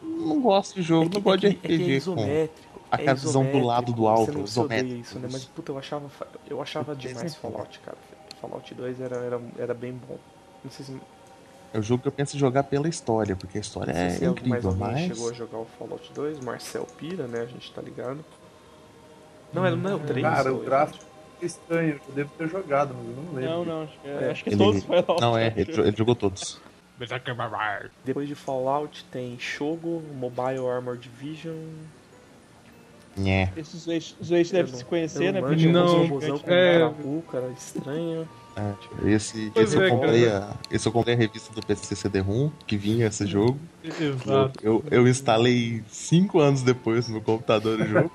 S5: Não gosto de jogo, não gosto de
S4: é que é
S5: RPG. com
S4: isométrico.
S5: a
S4: é
S5: visão do lado
S4: isométrico,
S5: do alto,
S4: Você não você odeia
S5: isométrico.
S4: isso, né? Mas puta, eu achava, fa- eu achava demais Fallout, cara. Fallout 2 era, era, era bem bom. Não sei se, não
S5: É o jogo que eu penso em jogar pela história, porque a história
S4: sei se
S5: é
S4: alguém- mais
S5: incrível,
S4: alguém
S5: mas.
S4: chegou a jogar o Fallout 2, Marcel Pira, né? A gente tá ligado. Não, era, não é o 3.
S7: Cara, o
S4: eu
S7: gráfico é estranho. Eu devo ter jogado, mas eu não lembro.
S8: Não, não, acho que,
S4: É,
S8: acho que
S5: ele-
S8: todos vai lá.
S5: Não, é, ele, jo- ele jogou todos.
S4: acho. Depois de Fallout tem Shogo, Mobile Armored Vision.
S5: Né.
S8: Esses zoeiros- zoeiros
S4: Eu
S8: devem
S4: não-
S8: se
S4: eu
S8: conhecer, né?
S4: Não,
S8: porque
S6: Não,
S4: não,
S8: é um
S4: um robôzão
S8: gigante,
S4: com
S8: né?
S6: é.
S4: um caracu, cara, estranho.
S5: É, esse,
S6: Pois
S5: esse,
S6: é,
S5: eu comprei a, esse eu comprei a revista do PCCD-ROM, que vinha esse jogo.
S4: Ah.
S6: Exato.
S5: Eu, eu instalei cinco anos depois no computador o jogo.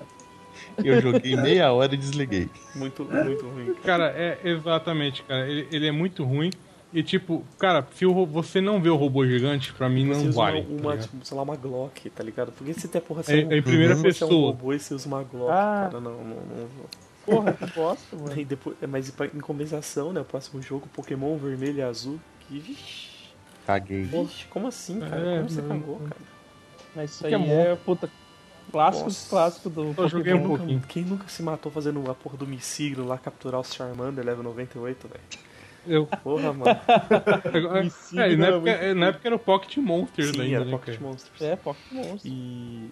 S5: eu joguei meia hora e desliguei.
S4: Muito, muito ruim.
S6: Cara, é exatamente, cara. Ele, ele é muito ruim. E tipo, cara, se o ro- você não vê o robô gigante, pra mim
S4: Você
S6: não
S4: usa
S6: vale. tá
S4: uma, uma
S6: ligado?
S4: tipo, sei lá, uma Glock, tá ligado? Por que você tem porra
S6: É- é em primeira
S4: se você é um
S6: pessoa.
S4: robô e você usa uma Glock,
S8: Ah.
S4: cara? Não, não, não. vou.
S8: Porra, que bosta, mano.
S4: E depois, é, mas pra- em compensação, né? O próximo jogo, Pokémon Vermelho e Azul. Que, vixi,
S5: Caguei.
S4: vixi, como assim, cara?
S6: É,
S4: como você
S6: não,
S4: cagou, cara?
S8: Mas isso aí é, puta, clássico dos
S4: Nossa.
S8: clássicos do
S6: Só joguei um
S8: Pokémon.
S6: pouquinho.
S4: Quem nunca se matou fazendo a porra do Missílio lá, capturar o Charmander, level 98, velho?
S6: Eu,
S4: Porra, mano.
S6: é,
S8: Insigne,
S6: e na,
S8: né,
S6: época,
S8: muito
S6: é, na época era o Pocket Monsters
S4: Sim,
S6: ainda,
S4: era
S6: né,
S4: Pocket
S6: cara?
S4: Monsters.
S8: É, Pokémon.
S4: E.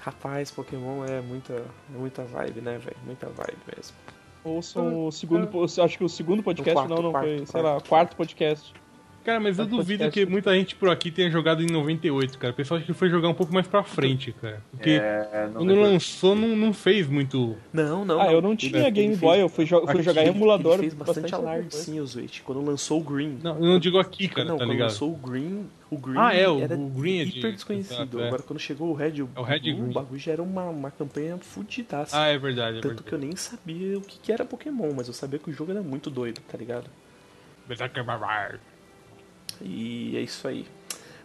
S4: Rapaz, Pokémon é muita, é muita vibe, né, velho? Muita vive mesmo.
S8: Ouçam o segundo, po- acho que o segundo podcast,
S4: quarto,
S8: não, não
S4: quarto,
S8: foi,
S4: quarto.
S8: sei lá, quarto podcast.
S6: Cara, mas eu
S8: Tá
S6: duvido que
S8: podcast.
S6: muita gente por aqui tenha jogado em 98, cara. O pessoal acho que foi jogar um pouco mais pra frente, cara. Porque
S7: É, não
S6: quando
S7: lembro.
S6: lançou, não, não fez muito.
S4: Não, não.
S8: Ah, eu não
S4: Ele- é-
S8: tinha
S4: ele
S8: Game
S4: fez-
S8: Boy, eu fui, jo- fui
S6: Aqui,
S8: jogar em
S6: ele
S8: emulador.
S4: Ele fez bastante, alarde,
S8: depois.
S4: sim, o Switch. Quando lançou o Green.
S6: Não, eu não digo aqui, cara,
S4: não,
S6: tá
S4: quando
S6: ligado?
S4: lançou o Green, o Green
S6: Ah, é, o-
S4: era
S6: o Green é de-
S4: hiper desconhecido.
S6: exato, é.
S4: Agora, quando chegou o Red,
S6: É o Red
S4: Blue,
S6: Green.
S4: o bagulho já era uma, uma campanha fudidaça.
S6: Ah, é verdade, é
S4: Tanto
S6: verdade.
S4: que eu nem sabia o que, que era Pokémon, mas eu sabia que o jogo era muito doido, tá ligado? E é isso aí.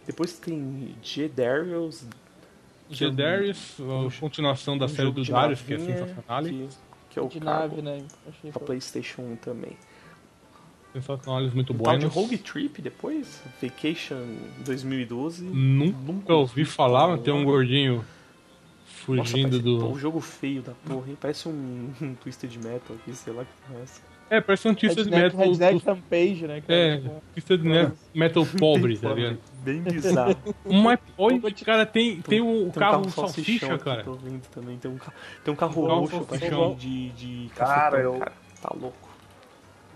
S4: Depois tem G. Darius,
S6: Tá O The Darius, a continuação da
S4: um
S6: série
S4: jogo
S6: do
S4: de
S6: Darius, que é
S4: navinha,
S6: sensacional.
S4: que, que é o
S8: De
S4: Cago,
S8: nave, né? Achei
S4: pra Playstation 1 também.
S6: Sensacional, muito
S4: Um
S6: bom.
S4: tal de Rogue Trip depois, Vacation 2012.
S6: Nunca ouvi falar, mas tem um gordinho
S4: Nossa,
S6: fugindo
S4: parece- pô,
S6: do.
S4: Um jogo feio da porra, hein? Parece um, um Twisted Metal aqui, sei lá que porra é essa.
S6: É, parece um Twisted
S8: Redneck,
S6: Metal.
S8: Redneck
S4: tá
S8: Rampage, né, cara?
S6: É,
S8: Tipo,
S6: Twisted Metal pobre, tá ligado?
S4: Bem bizarro.
S6: Mas olha, o cara tem, tem o
S4: Tem um
S6: carro
S4: salsichão
S6: salsicha,
S4: aqui,
S6: cara.
S4: Tô vendo também. Tem um, ca- tem um carro
S6: Carro
S4: roxo tá
S6: salsichão.
S4: cheio de, de
S7: Cara,
S4: cafetão,
S7: eu-
S4: cara. Tá louco.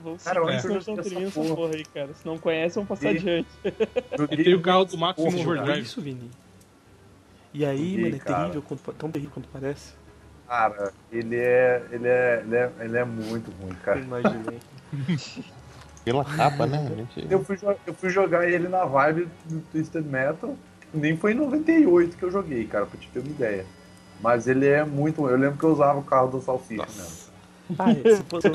S8: Vou
S7: Cara, eu
S8: seguir
S7: acho
S8: se
S7: que
S8: não
S7: eu
S8: são
S7: já
S8: trilhos
S7: essa
S8: essa porra aí, cara. Se não conhece, vão passar
S7: E-
S8: adiante.
S7: Joguei
S6: Tem o carro do Maximum
S7: Porra,
S4: Jogou
S6: Overdrive.
S4: isso, Vini? E aí,
S7: Joguei,
S4: mano, é
S7: cara.
S4: terrível, quanto, pa- tão terrível quanto parece.
S7: Cara, ele é, ele é, ele é, ele é muito ruim,
S4: Eu
S7: cara.
S4: imaginei.
S5: Pela capa, né? A gente-
S7: Eu fui, jo- eu fui jogar ele na vibe do Twisted Metal, nem foi em 98 que eu joguei, cara, pra te ter uma ideia. Mas ele é muito. Eu lembro que eu usava o carro do Salsicha mesmo.
S4: Ah, é, se fosse,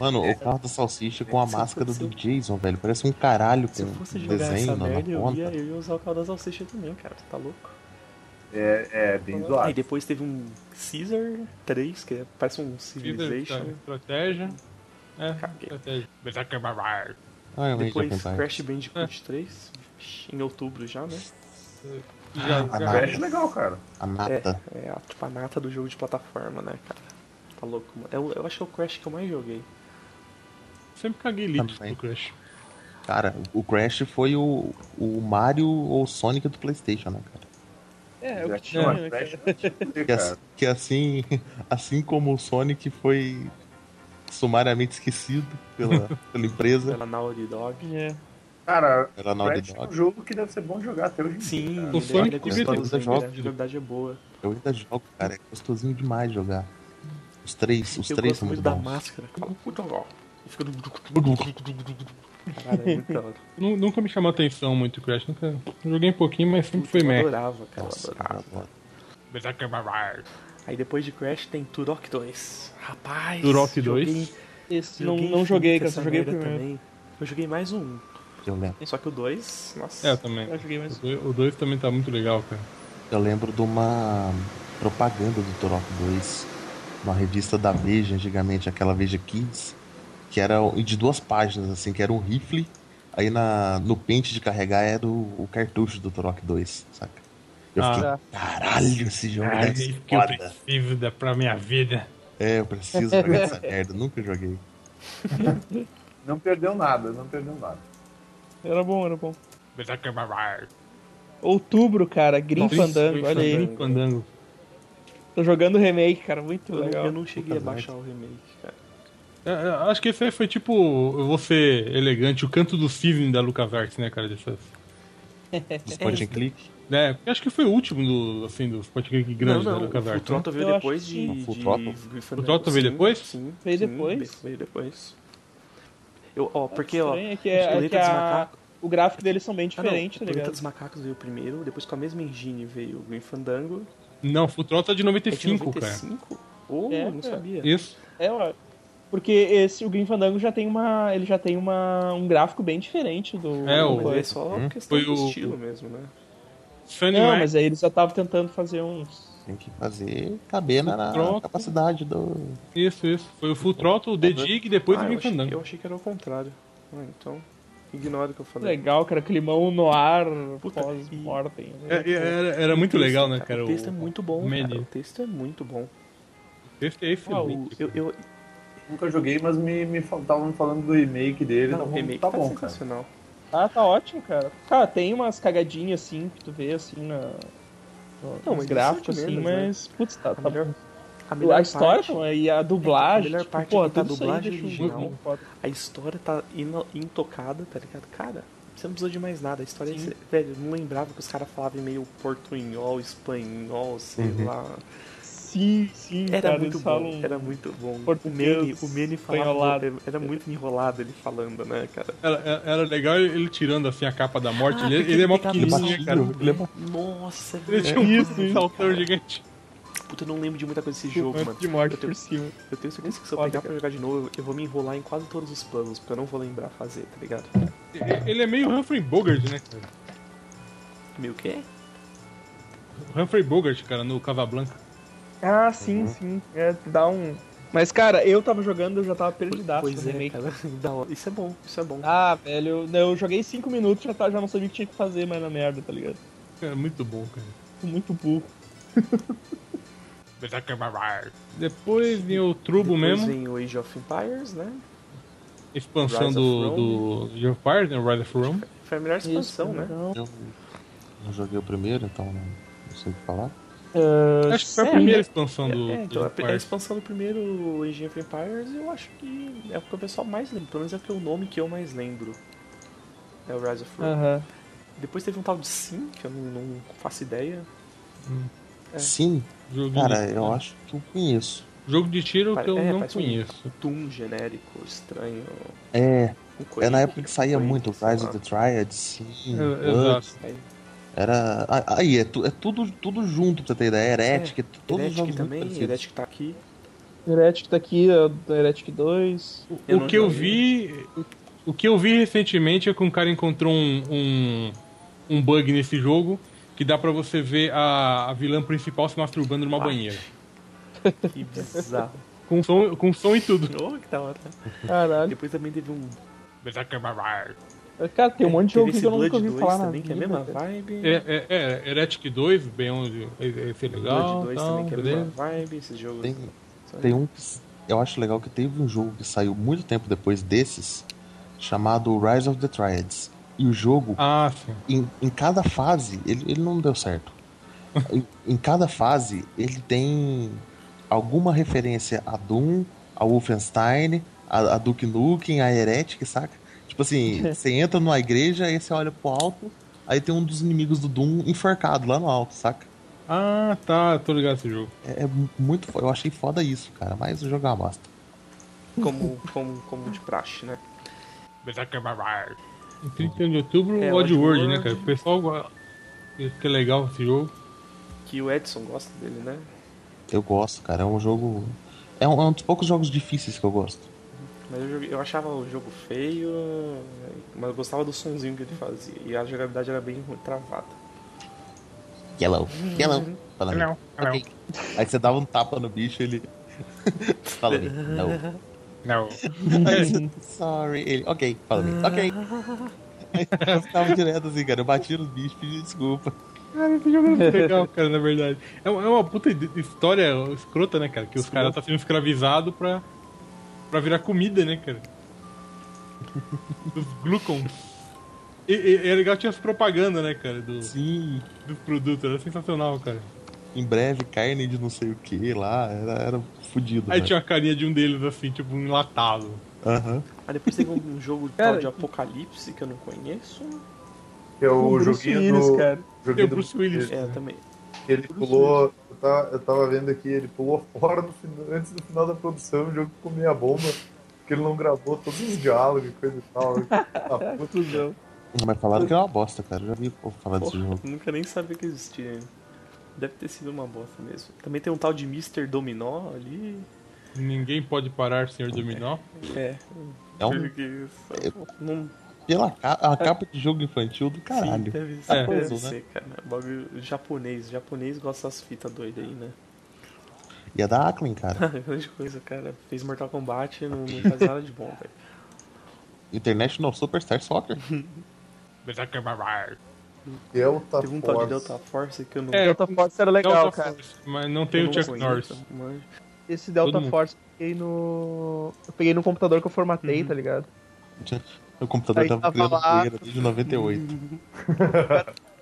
S5: Mano, o carro da salsicha com a
S4: Se
S5: máscara do
S4: fosse-
S5: Jason, velho. Parece um caralho
S4: se
S5: com
S4: eu fosse
S5: um
S4: jogar essa
S5: desenho na, na
S4: merda, eu ia,
S5: ponta.
S4: eu ia usar o carro das salsichas também, cara. Você tá louco?
S7: É, é bem
S4: Aí
S7: zoado.
S4: depois teve um Caesar 3, que é- parece um Civilization.
S6: Estratégia. É,
S4: Caguei.
S6: estratégia. Better Barbar.
S5: Ah, eu lembro de
S4: Depois
S5: Japan
S4: Crash Bandicoot 3, em outubro já, né?
S6: Já,
S5: Ah,
S6: já-
S7: Crash é legal, cara.
S5: Tires. A nata.
S4: É a, tipo, a nata do jogo de plataforma, né, cara? Tá louco, mano. Eu, eu acho que é o Crash que eu mais joguei.
S6: Sempre caguei lips
S5: Também.
S6: pro Crash.
S5: Cara, o Crash foi o, o Mario ou o Sonic do Playstation, né, cara?
S8: É, o que
S7: Crash,
S8: tinha,
S7: não,
S8: né,
S7: Crash
S8: cara?
S7: não tinha,
S5: Que,
S7: cara.
S5: as- que assim, assim como o Sonic foi sumariamente esquecido pela, pela empresa,
S4: Pela Naughty Dog.
S8: É.
S7: Cara,
S5: pela Naughty
S7: Crash é um
S5: Dog.
S7: jogo que deve ser bom de jogar até hoje em
S4: Sim,
S7: dia.
S4: ele
S7: cara.
S4: é-
S6: O Sonic
S4: ele é
S6: devia ter
S4: gostoso
S5: usado
S4: ainda, a
S5: jogos.
S4: jogabilidade é boa.
S5: Eu ainda jogo, cara. É gostosinho demais jogar. Os três, os
S4: eu
S5: três
S4: gosto
S5: são muito
S4: da
S5: bons.
S4: máscara. que fala, "Puta, ó", E fica... do- Caralho, é muito da hora.
S6: Nu- Nunca me chamou atenção muito o Crash. Nunca... Joguei um pouquinho, mas sempre foi
S4: Eu
S6: meh.
S4: adorava, cara.
S5: Nossa,
S4: eu adorava.
S5: eu adoro.
S6: Better Barbar.
S4: Aí depois de Crash tem Turok 2. Rapaz...
S6: Turok
S4: joguei-
S6: 2?
S8: Esse não,
S4: joguei
S8: não joguei,
S4: muito
S8: cara.
S4: essa
S8: Só joguei o
S4: merda
S8: primeiro.
S4: Também. Eu joguei mais um.
S5: Eu lembro.
S4: Só que o 2... Nossa...
S6: É, também.
S8: Eu joguei mais. um.
S6: O dois- O 2 também tá muito legal, cara.
S5: Eu lembro de uma propaganda do Turok 2, uma revista da Veja antigamente, aquela Veja Kids, que era de duas páginas, assim, que era um rifle, aí na, no pente de carregar era o, o cartucho do Turok 2, saca? Eu
S6: Ah.
S5: fiquei, caralho, esse jogo
S6: Ah,
S5: é
S6: isso que eu
S5: foda.
S6: preciso da- pra minha vida.
S5: É, eu preciso jogar essa merda, nunca joguei.
S7: Não perdeu nada, não perdeu nada.
S8: Era bom, era bom.
S6: Better Barbar.
S8: Outubro, cara. Grim
S6: Nossa,
S8: Fandango, olha aí.
S6: Grim Fandango.
S8: Tô jogando remake, cara. Muito
S4: Eu não,
S8: legal.
S4: eu não cheguei a
S5: Puta
S4: baixar o remake, cara.
S6: É, é, Acho que esse aí foi tipo, eu vou ser elegante, o canto do cisne da LucasArts, né, cara? Dessas.
S5: Dos point and click,
S6: É, porque acho que foi o último do, assim, dos podcast grandes
S4: não,
S6: da
S4: não, o
S6: LucasArts. né?
S4: Futroto veio
S8: Eu
S4: depois
S8: acho
S4: de,
S5: que-
S4: de
S5: O Futroto?
S4: Grim Fandango.
S6: Futroto veio
S4: Sim,
S6: depois?
S4: Sim,
S8: Veio
S4: sim,
S8: depois.
S4: Veio depois. Eu, ó, porque, ó, ah,
S8: Estranho é que, é, é que
S4: Planeta dos
S8: a-
S4: Macacos-
S8: o gráfico deles são bem
S4: Ah, não,
S8: diferentes, tá
S4: Planeta
S8: ligado?
S4: dos Macacos veio primeiro, depois com a mesma engine veio o Grim Fandango.
S6: Não, Futrota é de
S4: É de
S6: 95, cara.
S4: 95? Oh,
S8: É,
S4: não
S8: cara.
S4: sabia.
S6: Isso.
S8: É, ó. Porque esse, o Grim Fandango já tem uma. Ele já tem uma, um gráfico bem diferente do.
S6: É,
S8: do
S6: o-
S4: Mas
S8: coisa.
S4: é só
S5: Hum?
S4: questão
S6: Foi
S4: do
S6: o-
S4: estilo mesmo, né?
S6: Sunny
S8: Não,
S6: Mar-
S8: mas aí eles já estavam tentando fazer um uns.
S5: tem que fazer caber na, na
S6: Futroto.
S5: capacidade do.
S6: Isso, isso. Foi o Futrota, o The Dig e depois
S4: Ah,
S6: o
S4: eu,
S6: Grim
S4: achei,
S6: Fandango.
S4: eu achei que era o contrário. Ah, então, ignora o que eu falei.
S8: Legal, cara, climão no ar, né?
S4: Puta,
S8: pós-mortem.
S6: É, é, Era, era muito
S4: O texto,
S6: legal, né, cara?
S4: O texto é muito bom,
S6: Medi.
S4: cara. O texto é muito bom.
S6: O texto é
S4: Ah, o-
S6: excelente.
S4: eu, eu,
S7: Nunca joguei, mas me, me estavam falando do remake dele.
S4: não,
S7: então
S4: o remake
S7: tá
S4: tá,
S7: bom, cara.
S4: sensacional.
S8: Ah, tá ótimo, cara. Cara, tem umas cagadinhas assim que tu vê assim na. no-
S4: Não,
S8: nos
S4: mas
S8: gráficos,
S4: isso é de
S8: assim,
S4: menos, né?
S8: mas. Putz, tá,
S4: A
S8: tá
S4: melhor, a
S8: a,
S4: melhor
S8: história tá é,
S4: parte,
S8: e a dublagem.
S4: melhor
S8: tipo,
S4: parte é
S8: porra,
S4: que tá a
S8: tudo isso
S4: dublagem
S8: aí deixa um
S4: original.
S8: jogo foda.
S4: a história tá ino- intocada, tá ligado? Cara, você não precisou de mais nada. A história, é ex- velho, eu não lembrava que os caras falavam meio portunhol, espanhol, sei
S5: Uhum.
S4: lá.
S8: Sim, sim,
S4: Era
S8: cara,
S4: muito
S8: eles
S4: bom,
S8: falam-
S4: era muito bom. O
S8: português
S4: Mene, o Mene falava,
S8: espanholado.
S4: era muito enrolado ele falando, né, cara?
S6: Era, era- era legal ele tirando assim a capa da morte.
S4: Ah,
S6: ele,
S4: porque
S6: ele é mó
S4: pegava
S6: pequenininho,
S4: isso,
S6: cara.
S4: né?
S6: Ele é mó-
S4: Nossa,
S6: ele tinha
S4: velho.
S6: um saltão gigante.
S4: Puta, eu não lembro de muita coisa desse jogo,
S8: Jogo
S4: mano.
S8: Um de morte
S4: eu, tenho,
S8: por cima.
S4: eu tenho certeza que se eu
S8: Foda,
S4: pegar pra
S8: cara.
S4: jogar de novo, eu- eu vou me enrolar em quase todos os planos, porque eu não vou lembrar fazer, tá ligado?
S6: E- Ele é meio Humphrey Bogart, né, cara?
S4: Meio que?
S6: Humphrey Bogart, cara, no Casablanca.
S8: Ah,
S4: Uhum.
S8: sim, sim. É, dá um. Mas, cara, eu tava jogando, eu já tava perdidaço
S4: Pois
S8: no
S4: é,
S8: remake.
S4: cara. Da hora. Isso é bom, isso é bom.
S8: Ah, velho, eu, eu joguei 5 minutos, já, tá- já não sabia o que tinha que fazer mais na merda, tá ligado?
S6: Cara, É muito bom, cara.
S8: Tô muito burro.
S6: Depois vem o Trubo
S4: Depois
S6: mesmo,
S4: vem o Age of Empires, né?
S6: expansão
S4: Rise of Rome.
S6: do, do Your Part, né? Rise of Rome.
S4: Foi a melhor expansão, né?
S8: Não.
S5: Eu né? não joguei o primeiro, então não, não sei o que falar.
S4: Ah,
S6: Acho que foi a
S4: é,
S6: primeira
S4: né?
S6: expansão do.
S4: É, então,
S6: do
S4: a, pri- a
S6: Empire.
S4: expansão do primeiro Age of Empires eu acho que é o que o pessoal mais lembra, pelo menos é o que é o nome que eu mais lembro. É o Rise of Rome.
S8: né? Aham.
S4: Depois teve um tal de Sim, que eu não, não faço ideia. É.
S5: Sim,
S6: Jogo de-
S5: cara,
S4: né?
S5: eu acho que eu conheço.
S6: Jogo de tiro que eu
S4: É,
S6: não
S4: parece um-
S6: conheço.
S4: Doom genérico, estranho.
S5: É,
S4: com
S5: é
S4: coisa-
S5: na época que saía
S4: coisa,
S5: muito
S4: sei
S5: Rise
S4: lá.
S5: of the Triad,
S4: Hum.
S5: sim.
S6: É,
S5: Blood,
S6: Exato.
S5: Era. a- Aí, é, tu- é tudo, tudo junto pra você ter ideia. Heretic,
S4: É,
S5: todos os
S4: Heretic
S5: jogos
S4: também,
S5: muito parecidos.
S4: Heretic tá aqui.
S8: Heretic tá aqui, ó, Heretic 2.
S6: O-
S4: Eu
S6: O
S4: não
S6: que eu
S4: joguei.
S6: vi. O que eu vi recentemente é que um cara encontrou um, um, um bug nesse jogo que dá pra você ver a, a vilã principal se masturbando numa
S4: Uau.
S6: banheira.
S4: Que bizarro.
S6: Com som, com som e tudo.
S4: oh, que da hora.
S8: Caralho.
S4: Depois também teve um.
S8: Cara, tem um monte de jogo
S4: teve
S8: que
S4: esse
S8: eu nunca
S4: Blood
S8: ouvi
S4: 2
S8: falar na
S4: também, que é a
S8: vida,
S4: mesma
S8: cara.
S4: vibe.
S6: É, é, é, Heretic 2, bem onde esse é legal.
S4: Blood 2
S6: tal,
S4: também, que é a
S6: tá, beleza.
S4: mesma vibe. Esses jogos. assim.
S5: Tem, tem um que s- eu acho legal que teve um jogo que saiu muito tempo depois desses, chamado Rise of the Triads. E o jogo,
S6: Ah, sim.
S5: em, em cada fase, ele, ele não deu certo. em, em cada fase, ele tem alguma referência a Doom, a Wolfenstein, a, a Duke Nukem, a Heretic, saca? Tipo assim, você entra numa igreja, aí você olha pro alto, aí tem um dos inimigos do Doom enforcado lá no alto, saca?
S6: Ah, tá, tô ligado esse jogo.
S5: É, é mu- muito foda. Eu achei foda isso, cara, mas o jogo é uma bosta.
S4: Como, como, como de praxe, né?
S6: Em 31 de outubro,
S4: É,
S6: o Oddworld,
S4: Oddworld.
S6: né, cara? O pessoal. go- Que é legal esse jogo.
S4: Que o Edson gosta dele, né?
S5: Eu gosto, cara. É um jogo. É um, é um dos poucos jogos difíceis que eu gosto.
S4: Mas eu, joguei- eu achava o jogo feio, mas eu gostava do sonzinho que ele fazia. E a jogabilidade era bem ruim, travada.
S5: Yellow. Yellow. Falando.
S6: Não, não.
S5: Ok. Aí você dava um tapa no bicho ele. Fala me. Não.
S6: Não.
S5: Aí você, Sorry. Ele. Ok. Fala me. Ok. Aí eu ficava direto assim, cara. Eu batia nos bichos, pedi desculpa.
S6: Cara, esse jogo é muito legal, cara, na verdade. É uma, é uma puta ide- história escrota, né, cara? Que os caras tá sendo escravizados pra, pra virar comida, né, cara? Dos glucons. E, e- é legal tinha as propagandas, né, cara, do,
S5: Sim.
S6: do produto. Era sensacional, cara.
S5: Em breve, carne de não sei o que lá. Era, era fudido.
S6: Aí
S5: velho.
S6: tinha a carinha de um deles, assim, tipo, um enlatado.
S5: Aham.
S4: Aí depois teve um jogo tal
S8: Cara,
S4: de Apocalipse que eu não conheço.
S8: Com
S7: Eu
S8: o Bruce
S7: joguei
S8: Willis,
S7: do.
S8: cara.
S7: Joguei
S6: E o Bruce Willis.
S4: É, também.
S7: Ele pulou. Eu tava, eu tava vendo aqui, ele pulou fora no final- antes do final da produção, o jogo comia a bomba, porque ele não gravou todos os diálogos e coisa e tal. Ah, puta.
S8: Cusão.
S5: Mas falaram que era uma bosta, cara. Eu já vi o povo falar desse
S4: Porra,
S5: jogo.
S4: nunca nem sabia que existia. Deve ter sido uma bosta mesmo. Também tem um tal de Mr. Dominó ali.
S6: Ninguém pode parar, senhor Dominó.
S4: É,
S5: É um
S4: porque só- não
S5: pela ca- a capa de jogo infantil do
S4: Sim,
S5: caralho.
S4: deve ser,
S6: É.
S4: deve
S5: Coisa, né?
S4: ser, cara. Bagulho japonês. Japonês gosta das fitas doidas aí, né?
S6: tá.
S5: Ia dar Acklin, é cara.
S4: Grande coisa, cara. Fez Mortal Kombat e não, não faz nada de bom, velho.
S5: International Superstar Soccer.
S7: Delta
S4: Teve um tal de
S7: Force.
S4: Delta Force que eu não.
S6: É,
S8: Delta Force era legal,
S6: Delta
S8: cara.
S6: Force, Mas não
S4: eu
S6: tem
S4: não
S6: o Chuck
S4: conheço,
S6: Norris.
S4: mas-
S8: Esse
S6: Todo
S8: Delta
S6: mundo.
S8: Force eu peguei no. Eu peguei no computador que eu
S4: Uhum.
S8: formatei, tá ligado?
S5: Meu computador
S8: Aí
S5: tava,
S8: tava
S5: criando
S8: lá.
S5: poeira desde 98.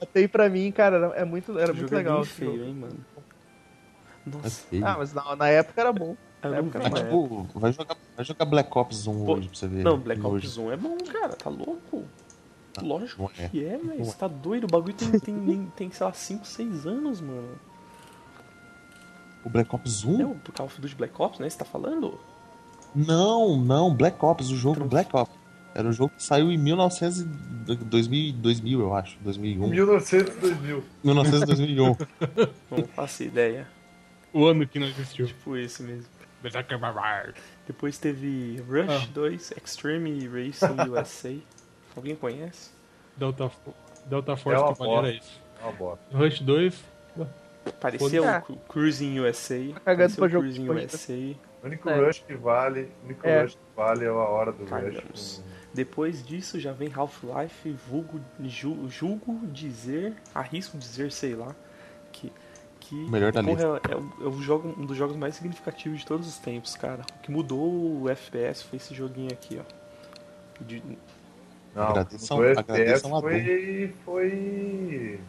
S8: Até aí pra mim, cara, era- é muito, era
S4: o
S8: muito
S4: jogo é
S8: legal.
S4: bem
S8: esse jogo.
S4: feio, hein, mano. Nossa,
S5: Assim.
S8: Ah, mas na, na época era bom.
S4: eu
S8: é
S4: não vi
S8: porque-
S5: Mas,
S4: mais.
S5: tipo, vai jogar, vai jogar Black Ops 1
S4: Pô,
S5: hoje pra você ver.
S4: Não, Black
S5: Hoje.
S4: Ops 1 é bom, cara. Tá louco?
S8: Tá.
S4: Lógico
S5: não é.
S4: que é, velho.
S5: é.
S4: Você tá doido? O bagulho tem, tem, nem- tem sei lá, 5, 6 anos, mano.
S5: O Black Ops
S8: Uh.
S4: É
S5: 1?
S4: o Call of Duty Black Ops, né? Você tá falando?
S5: Não, não, Black Ops, o jogo
S4: Então-
S5: Black Ops. Era um jogo que saiu em 1900, e- 2000, 2000 eu acho, 2001.
S7: 1900 2000.
S5: 1900 e 2001.
S4: Não faço ideia.
S6: O ano que não existiu.
S4: Tipo esse mesmo. Depois teve
S6: Ah.
S4: Rush 2, Extreme Racing USA. Alguém conhece?
S6: Delta, Fo- Delta Force
S7: É uma
S6: que valia era
S7: bosta.
S6: isso.
S7: Ah, bota.
S6: Rush 2,
S4: Parecia
S8: Ah.
S4: o Cru- Cruising USA.
S8: cagando
S4: Parecia
S8: pra
S4: o
S8: jogo
S4: Cruising
S8: de corrida.
S4: USA.
S7: O único
S8: É.
S7: rush que vale, o único
S8: É.
S7: rush que vale é a hora do
S4: Cagamos.
S7: rush. com-
S4: Depois disso já vem Half-Life, vulgo, ju- julgo dizer, arrisco dizer, sei lá, que. que
S5: O melhor da
S4: porra, é, é o- é o jogo, um dos jogos mais significativos de todos os tempos, cara. O que mudou o FPS foi esse joguinho aqui, ó. De-
S7: Não,
S5: Agradeçam-
S7: o
S5: agradeçam
S7: FPS
S5: a
S7: foi, foi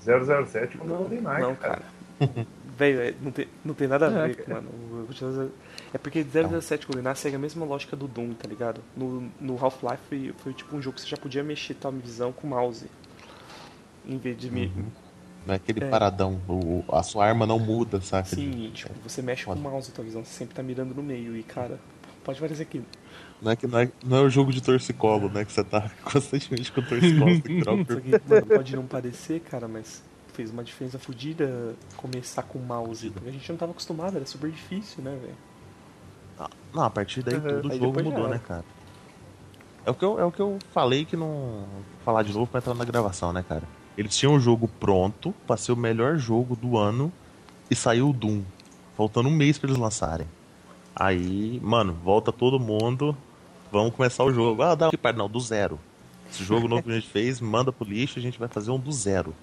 S7: 007 quando eu
S4: não,
S7: não, Nike,
S4: não,
S7: cara.
S4: cara. Velho, é- não tem, não tem nada a ver, mano. O- o 007 É porque 007 GoldenEye segue a mesma lógica do Doom, tá ligado? No, no Half-Life foi, foi tipo um jogo que você já podia mexer tua visão com o mouse. Em vez de me.
S5: Não é aquele
S4: É.
S5: paradão. o- o- a sua arma não muda, saca?
S4: Sim, tipo, você mexe com o mouse, tua visão, você sempre tá mirando no meio. E cara, pode parecer que
S5: Não é, que, não, é, não é o jogo de torcicolo, né? Que você tá constantemente com torcicolo. você tem que tirar o
S4: Só
S5: corpo.
S4: que, mano, pode não parecer, cara, mas fez uma diferença fodida começar com o mouse. Porque a gente não tava acostumado, era super difícil, né, velho?
S5: Não, a partir daí todo o
S4: Aí depois
S5: jogo
S4: já
S5: mudou,
S4: era.
S5: né, cara? É o, que eu, é o que eu falei que não. Vou falar de novo pra entrar na gravação, né, cara? Eles tinham o jogo pronto pra ser o melhor jogo do ano e saiu o Doom. Faltando um mês pra eles lançarem. Aí, mano, volta todo mundo. Vamos começar o jogo. Ah, dá que parte, não, do zero. Esse jogo novo que a gente fez, manda pro lixo, a gente vai fazer um do zero.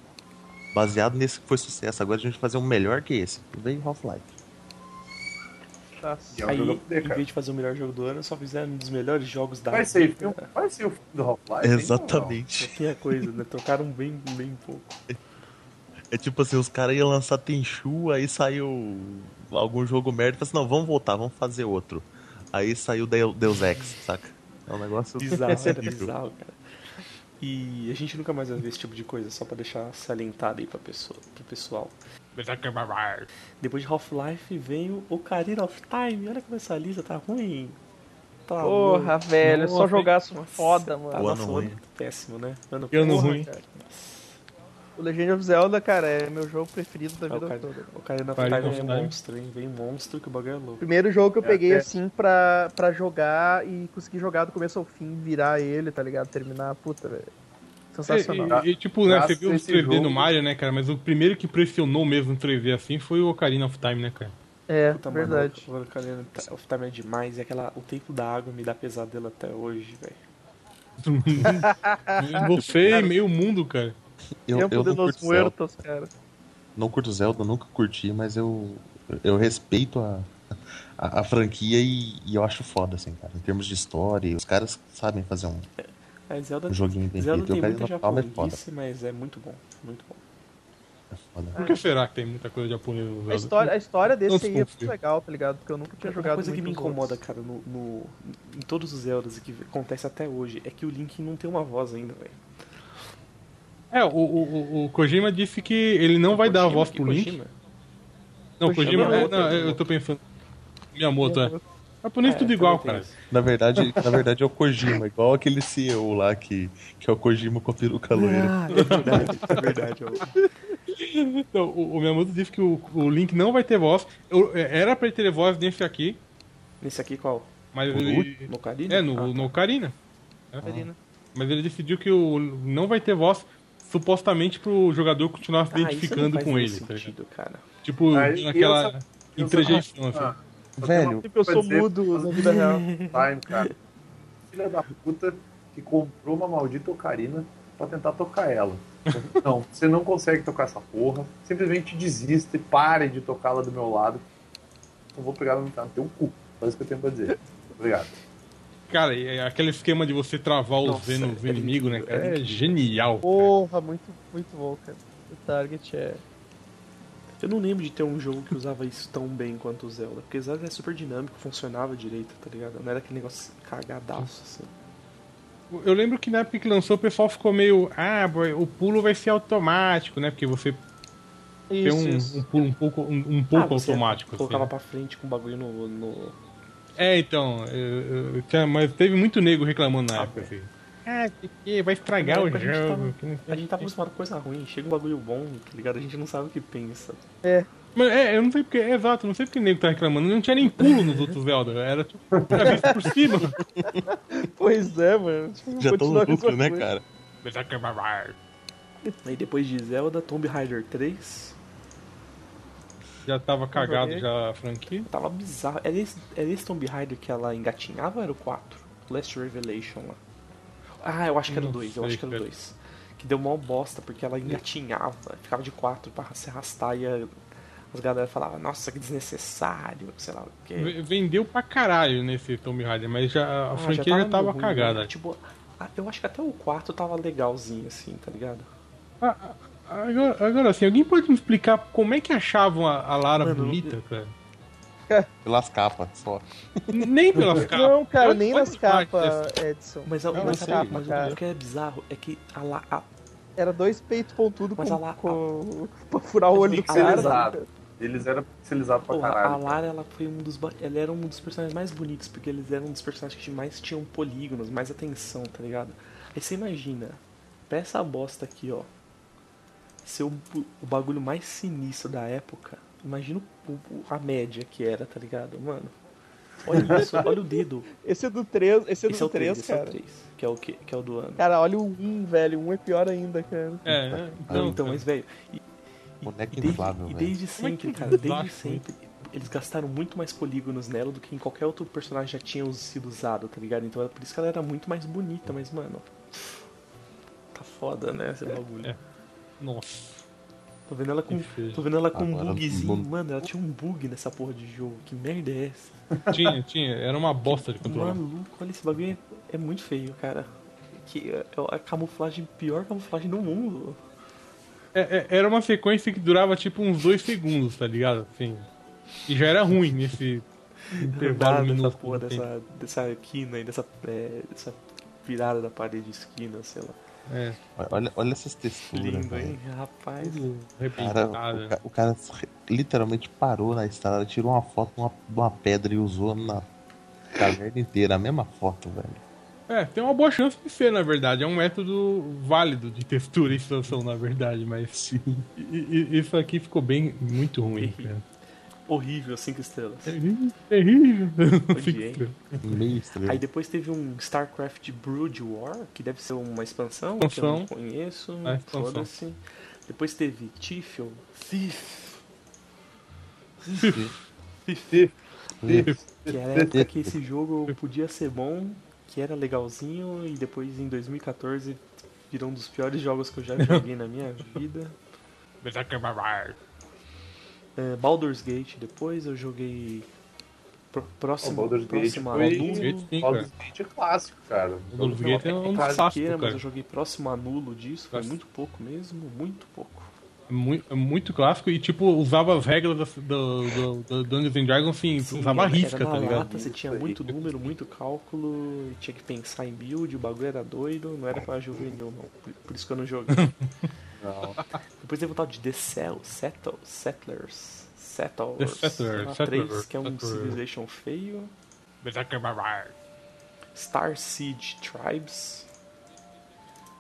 S5: Baseado nesse que foi sucesso. Agora a gente vai fazer um melhor que esse. E Veio Half-Life.
S8: Tá.
S7: E é um
S4: Aí,
S7: jogo a fuder,
S4: em
S7: cara.
S4: vez de fazer o melhor jogo do ano, só fizeram um dos melhores jogos da
S7: Vai ser, filme- vai ser o filme do Half-Life. hein?
S5: Exatamente.
S4: Pouquinha coisa, né? Trocaram bem, bem pouco.
S5: É tipo assim, os caras iam lançar Tenchu, aí saiu algum jogo merda e falaram assim, não, vamos voltar, vamos fazer outro. Aí saiu Deu- Deus Ex, saca? É um negócio
S4: Bizarro, era
S5: terrível.
S4: bizarro, cara. E a gente nunca mais vai ver esse tipo de coisa, só pra deixar salientado aí pra pessoa, pro pessoal. Depois de Half-Life veio o Ocarina of Time. Olha como essa lista tá ruim. Tá
S8: Porra,
S4: louco.
S8: velho, é só
S4: Nossa,
S8: jogaço
S4: hein?
S8: foda,
S4: Tá,
S8: mano.
S5: O
S4: nossa,
S5: ano
S4: o ano
S5: ruim.
S4: péssimo, né? Ano,
S6: Eu não
S4: péssimo.
S6: ruim.
S4: cara.
S8: O Legend of Zelda, cara, é meu jogo preferido da
S4: Ah, O
S8: vida
S4: Ocarina,
S8: toda.
S4: o Ocarina of
S6: Ocarina
S4: Time
S6: of
S4: é
S6: Time.
S4: monstro, hein? Vem monstro que o bagulho é louco.
S8: Primeiro jogo que eu
S7: É,
S8: peguei,
S7: é.
S8: assim, pra, pra jogar e conseguir jogar do começo ao fim, virar ele, tá ligado? Terminar, puta, velho. Sensacional.
S7: Tá.
S6: E, e- e, tipo, né,
S7: Graças
S6: você viu
S7: a
S6: o
S7: esse
S6: 3D no
S7: jogo.
S6: Mario, né, cara? Mas o primeiro que impressionou mesmo no 3D assim foi o Ocarina of Time, né, cara?
S8: É,
S4: Puta, mano,
S8: verdade.
S4: o Ocarina of Time é demais. E aquela, o tempo da água me dá pesadelo até hoje, velho.
S6: Você e meio mundo, cara.
S5: Eu, eu
S8: Tempo de
S5: não,
S8: los
S5: curto Zelda,
S8: muertos, cara.
S5: não curto Zelda, nunca curti, mas eu, eu respeito a, a, a franquia e, e eu acho foda, assim, cara. Em termos de história, e os caras sabem fazer um,
S4: É, Zelda,
S5: um joguinho bem
S4: Zelda
S5: feito.
S4: tem
S5: E o
S4: muita
S5: Ocarina of Time é foda.
S4: japonês, mas é muito bom. Muito bom.
S5: É foda.
S6: Por que será que tem muita coisa japonesa no Zelda?
S8: A história, a história
S6: Não
S8: desse aí é
S6: desconfio.
S8: muito legal, tá ligado? Porque eu nunca tinha
S4: Uma
S8: jogado
S4: coisa que me
S8: muitos
S4: incomoda,
S8: outros.
S4: cara, no, no- em todos os Zeldas e que acontece até hoje, é que o Link não tem uma voz ainda, velho.
S6: É, o, o, o- o Kojima disse que ele não vai dar a
S4: Kojima,
S6: voz
S4: que
S6: pro Link.
S4: Kojima?
S6: Não,
S8: Kojima
S6: Kojima,
S4: é
S6: é,
S4: outro,
S6: não,
S4: é
S6: eu
S4: outro.
S6: tô pensando. Miyamoto, é. Japonês
S4: É,
S6: tudo igual,
S4: também tem
S6: cara.
S4: isso.
S5: Na verdade, na verdade é o Kojima, igual aquele CEO lá que, que é o Kojima com a peruca loira.
S4: Ah, é verdade, é verdade. ó.
S6: Então, o, o Miyamoto disse que o, o Link não vai ter voz. Eu- é, era pra ele ter voz nesse aqui,
S4: Nesse aqui qual?
S6: mas
S5: No
S6: ele.
S4: No Ocarina?
S6: É, no,
S4: Ah,
S6: no Ocarina. É.
S8: Ocarina.
S6: Mas ele decidiu que o, não vai ter voz supostamente pro jogador continuar se
S4: Ah, isso não
S6: identificando
S4: faz
S6: com
S4: nenhum
S6: ele. tá ligado?
S4: sentido, cara.
S6: tipo,
S7: Aí, Ah, eu
S6: naquela
S7: só- eu só-
S6: interjeição, assim.
S7: Ah, só tem uma
S5: Velho,
S8: Tipo, eu sou
S7: Pois é.
S8: mudo
S6: né?
S8: na vida real.
S7: Time, cara. Filha da puta que comprou uma maldita ocarina pra tentar tocar ela. Não, você não consegue tocar essa porra. Simplesmente desista e pare de tocá-la do meu lado. Eu vou pegar ela no no teu cu. Só isso que eu tenho pra dizer. Obrigado. Ah.
S6: Cara, é aquele esquema de você travar os
S4: Nossa,
S6: venos
S4: é
S6: inimigos, né,
S4: incrível,
S6: cara?
S4: é
S6: É genial.
S8: Porra, muito, muito bom, cara. O Target é.
S4: Eu não lembro de ter um jogo que usava isso tão bem quanto o Zelda. Porque Zelda é super dinâmico, funcionava direito, tá ligado? Não era aquele negócio cagadaço, assim.
S6: Eu lembro que na época que lançou, o pessoal ficou meio. Ah, boy, o pulo vai ser automático, né? Porque você tem
S8: Isso,
S6: um,
S8: isso.
S6: um pulo um pouco, um, um pouco
S4: Ah, você
S6: automático. Assim,
S4: Colocava
S6: né?
S4: pra frente com o bagulho no. no...
S6: É, então. eu- eu- tinha- mas teve muito nego reclamando na época, assim. Ah, porque vai estragar
S4: Na
S6: o
S4: época a gente
S6: jogo. que não sei
S4: A gente tá acostumado com coisa ruim, chega um bagulho bom, tá ligado? A gente não sabe o que pensa.
S6: Mas é, eu não sei porque, é, exato, não sei porque o nego tá reclamando. Não tinha nem pulo nos outros Zelda, era tipo, era visto por cima.
S8: Pois é, mano. Tipo,
S5: já tô
S8: continua
S5: no
S8: a mesma
S5: lucro, né,
S8: coisa.
S5: cara?
S4: Aí depois de Zelda, Tomb Raider 3,
S6: Já tava cagado
S8: joguei.
S6: já a franquia.
S4: tava bizarro. Era esse, era esse Tomb Raider que ela engatinhava ou era o 4? Last Revelation lá. Ah, eu acho que era o
S6: Não
S4: 2, eu
S6: sei,
S4: acho que era o
S6: cara.
S4: 2. Que deu mó bosta, porque ela engatinhava, ficava de 4 pra se arrastar e a- as galera falavam, nossa, que desnecessário, sei lá o quê.
S6: V- Vendeu pra caralho nesse Tomb Raider, mas já, a
S4: Ah,
S6: franquia já tava,
S4: meio ruim,
S6: cagada.
S4: né? Tipo, ah, eu acho que até o 4 tava legalzinho, assim, tá ligado?
S6: A, a- Agora, agora assim, alguém pode me explicar como é que achavam a, a Lara
S4: Mano,
S6: bonita, cara?
S5: Pelas capas, só.
S6: Nem pelas capas.
S8: Não, cara,
S6: Olha-
S8: nem
S6: olha
S8: nas
S6: o destaque
S8: capas,
S6: dessa-
S8: Edson.
S4: Mas, a-
S6: Não,
S4: mas,
S6: eu
S4: sabe,
S8: sei,
S4: mas
S8: cara.
S4: o que é bizarro é que a, La- a-
S8: Era dois peitos pontudos
S4: Mas
S8: com,
S4: a la-
S8: com- pra furar
S4: é
S8: o olho do cara.
S7: Pixelizado. Eles eram pixelizados pra
S4: Ah, porra, a
S7: caralho.
S4: Lara ela foi um dos ba- ela era um dos personagens mais bonitos, porque eles eram um dos personagens que mais tinham polígonos, mais atenção, tá ligado? Aí você imagina, pra essa bosta aqui, ó, ser o, bu- o bagulho mais sinistro da época, imagina o- o- a média que era, tá ligado, mano? Olha isso, olha o dedo.
S8: Esse é do 3, esse é
S4: Esse é
S8: do
S4: o 3,
S8: 3,
S4: esse é o
S8: cara.
S4: 3, que é o, que, que é o do ano.
S8: Cara, olha o 1, velho. O 1 é pior ainda, cara.
S6: É, né?
S4: Não,
S6: então,
S4: então, mas, velho. e-
S5: Boneca
S4: e desde-
S5: inflável,
S4: E
S5: velho.
S4: desde
S6: Como é que
S4: sempre,
S6: eles
S4: cara, desde
S6: acham
S4: sempre. Eles gastaram muito mais polígonos nela do que em qualquer outro personagem já tinha us- sido usado, tá ligado? Então é por isso que ela era muito mais bonita, mas, mano. Tá foda, né? Esse bagulho.
S6: é. Nossa.
S4: Tô vendo ela com.
S6: Que feio.
S4: Tô vendo ela com um
S5: Agora,
S4: bugzinho.
S5: não-
S4: Mano, ela tinha um bug nessa porra de jogo. Que merda é essa?
S6: Tinha, tinha. Era uma bosta de controlar.
S4: Maluco, olha esse bagulho. é- É muito feio, cara. Que é é a camuflagem, pior camuflagem do mundo.
S6: É- é- era uma sequência que durava tipo uns dois segundos, tá ligado? Assim. E já era ruim nesse intervalo
S4: Nada dessa
S6: minuto.
S4: porra, dessa, dessa quina aí, dessa, é, dessa virada da parede de esquina, sei lá.
S6: É,
S5: Olha, olha essas texturas,
S4: Lindo, hein?
S5: velho.
S4: Rapaz.
S6: tudo
S5: O cara- o,
S6: repensado.
S5: ca- o cara se- literalmente parou na estrada, tirou uma foto de uma, de uma pedra e usou na caverna inteira, a mesma foto, velho.
S6: É, tem uma boa chance de ser, na verdade. É um método válido de textura e expansão, na verdade, mas. i- i- Isso aqui ficou bem. muito ruim, cara.
S4: Horrível, cinco estrelas.
S6: Terrível, terrível.
S4: Odiei.
S5: Meio estranho.
S4: Aí depois teve um StarCraft Brood War, que deve ser uma expansão, que eu não
S6: Expansão.
S4: conheço.
S6: É, expansão.
S4: Foda-se. Depois teve Tifion. Thief. Que era a época que esse jogo podia ser bom, que era legalzinho, e depois em 2014 virou um dos piores jogos que eu já joguei na minha vida.
S6: Mas acabar.
S4: É, Baldur's Gate depois, eu joguei pró-
S7: O
S4: próximo,
S7: Baldur's Gate
S4: próximo é
S7: foi-
S4: a Nulo.
S6: Sim, cara.
S7: Baldur's Gate é clássico, cara.
S6: Baldur's Gate é um
S4: Claro
S6: desastre,
S4: que era, mas
S6: cara.
S4: eu joguei próximo a Nulo disso, foi
S6: Nossa.
S4: muito pouco mesmo, muito pouco.
S6: É mui- é muito clássico e, tipo, usava as regras da- do, do, do Dungeons and Dragons, assim, usava
S4: era-
S6: risca,
S4: era
S6: tá
S4: na
S6: ligado?
S4: lata, você tinha
S7: Isso aí.
S4: muito número, muito cálculo, e tinha que pensar em build, o bagulho era doido, não era pra juvenil não, por, por isso que eu não joguei.
S7: Não.
S4: Depois teve o tal de The Cell, Settle, Settlers, Settlers,
S6: The Settler,
S4: sei lá,
S6: Settler,
S4: três, que é um
S6: Settler.
S4: Civilization feio,
S6: Mas acabar.
S4: Star Siege Tribes,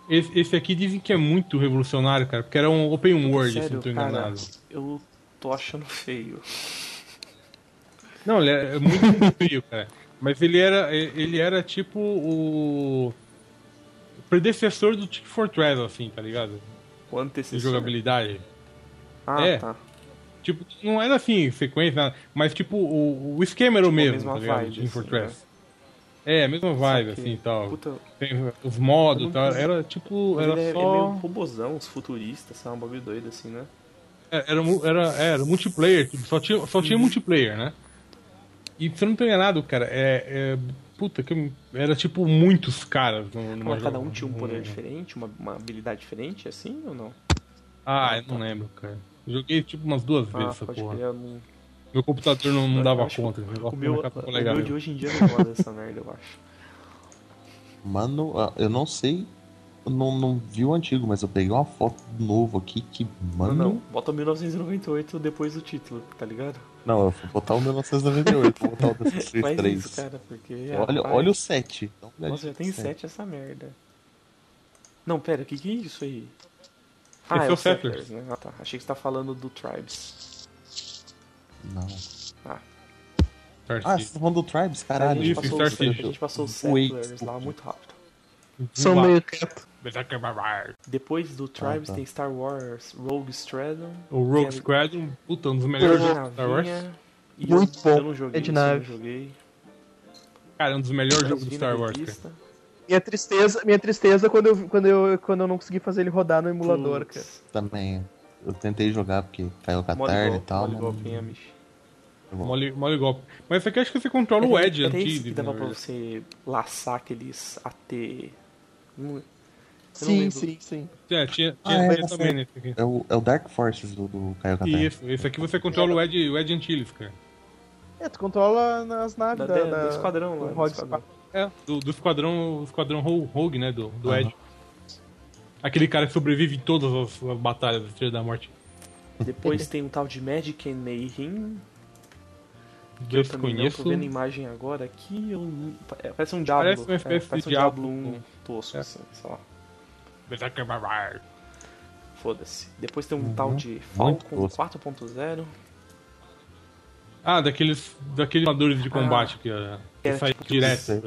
S6: Esse, esse aqui dizem que é muito revolucionário, cara, porque era um open world, se não
S4: sério,
S6: tô
S4: cara,
S6: enganado.
S4: eu tô achando feio.
S6: Não, ele é muito frio, cara. Mas ele era, ele era tipo o predecessor do Tick for Travel, assim, tá ligado?
S4: O
S6: De
S4: antecessor.
S6: jogabilidade.
S4: Ah,
S6: É,
S4: tá.
S6: Tipo, não era assim, sequência, nada, mas tipo, o, o esquema era o
S4: Tipo, a
S6: mesmo,
S4: mesma
S6: tá ligado?
S4: vibe,
S6: Team
S4: assim,
S6: Fortress. É, a mesma vibe,
S4: Saquei.
S6: assim, e tal.
S4: Puta,
S6: Tem os modos
S4: Eu não
S6: e tal.
S4: fiz-
S6: Era tipo,
S4: mas
S6: era
S4: ele é, é meio
S6: só...
S4: robozão, os futuristas, sabe, um bagulho doido assim, né?
S6: É, Era, mu- era, era multiplayer, tudo. Só tinha, só
S4: Uhum.
S6: tinha multiplayer, né? E se eu não tô enganado, cara, é. é- puta, que eu- era tipo muitos caras. No, numa
S4: Mas cada
S6: jo- Hum.
S4: um tinha um poder
S6: num-
S4: diferente, uma, uma habilidade diferente, assim ou não?
S6: Ah, eu não lembro, cara. Joguei tipo umas duas vezes essa
S4: tá. Ah, pode
S6: porra.
S4: crer, eu não-
S6: Meu computador não, não
S4: eu
S6: dava
S4: acho que
S6: conta.
S4: O meu, o meu de hoje em dia não roda essa merda, eu acho.
S5: Mano, ah, eu não sei. eu Não, não vi o antigo, mas eu peguei uma foto do novo aqui que,
S4: Não,
S5: mano.
S4: não. Bota 1998 depois do título, tá ligado?
S5: Não, eu vou botar o 1998, vou botar o
S4: Faz
S5: 3
S4: isso, cara, porque.
S5: Olha,
S4: rapaz,
S5: olha o 7. Dá uma
S4: Nossa,
S5: olhadinha
S4: já tem
S5: no sete.
S4: 7 essa merda. Não, pera, o que, que é isso aí?
S6: Esse é o
S4: Settlers, né? Ah, tá. Achei que você tá falando do Tribes.
S5: Não. Ah,
S6: Ah,
S5: vocês estão tá falando do Tribes,
S4: a,
S5: caralho.
S4: gente
S6: isso,
S4: passou,
S6: Star
S4: os- a
S6: City.
S4: gente passou os
S5: Wait,
S4: Settlers lá
S5: desculpa.
S4: muito rápido.
S9: São meio quieto.
S6: é
S4: Depois
S6: Ah,
S4: do Tribes
S5: tá.
S4: tem Star Wars Rogue Squadron.
S6: o
S4: que é-
S6: Rogue Squadron, puta, um dos melhores jogos de Star Wars.
S4: Navinha, e
S9: Muito
S4: eu,
S9: bom,
S4: Eu não joguei,
S9: é de
S4: isso eu não
S9: nave.
S4: joguei.
S6: Cara, um dos melhores jogos
S4: Eu
S6: de
S4: vi
S6: Star
S4: na
S6: Wars, cara.
S4: revista.
S9: Minha tristeza, minha tristeza é quando eu, quando, eu, quando eu não consegui fazer ele rodar no emulador, cara.
S4: Putz,
S5: Também. Eu tentei jogar porque caiu com a
S4: mole
S5: tarde e
S6: tá
S4: golpe,
S5: tal.
S4: mole
S5: mas-
S4: golpe, hein, amigo?
S6: Mole, mole golpe. Mas isso aqui acho que você controla
S4: É
S6: o né? Edge
S4: Era esse que
S6: antigo.
S4: dava pra você laçar aqueles AT. Hum, Eu não
S9: Sim,
S4: lembro.
S9: sim, sim.
S6: É, tinha, tinha
S5: Ah,
S6: esse
S5: é,
S6: aí
S5: tá
S6: também, né? esse aqui.
S5: É o, é o Dark Forces do, do Caio Catarina.
S6: Isso, esse aqui você controla o Ed, o Ed Antilles, cara.
S9: É, tu controla nas naves
S4: Da,
S9: da,
S4: da-
S9: da-
S4: do esquadrão lá.
S9: do
S4: do
S9: Rod
S4: esquadrão.
S6: É, do, do esquadrão, esquadrão Ro- Rogue, né? Do, do
S5: Aham.
S6: Ed. Aquele cara que sobrevive em todas as, as batalhas da Estrela da Morte.
S4: Depois tem um tal de Magic and Mayhem, que
S6: Eu
S4: eu também não
S6: desconheço.
S4: tô vendo a imagem agora aqui. Eu... não- é, Parece um Diablo.
S6: Parece um
S4: é,
S6: FPS de
S4: parece um
S6: Diablo.
S4: Diablo 1 tosco,
S6: É.
S4: assim, sei lá.
S6: Betacabarar.
S4: Foda-se. Depois tem um
S6: Uhum.
S4: tal de Falcon
S5: tosco.
S4: 4.0.
S6: Ah, daqueles, daqueles lutadores de combate que, é, que
S4: É,
S6: sai
S4: Ah, tipo,
S6: direto.
S5: Que
S4: Ah,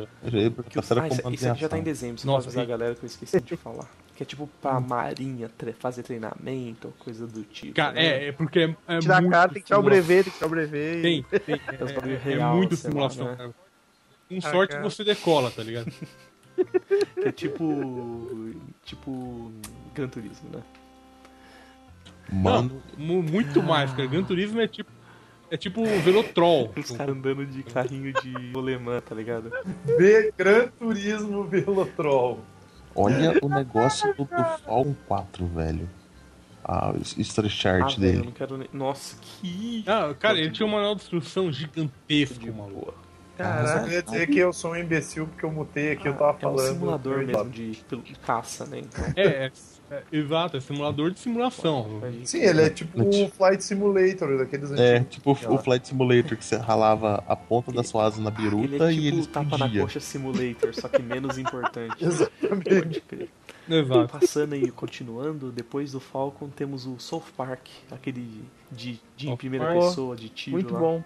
S4: isso, isso aqui já tá em dezembro, só pra
S6: Nossa,
S4: avisar a
S6: e- Hum.
S4: galera que eu esqueci de falar. Que é tipo pra marinha tre- fazer treinamento, coisa do tipo.
S6: Cara,
S4: né?
S6: é, é porque é, é
S9: Tirar a
S6: muito
S9: cara, tem que tirar o
S6: simulação.
S9: brevet, tem que tirar o brevet.
S6: Tem, tem.
S4: É os bagulho
S6: É,
S4: real,
S6: muito
S4: sei lá,
S6: simulação,
S4: né?
S6: cara. Com
S9: Ah,
S6: sorte que você decola, tá ligado?
S4: Que é tipo. tipo. Gran Turismo, né?
S5: Mano,
S6: Mu- muito mais, cara. Gran Turismo é tipo. É tipo um Velotrol.
S4: Os caras andando de carrinho de alemã, tá ligado?
S7: Vê Gran Turismo Velotrol.
S5: olha o negócio do, do Falcon 4, velho. Ah, o story
S4: Ah,
S5: chart
S4: velho, eu
S5: dele.
S4: não quero nem. Nossa, que.
S6: Ah, cara, ele tinha um manual de instrução gigantesco,
S4: de
S6: maluco.
S4: boa.
S7: Caraca, eu ia dizer que eu sou um imbecil porque eu mutei aqui, eu tava
S4: é um
S7: falando.
S4: simulador
S7: eu
S4: mesmo de, de caça, né? Então,
S6: É, é, é, exato, é simulador de simulação.
S4: a gente-
S7: Sim, ele é tipo um Flight Simulator daqueles
S5: É,
S7: antigos.
S5: tipo o Flight Simulator, que você ralava a ponta da sua asa na
S4: Ele
S5: biruta
S4: é
S5: e ele
S4: tipo tapa na
S5: explodia.
S4: coxa simulator, só que menos importante.
S7: Exatamente.
S4: Pode crer.
S6: Exato.
S4: Passando e continuando, depois do Falcon temos o South Park, aquele de, de, em
S6: South
S4: primeira
S6: Park.
S4: pessoa, de tiro
S9: Muito
S4: lá.
S9: bom.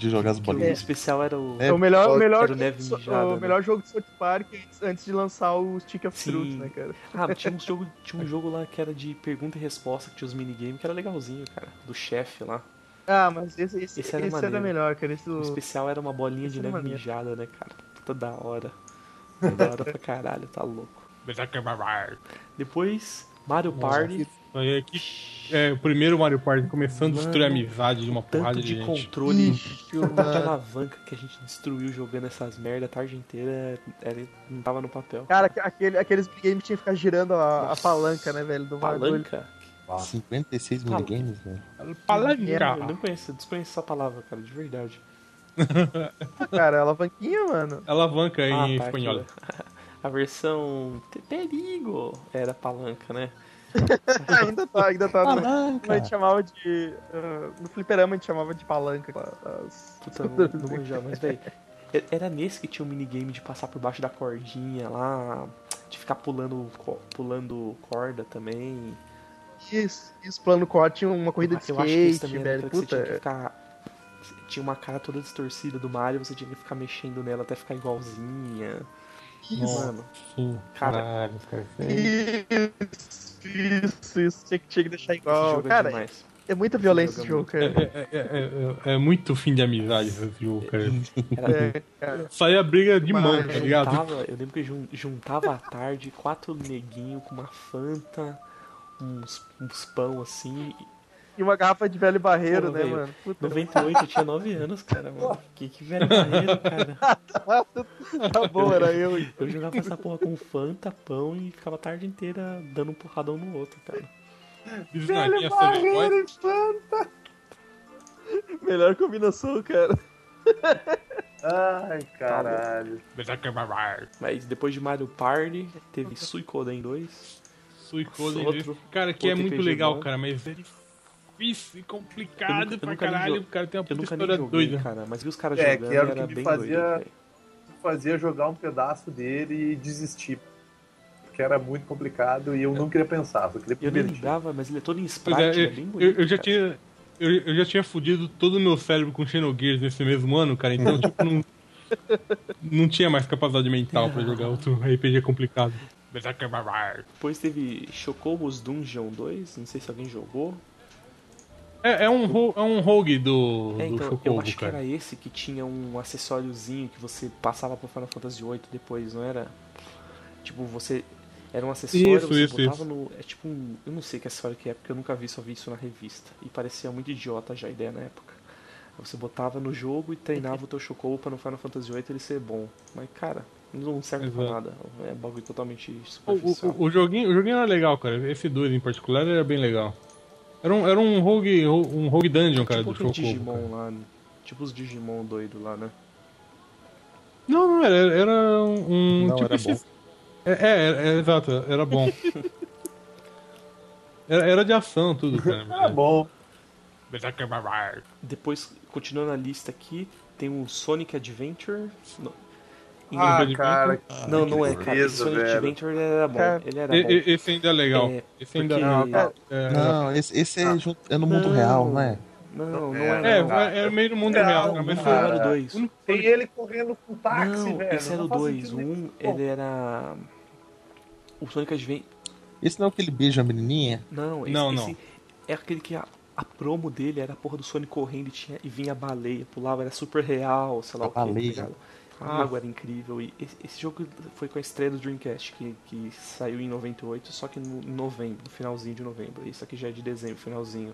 S5: De jogar as
S4: Que o
S5: bolinhas.
S4: especial era o.
S9: É, o melhor, o
S7: pode-
S9: melhor,
S4: era o Neve
S9: so- é
S4: Mijada,
S9: o
S4: né?
S9: melhor jogo de South Park antes- antes de lançar o Stick of
S4: Sim.
S9: Truth, né, cara?
S4: Ah, tinha um, jogo, tinha um jogo lá que era de pergunta e resposta, que tinha os minigames, que era legalzinho, cara. Do chefe lá.
S9: Ah, mas esse, esse,
S4: Esse
S9: esse,
S4: era
S9: era,
S4: maneiro.
S9: melhor, cara. Esse
S4: O
S9: do...
S4: especial era uma bolinha
S9: Esse
S4: de
S9: é
S4: neve
S9: maneiro.
S4: mijada, né, cara? Puta da hora. Puta da hora pra caralho, tá louco.
S6: é Betacabarar.
S4: Depois, Mario Party.
S6: Aí aqui é o primeiro Mario Party começando a destruir a
S4: Mano,
S6: amizade de uma porrada
S4: Tanto
S6: de
S4: de
S6: gente.
S4: controle de alavanca que a gente destruiu jogando essas merda a tarde inteira, era, não tava no papel.
S9: Cara, aquele, aqueles games tinha que ficar girando a, a palanca, né, velho? Do bagulho.
S4: Palanca? é?
S5: 56
S4: Fala.
S5: minigames, velho.
S4: Eu
S6: Palanca.
S4: não conheço, eu desconheço essa palavra, cara, de verdade.
S9: Cara, alavanquinha, mano.
S6: Alavanca
S4: Ah,
S6: em
S4: tá,
S6: espanhol.
S4: aqui, ó. A versão te- perigo era palanca, né?
S9: ainda tá, ainda tá. no-
S5: Palanca.
S9: A gente chamava de. ah, no fliperama a gente chamava de palanca. as-
S4: Puta, não, não manjava, mas velho. Era nesse que tinha um minigame de passar por baixo da cordinha lá, de ficar pulando, co- pulando corda também.
S9: Isso, isso, plano corte, tinha uma corrida de
S4: Ah, Eu acho que esse
S9: skate,
S4: também era
S9: velho.
S4: aquele que você tinha que
S9: Puta.
S4: ficar. Tinha uma cara toda distorcida do Mario, você tinha que ficar mexendo nela até ficar igualzinha. Mano, Cara.
S6: Caralho, cara.
S9: Isso, isso, isso. Tinha que, tinha que deixar
S4: esse
S9: igual.
S4: jogo é
S9: Cara,
S4: demais.
S9: é muita violência esse jogo,
S4: jogo
S6: É,
S9: cara.
S6: é- é- é- é muito fim de amizade esse jogo, cara.
S4: Era,
S9: É, cara.
S6: Saía briga de mão, tá ligado?
S4: juntava, eu lembro que jun- juntava à tarde quatro neguinhos com uma fanta, uns, uns pão assim.
S9: E uma garrafa de velho barreiro,
S4: Porra,
S9: né,
S4: velho.
S9: mano? Puta,
S4: 98, eu tinha 9 anos, cara, mano. Que, que velho barreiro, cara.
S9: tá bom, era eu.
S4: Eu jogava essa porra com fanta, pão e ficava a tarde inteira dando um porradão no outro, cara.
S6: Diz na minha sobre voz.
S9: Melhor combinação, cara.
S7: Ai, caralho.
S6: é Betacabarar.
S4: Mas depois de Mario Party, teve Suicoden 2.
S6: Suicoden
S4: Nossa,
S6: desse-
S4: outro-
S6: Cara, que é
S4: outro
S6: muito
S4: RPG
S6: legal,
S4: bom.
S6: cara, mas é difícil e
S4: Eu
S6: complicado
S4: nunca- eu
S6: pra
S4: nunca nem
S6: caralho.
S4: jo-
S6: O cara tem uma
S4: Eu
S6: puta
S4: nunca
S6: história
S4: nem joguei,
S6: doida.
S4: cara, mas vi os caras
S7: É, que
S4: jogando e
S7: era o
S4: era
S7: que me
S4: bem
S7: fazia-
S4: doido, velho.
S7: Fazia jogar um pedaço dele e desistir. Porque era muito complicado e eu não queria pensar, só queria
S4: Eu nem
S7: divertir.
S4: lembrava, mas ele é todo em
S6: Pois
S4: sprite,
S6: é,
S4: ele é
S6: eu,
S4: bem
S6: eu-
S4: bonito.
S6: eu já
S4: cara.
S6: tinha. Eu, eu já tinha fudido todo o meu cérebro com Xenogears nesse mesmo ano, cara, então, tipo, não. Não tinha mais capacidade mental pra jogar outro RPG complicado. Betacabarar.
S4: Depois teve Chocobos Dungeon 2, não sei se alguém jogou.
S6: É, é um, ro- é um rogue do,
S4: É,
S6: do
S4: então, eu
S6: Chocobo,
S4: acho
S6: cara.
S4: que era esse que tinha um acessóriozinho que você passava pro Final Fantasy VIII depois, não era? Tipo, você. Era um acessório,
S6: Isso,
S4: você
S6: isso,
S4: botava
S6: isso.
S4: no. É tipo um. Eu não sei que acessório que é, porque eu nunca vi, só vi isso na revista. E parecia muito idiota já a ideia na época. Você botava no jogo e treinava o teu Chocobo pra no Final Fantasy VIII ele ser bom. Mas, cara, Não serve pra
S6: Exato.
S4: nada. É bagulho totalmente
S6: O,
S4: superficial.
S6: o, o, joguinho, o joguinho era legal, cara. Esse 2 em particular era bem legal. Era um, era um rogue, um rogue dungeon, cara,
S4: tipo
S6: do
S4: aquele
S6: Chocobo.
S4: Digimon
S6: cara.
S4: lá. né? Tipo os Digimon doido lá, né?
S6: Não, não, era, era um. um
S7: Não,
S6: tipo
S7: era
S6: esse-
S7: bom.
S6: É, é, é, é, exato, era bom. era, era de ação tudo, cara.
S7: Tá bom.
S4: Depois, continuando a lista aqui, tem o Sonic Adventure. No- em-
S7: Ah,
S6: Ingrid
S7: cara.
S4: não, não é,
S7: que
S4: cara. Esse
S7: beleza,
S4: Sonic
S7: velho.
S4: Adventure ele era bom.
S8: Cara,
S4: Ele era
S6: E-
S4: bom.
S6: e- esse ainda é legal.
S4: É,
S6: esse ainda
S4: porque-
S6: não, cara, é,
S5: Não, esse, esse é,
S7: Ah.
S5: ju- é no mundo
S4: Não.
S5: real, não é?
S4: Não, não
S7: É,
S4: era.
S6: é,
S4: não.
S7: cara.
S6: é, é meio no mundo
S7: Não,
S6: real, cara, mas é, foi
S7: cara.
S4: era o 2.
S6: o único
S7: Tem ele correndo com o táxi,
S4: não,
S7: velho.
S4: esse é era o
S7: não faz
S4: 2. O
S7: sentido
S4: 1,
S7: nenhum.
S4: ele era... O Sonic Adventure...
S5: Esse não é aquele beijo a menininha?
S4: Não, esse,
S6: Não,
S4: esse
S6: não.
S4: é aquele que a, a promo dele era a porra do Sonic correndo e, tinha, e vinha a baleia, pulava, era super real, sei lá
S5: A
S4: o que. tá
S5: baleia.
S4: ligado?
S6: Ah.
S4: A água era incrível. E esse, esse jogo foi com a estreia do Dreamcast, que, que saiu em 98, só que no, em novembro, no finalzinho de novembro. Isso aqui já é de dezembro, finalzinho.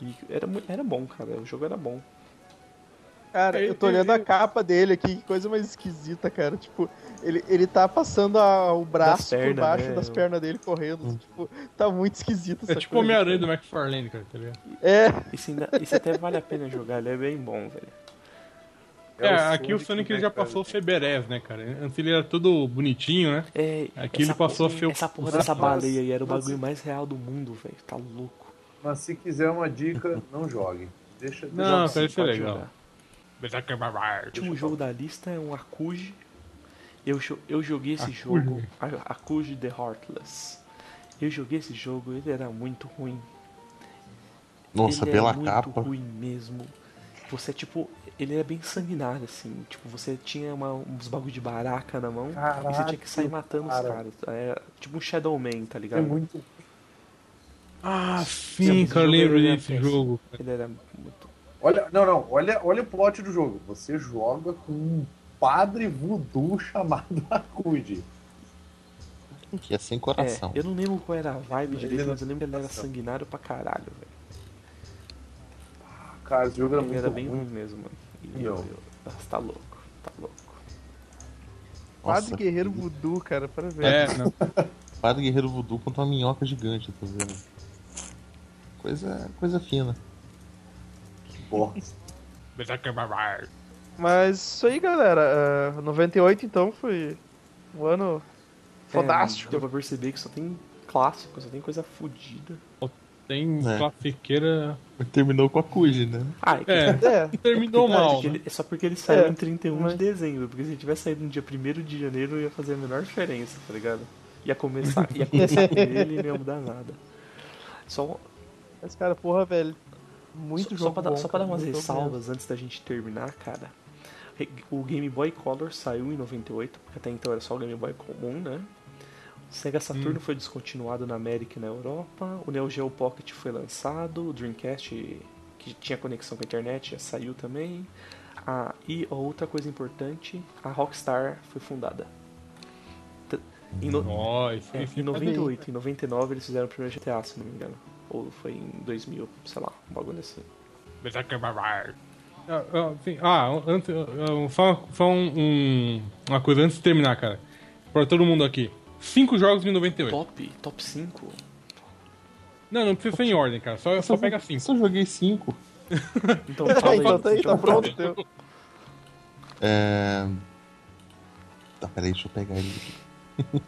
S4: E era, mu- era bom, cara. O jogo era bom.
S9: Cara, eu tô olhando a capa dele aqui, que coisa mais esquisita, cara. Tipo, ele, ele tá passando a- o braço por
S4: pernas,
S9: baixo
S4: né? Hum.
S9: das pernas dele correndo. assim, Tipo, tá muito esquisito
S6: É
S9: essa
S6: tipo o
S9: coisa.
S6: Homem-Aranha do McFarlane, cara, tá ligado?
S9: É,
S4: Esse, ainda- esse até vale a pena jogar, ele é bem bom, velho.
S7: É, né,
S6: É, aqui o Sonic ele já passou o Feberez, né, cara? Antes ele era todo bonitinho, né?
S4: É,
S6: Aqui ele
S4: essa
S6: passou
S4: porra-
S6: a ser o-
S4: Essa porra
S6: Nossa,
S4: dessa baleia aí era o
S7: nossa.
S4: bagulho mais real do mundo, velho. Tá louco.
S7: Mas se quiser uma dica, não jogue. Deixa
S6: Não,
S7: joga
S6: cara,
S7: sim,
S6: isso é
S7: pode
S6: legal.
S7: jogar.
S4: O último jogo da lista é um Akuji. Eu, jo- eu joguei esse
S6: Akuji.
S4: jogo, A- Akuji The Heartless. Eu joguei esse jogo, ele era muito ruim.
S5: Nossa,
S4: ele
S5: pela
S4: era
S5: capa.
S4: muito ruim mesmo. Você, tipo, ele era bem sanguinário, assim. Tipo, você tinha uma- uns bagulho de baraca na mão e você tinha que sair matando
S7: cara.
S4: os caras. Era tipo um Shadow Man, tá
S7: É
S4: ligado?
S7: muito.
S6: Ah,
S4: Sim,
S6: sim,
S4: esse
S6: cara, eu
S4: jogo
S6: lembro
S4: ele é
S6: desse
S4: péssimo.
S6: jogo.
S4: Ele era muito.
S7: Olha, não, não. Olha, olha o plot do jogo. Você joga com um padre voodoo chamado Akuji.
S5: Que é sem
S4: É,
S5: coração.
S4: eu não lembro qual era a vibe
S7: Ele
S4: direito,
S7: não
S4: mas eu lembro que ele era
S7: coração.
S4: sanguinário pra caralho, velho.
S7: Cara, esse jogo era muito
S4: Ele era bem
S7: ruim.
S4: ruim mesmo, mano. E eu,
S7: Não.
S4: eu- nossa, tá louco, tá louco.
S9: Padre
S5: Nossa,
S9: Guerreiro Voodoo, cara, para ver.
S6: É, não.
S5: Padre Guerreiro Voodoo contra uma minhoca gigante, tá vendo? Coisa, coisa fina.
S7: Porra.
S9: Mas isso aí, galera. ah, 98, então, foi um ano
S4: É,
S9: fodástico.
S4: deu pra perceber que só tem clássico, só tem coisa fodida.
S6: Tem
S5: É.
S6: classiqueira.
S5: Mas Terminou com a Cuji, né?
S4: Ah, é que
S6: É,
S9: É,
S6: terminou
S4: Cara,
S6: mal.
S4: porque
S6: né?
S4: ele- é só porque ele saiu
S9: É,
S4: em 31
S9: mas-
S4: de dezembro, porque se ele tivesse saído no dia 1 de janeiro não ia fazer a menor diferença, tá ligado? Ia começar, ia começar com ele e não ia mudar nada. Só, um-
S9: mas, cara, porra, velho. Muito
S4: só,
S9: jogo
S4: só pra, dar-
S9: bom,
S4: só pra dar
S9: cara,
S4: umas
S9: muito jogo
S4: ressalvas antes da gente terminar, cara. O Game Boy Color saiu em 98, porque até então era só o Game Boy comum, né? O Sega Saturno
S9: Hum.
S4: foi descontinuado na América e na Europa. O Neo Geo Pocket foi lançado. O Dreamcast, que tinha conexão com a internet, já saiu também. Ah, e outra coisa importante, a Rockstar foi fundada. T- Em, no-
S6: Ó, isso
S4: é,
S6: aí
S4: em
S6: sim.
S4: 98, em 99 eles fizeram o primeiro GTA, se não me engano. Ou foi em 2000, sei lá, um bagulho assim.
S6: Ah, ah, sim. Ah, antes, ah, só, só um- um- uma coisa antes de terminar, cara. Pra todo mundo aqui. Cinco jogos de 98.
S4: Top? Top 5?
S6: Não, não precisa ser em ordem, cara. Só, só pega
S5: Eu
S6: 5.
S5: só joguei cinco.
S4: Então,
S9: bom.
S4: fala aí,
S9: então tá aí,
S4: deixa
S9: tá
S4: eu-
S9: pronto. Teu.
S5: É... Tá, peraí, deixa eu pegar ele aqui.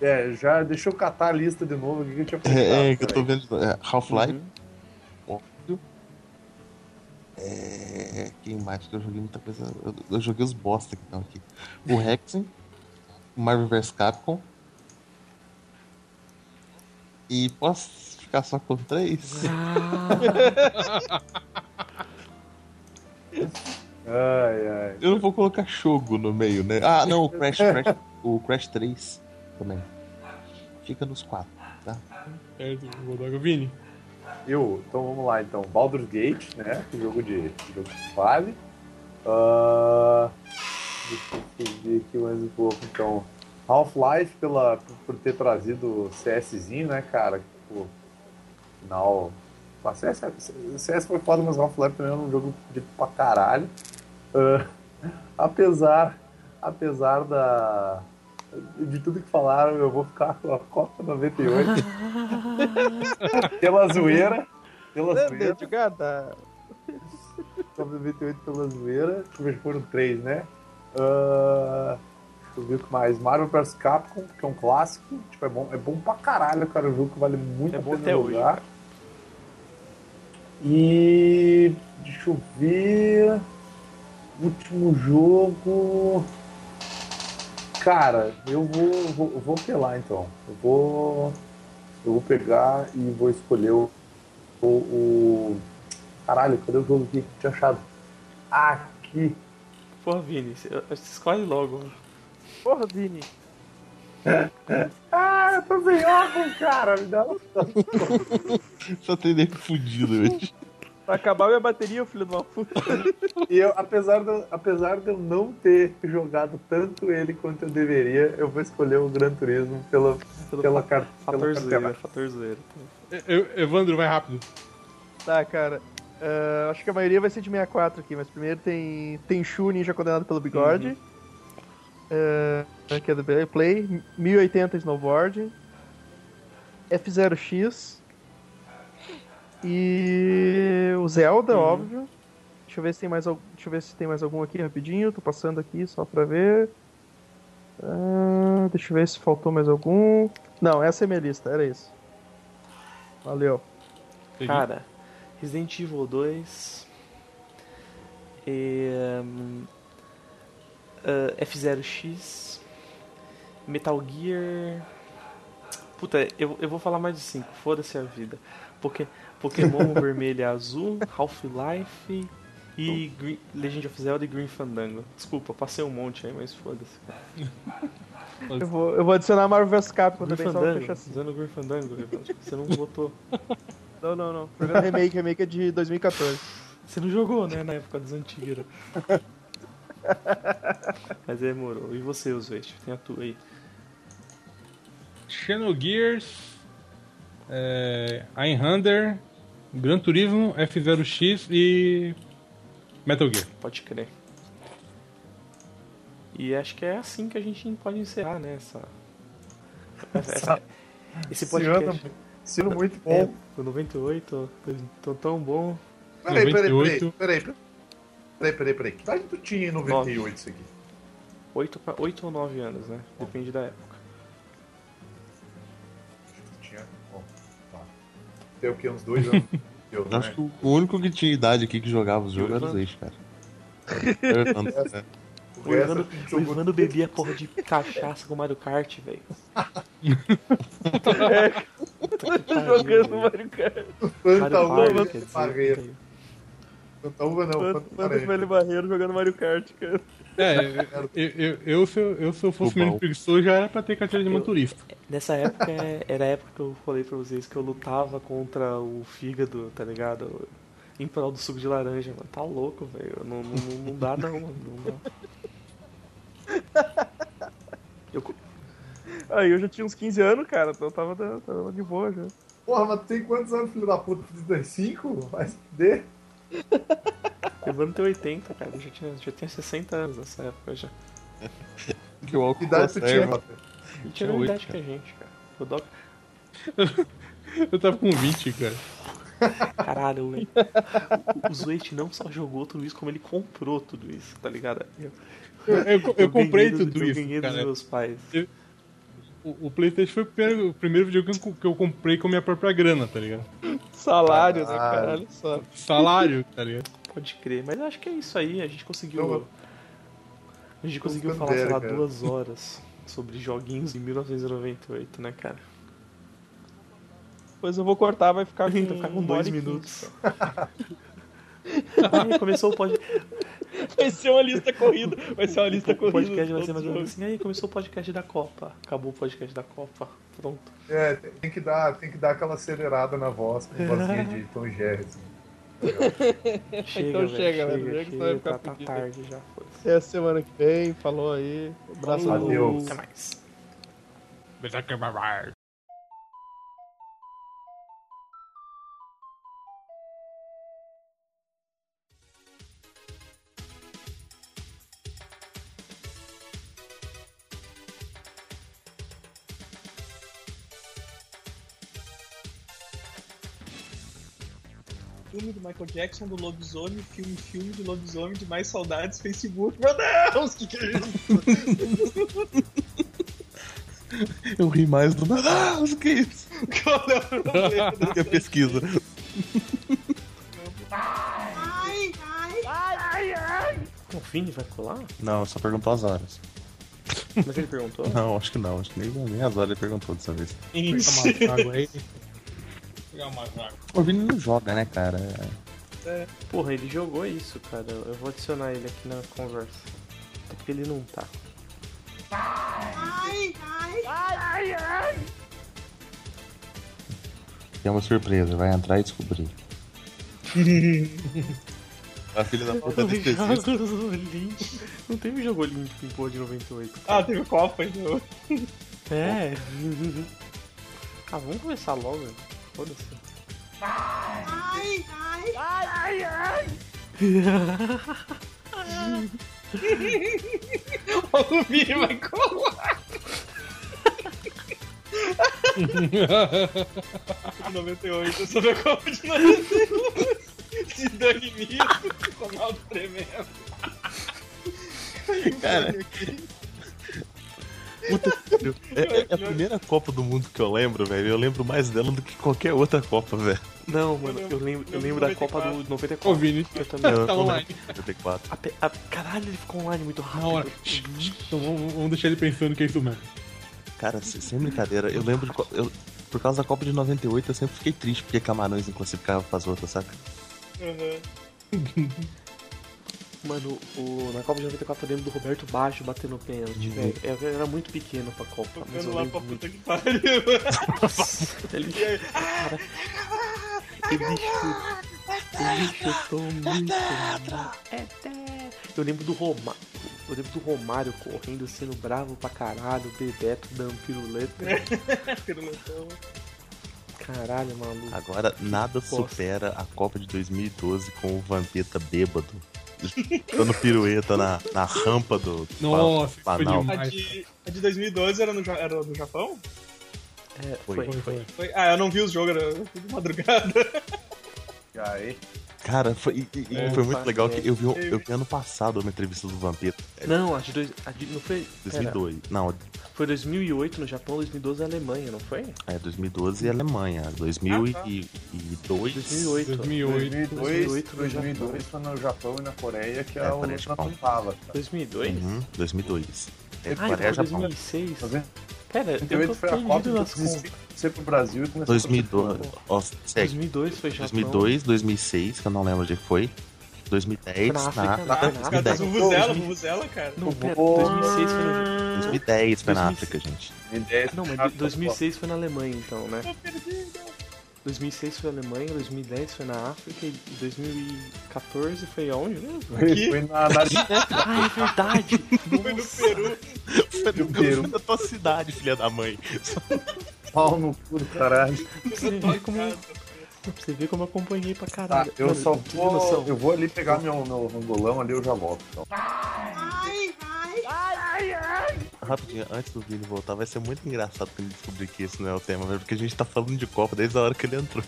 S7: É, já deixa eu catar a lista de novo aqui que eu tinha pensado.
S5: É, é, que eu tô
S7: peraí.
S5: vendo. é, Half-Life,
S4: Uhum.
S5: óbvio. É. Quem mais que eu joguei muita coisa. Eu, eu joguei os bosta que estão aqui. O Hexen, Marvel vs Capcom. E posso ficar só com três?
S7: Ai, ai.
S5: Eu não vou colocar Shogo no meio, né? Ah, não, o Crash, Crash- o Crash 3 também. Fica nos quatro.
S6: Certo, Godog. Vini.
S7: Eu, então vamos lá então. Baldur's Gate, né? Que Jogo de jogo de fase. Ah, deixa eu ver aqui mais um pouco então. Half-Life pela por ter trazido o CSzinho, né, cara? Que, Pô, final. Mas CS, CS foi foda, é mas Half-Life também era um jogo de pra caralho. Ah, apesar apesar da. De tudo que falaram, eu vou ficar com a Copa 98. pela zoeira. Pela zoeira.
S8: Jogada.
S7: Copa 98 pela zoeira. Deixa eu ver, foram três, né? Ah, deixa eu ver o que mais. Marvel vs Capcom, que é um clássico. Tipo, é bom, é bom pra caralho, cara. O jogo que vale muito
S4: É
S7: a
S4: bom
S7: pena
S4: até hoje,
S7: jogar. E deixa eu ver. Último jogo. Cara, eu vou, vou, vou apelar então. Eu vou. Eu vou pegar e vou escolher o. o, o- Caralho, cadê o jogo aqui? Tinha achado. Aqui.
S4: Porra, Vini, você você escolhe logo.
S3: Porra, Vini.
S7: Ah, eu tô sem óculos, cara. Me dá um
S5: Só tem nego fudido hoje.
S3: Vai acabar minha bateria, filho de uma puta.
S7: E eu, apesar de, eu- apesar de eu não ter jogado tanto ele quanto eu deveria, eu vou escolher o Gran Turismo pela,
S4: Pelo
S7: pela,
S4: fa-
S7: car-
S4: fator
S7: pela
S4: zoeira,
S7: cartela.
S4: fator zoeira.
S6: Eu- Evandro, vai rápido.
S8: Tá, cara. Ah, acho que a maioria vai ser de 64 aqui, mas primeiro tem Tenchu, Ninja Condenado pelo Bigode. Ah, que é do Play. 1080 Snowboard. F0X. E o Zelda, óbvio. Deixa eu ver se tem mais al- Deixa eu ver se tem mais algum aqui rapidinho. Tô passando aqui só pra ver. Ah, deixa eu ver se faltou mais algum. Não, essa é minha lista, era isso. Valeu.
S4: Cara, Resident Evil 2. e, hum, ah, F0X. Metal Gear. Puta, eu, eu vou falar mais de 5, foda-se a vida. Porque, Pokémon vermelho e azul, Half-Life e Green- Legend of Zelda e Green Fandango. Desculpa, passei um monte aí, mas foda-se. cara.
S8: Eu vou, eu vou adicionar Marvel vs Capcom
S4: Green
S8: também, só pra
S4: Fandango,
S8: fechar assim.
S4: usando Green Fandango, Evandro, você não botou.
S8: Não, não, não. Primeiro remake, remake é de 2014.
S4: Você não jogou, né, na época dos antigos. Mas é, moro. E você, Oswest? Tem a tua aí.
S6: Channel Gears, é, Einhander, Gran Turismo, F0X e Metal Gear.
S4: Pode crer. E acho que é assim que a gente pode encerrar, né? Essa, essa- essa- esse
S7: Esse ano,
S4: podcast
S7: esse ano muito
S4: é,
S7: bom.
S4: do 98, tô tão bom.
S7: Peraí, peraí, peraí,
S6: 98.
S7: peraí. Peraí, peraí, peraí. peraí. Que idade tu tinha em 98 isso aqui?
S4: 8, pra- 8 ou 9 anos, né? Depende da época.
S7: Tu tinha. Bom, tá. Tem o quê? Uns dois anos? né? Eu,
S5: Eu acho que o único que tinha idade aqui que jogava os jogos era o Zeix, cara. Eu, eu,
S4: O Ivano, o Ivano bebia porra de cachaça com Mario Kart, velho.
S3: Jogando Mario Kart.
S7: Planta uma,
S4: quer dizer,
S7: barreira.
S4: puta aí.
S7: Planta uma não,
S3: Quanto,
S7: planta
S3: quanto
S7: barreira.
S3: velho barreiro jogando Mario Kart, cara.
S6: É, eu, eu- eu- se eu, eu se eu fosse
S5: Opa.
S6: menos preguiçoso já era pra ter carteira de
S4: Eu-
S6: motorista.
S4: Nessa época é- era a época que eu falei pra vocês que eu lutava contra o fígado, tá ligado? Em prol do suco de laranja, mano. Tá louco, velho. Não, não, não- não dá não, mano. Não dá. Eu, co-
S3: Aí eu já tinha uns 15 anos, cara, então eu tava, da- tava de boa já.
S7: Porra, mas tu tem quantos anos, filho da puta? 35? Vai se fuder.
S4: eu vou no ter 80, cara. Eu já tinha, já tinha 60 anos nessa época já.
S5: que o
S7: Que
S5: álcool
S7: idade tu tinha?
S5: conserva.
S4: E
S5: Tinha
S4: tinha a mesma
S5: oito,
S4: idade que a gente, cara. O Doc...
S6: Eu tava com 20, cara.
S4: Caralho, velho. O- O Zuete não só jogou tudo isso, como ele comprou tudo isso, tá ligado? Eu,
S6: Eu, eu- eu
S4: eu
S6: comprei
S4: ganhei do-
S6: tudo
S4: Eu ganhei
S6: isso,
S4: dos
S6: cara.
S4: meus pais.
S6: O, o Playstation foi o primeiro, o primeiro videogame que eu- que eu comprei com a minha própria grana, tá ligado?
S3: Salário, né, caralho? Só.
S6: Salário, tá ligado?
S4: Pode crer, mas eu acho que é isso aí, a gente conseguiu.
S7: Não,
S4: a gente conseguiu
S7: ficando
S4: falar, sei
S7: velho,
S4: lá,
S7: cara.
S4: duas horas sobre joguinhos de 1998, né, cara?
S3: Depois eu vou cortar, vai ficar Tá com,
S4: Então ficar com
S3: uma hora
S4: dois
S3: e quinze.
S4: minutos. Aí começou o pod...
S3: Vai ser uma lista corrida. Vai ser uma lista
S4: o
S3: corrida.
S4: um podcast,
S3: de
S4: vai ser
S3: todos os
S4: mais ou menos
S3: jogos.
S4: assim. Aí começou o podcast da Copa. Acabou o podcast da Copa. Pronto.
S7: É, tem que dar, tem que dar aquela acelerada na voz com
S4: É.
S7: vozinha de Tom Jerry. assim.
S4: Chega,
S8: Então
S4: velho,
S8: chega, velho.
S4: Chega,
S8: Chega que você vai
S4: chega,
S8: ficar
S4: tá, tá
S8: fudido.
S4: tarde já. Foi.
S8: Até a semana que vem, falou aí. Abraço a todos.
S7: Adeus.
S4: Até mais.
S3: filme do Michael Jackson, do lobisomem, filme, filme do lobisomem, de mais saudades, Facebook. Meu Deus, que que é isso?
S5: Eu ri mais do nada. Ah, o que é isso?
S3: Qual é o problema
S5: Que é pesquisa.
S4: Confine vai colar?
S5: Não, só perguntou as horas.
S8: é
S4: Mas ele perguntou?
S5: Não, acho que não. Acho que nem, nem as horas ele perguntou dessa vez.
S3: disso?
S6: Tomar uma água aí.
S3: Pegar uma vaga.
S5: O Vini não joga, né, cara?
S4: Porra, ele jogou isso, cara. Eu vou adicionar ele aqui na conversa. Até porque ele não tá.
S5: É uma surpresa, vai entrar e descobrir. A filha da puta
S4: Não tem
S5: anestesista.
S4: jogo olímpico. Não teve jogo olímpico em porra de 98.
S3: Ah, teve Copa, então.
S4: É. ah, vamos começar logo. velho. Foda-se.
S3: O Vini vai colar. de 98, eu sou da Copa de 98. Se dane nisso, Ronaldo tremendo.
S5: Cara. Puta que pariu. É, é a primeira Copa do Mundo que eu lembro, velho. Eu lembro mais dela do que qualquer outra Copa, velho.
S4: Não, mano, eu lembro, eu lembro da Copa do 94.
S6: Ô, Vini.
S4: Eu também.
S5: Eu não
S6: online.
S5: lembro de 94.
S4: A pe- a- caralho, ele ficou online muito rápido.
S6: Na hora. Então vamos, vamos deixar ele pensando que é isso mesmo.
S5: Cara, se- sem brincadeira, eu lembro de. co- Eu, por causa da Copa de 98, eu sempre fiquei triste porque Camarões não classificava pras outras, saca?
S4: Mano, o- na Copa de 94 eu lembro do Roberto Baggio batendo pênalti, velho. Eu era muito pequeno pra Copa, mas eu
S3: Tocando lá
S4: lembro
S3: pra
S4: muito.
S3: puta que pariu.
S4: Ele, "Ah,
S3: Ah,
S4: cara, ele, chutou,
S3: ah,
S4: ele chutou muito. mano. É, Eu lembro do Romário. Eu lembro do Romário correndo, sendo bravo pra caralho, o Bebeto dando
S3: É.
S4: piruleta. Caralho, maluco.
S5: Agora, nada
S4: Posso.
S5: supera a Copa de 2012 com o Vampeta bêbado. Dando pirueta na, na rampa do. do
S6: Nossa,
S5: Pan-
S6: foi
S5: Panal.
S6: demais.
S3: A de, a de 2012 era no, Ja- era no Japão?
S4: É,
S5: Foi,
S4: foi.
S6: Foi, foi.
S3: Foi- ah, eu não vi os jogos, era de madrugada.
S7: E aí?
S5: Cara, foi, e- e-
S4: É,
S5: foi muito
S4: pá,
S5: legal
S4: é.
S5: que eu vi, um- eu vi ano passado uma entrevista do Vampeta.
S4: Não, a de dois. A de, não foi. Pera,
S5: 2002. Não,
S4: foi 2008 no Japão, 2012 na Alemanha, não foi?
S5: é 2012 e Alemanha.
S4: Ah, tá.
S5: 2002.
S4: 2008.
S6: 2008.
S7: 2002,
S4: 2008,
S7: 2002 foi no Japão e na Coreia que
S5: É, Coreia
S7: a
S5: e
S7: Holanda
S5: Japão.
S7: não tava.
S4: 2002?
S5: Uhum, 2002. É,
S4: Ah,
S5: Coreia,
S4: eu
S5: Japão.
S4: 2006.
S7: 98
S4: Pera, eu tô
S7: foi a Copa
S4: perdido
S7: então, que eu
S4: nas contas.
S7: desisti de ser pro Brasil e começou
S5: 2002. Ó, segue.
S4: 2002 foi Japão.
S5: 2002, 2006, que eu não lembro onde foi. 2010,
S4: Foi na
S5: na
S4: África,
S5: África.
S4: né?
S3: Os caras
S5: 2010,
S3: fazem vuvuzela, vuvuzela, cara.
S4: Não, pera,
S7: Vou-
S4: 2006 foi no...
S5: 2010 foi na
S4: 2006.
S5: África, gente.
S7: 2010.
S4: Não, mas
S7: Ah,
S4: do- 2006 foi na Alemanha então, né? 2006 foi na Alemanha, 2010 foi na África e 2014 foi aonde mesmo?
S7: Foi foi na na-
S4: Ah, é verdade!
S3: Foi no Peru.
S7: no Peru.
S5: da tua cidade, filha da mãe.
S7: pau no cu do caralho.
S4: Você vê como, você vê como eu acompanhei pra
S7: Tá,
S4: caralho.
S7: eu
S4: Mano,
S7: só
S4: tu tem noção?
S7: vou. Eu vou ali pegar meu, meu rangolão ali, eu já volto. Então.
S5: Rapidinho, antes do Vini voltar, vai ser muito engraçado quando ele descobrir que esse não é o tema, velho, porque a gente tá falando de Copa desde a hora que ele entrou.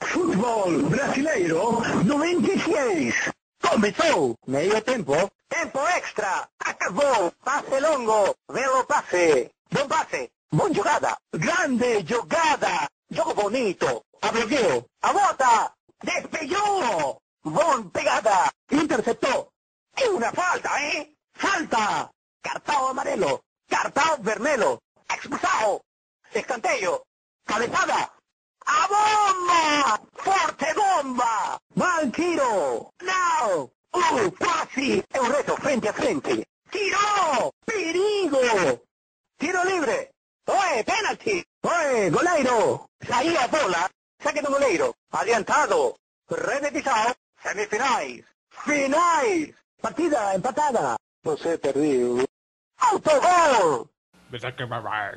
S10: Fútbol Brasileiro 96. Começou. Meio tempo. Tempo extra. Acabou. Passe longo. Belo passe. Bom passe. Bom jogada. Grande jogada. Jogo bonito. A bloqueo. A bota. Despejó. Bom pegada. Interceptó. Es una falta, ¿eh? Falta. Cartao amarelo. Cartao vermelo. Expulsado. Escantello. Cabezada. ¡A bomba! ¡Forte bomba! ¡Mal tiro! ¡No! ¡Uh, casi! ¡Es un reto frente a frente! ¡Tiro! ¡Perigo! ¡Tiro libre! ¡Oe, penalti! ¡Oe, goleiro! Saí a bola, saque do goleiro. Adiantado, repetizado, semifinais. Finais! Partida empatada. Você perdeu. Autogol!
S6: Beleza, é que vai, vai.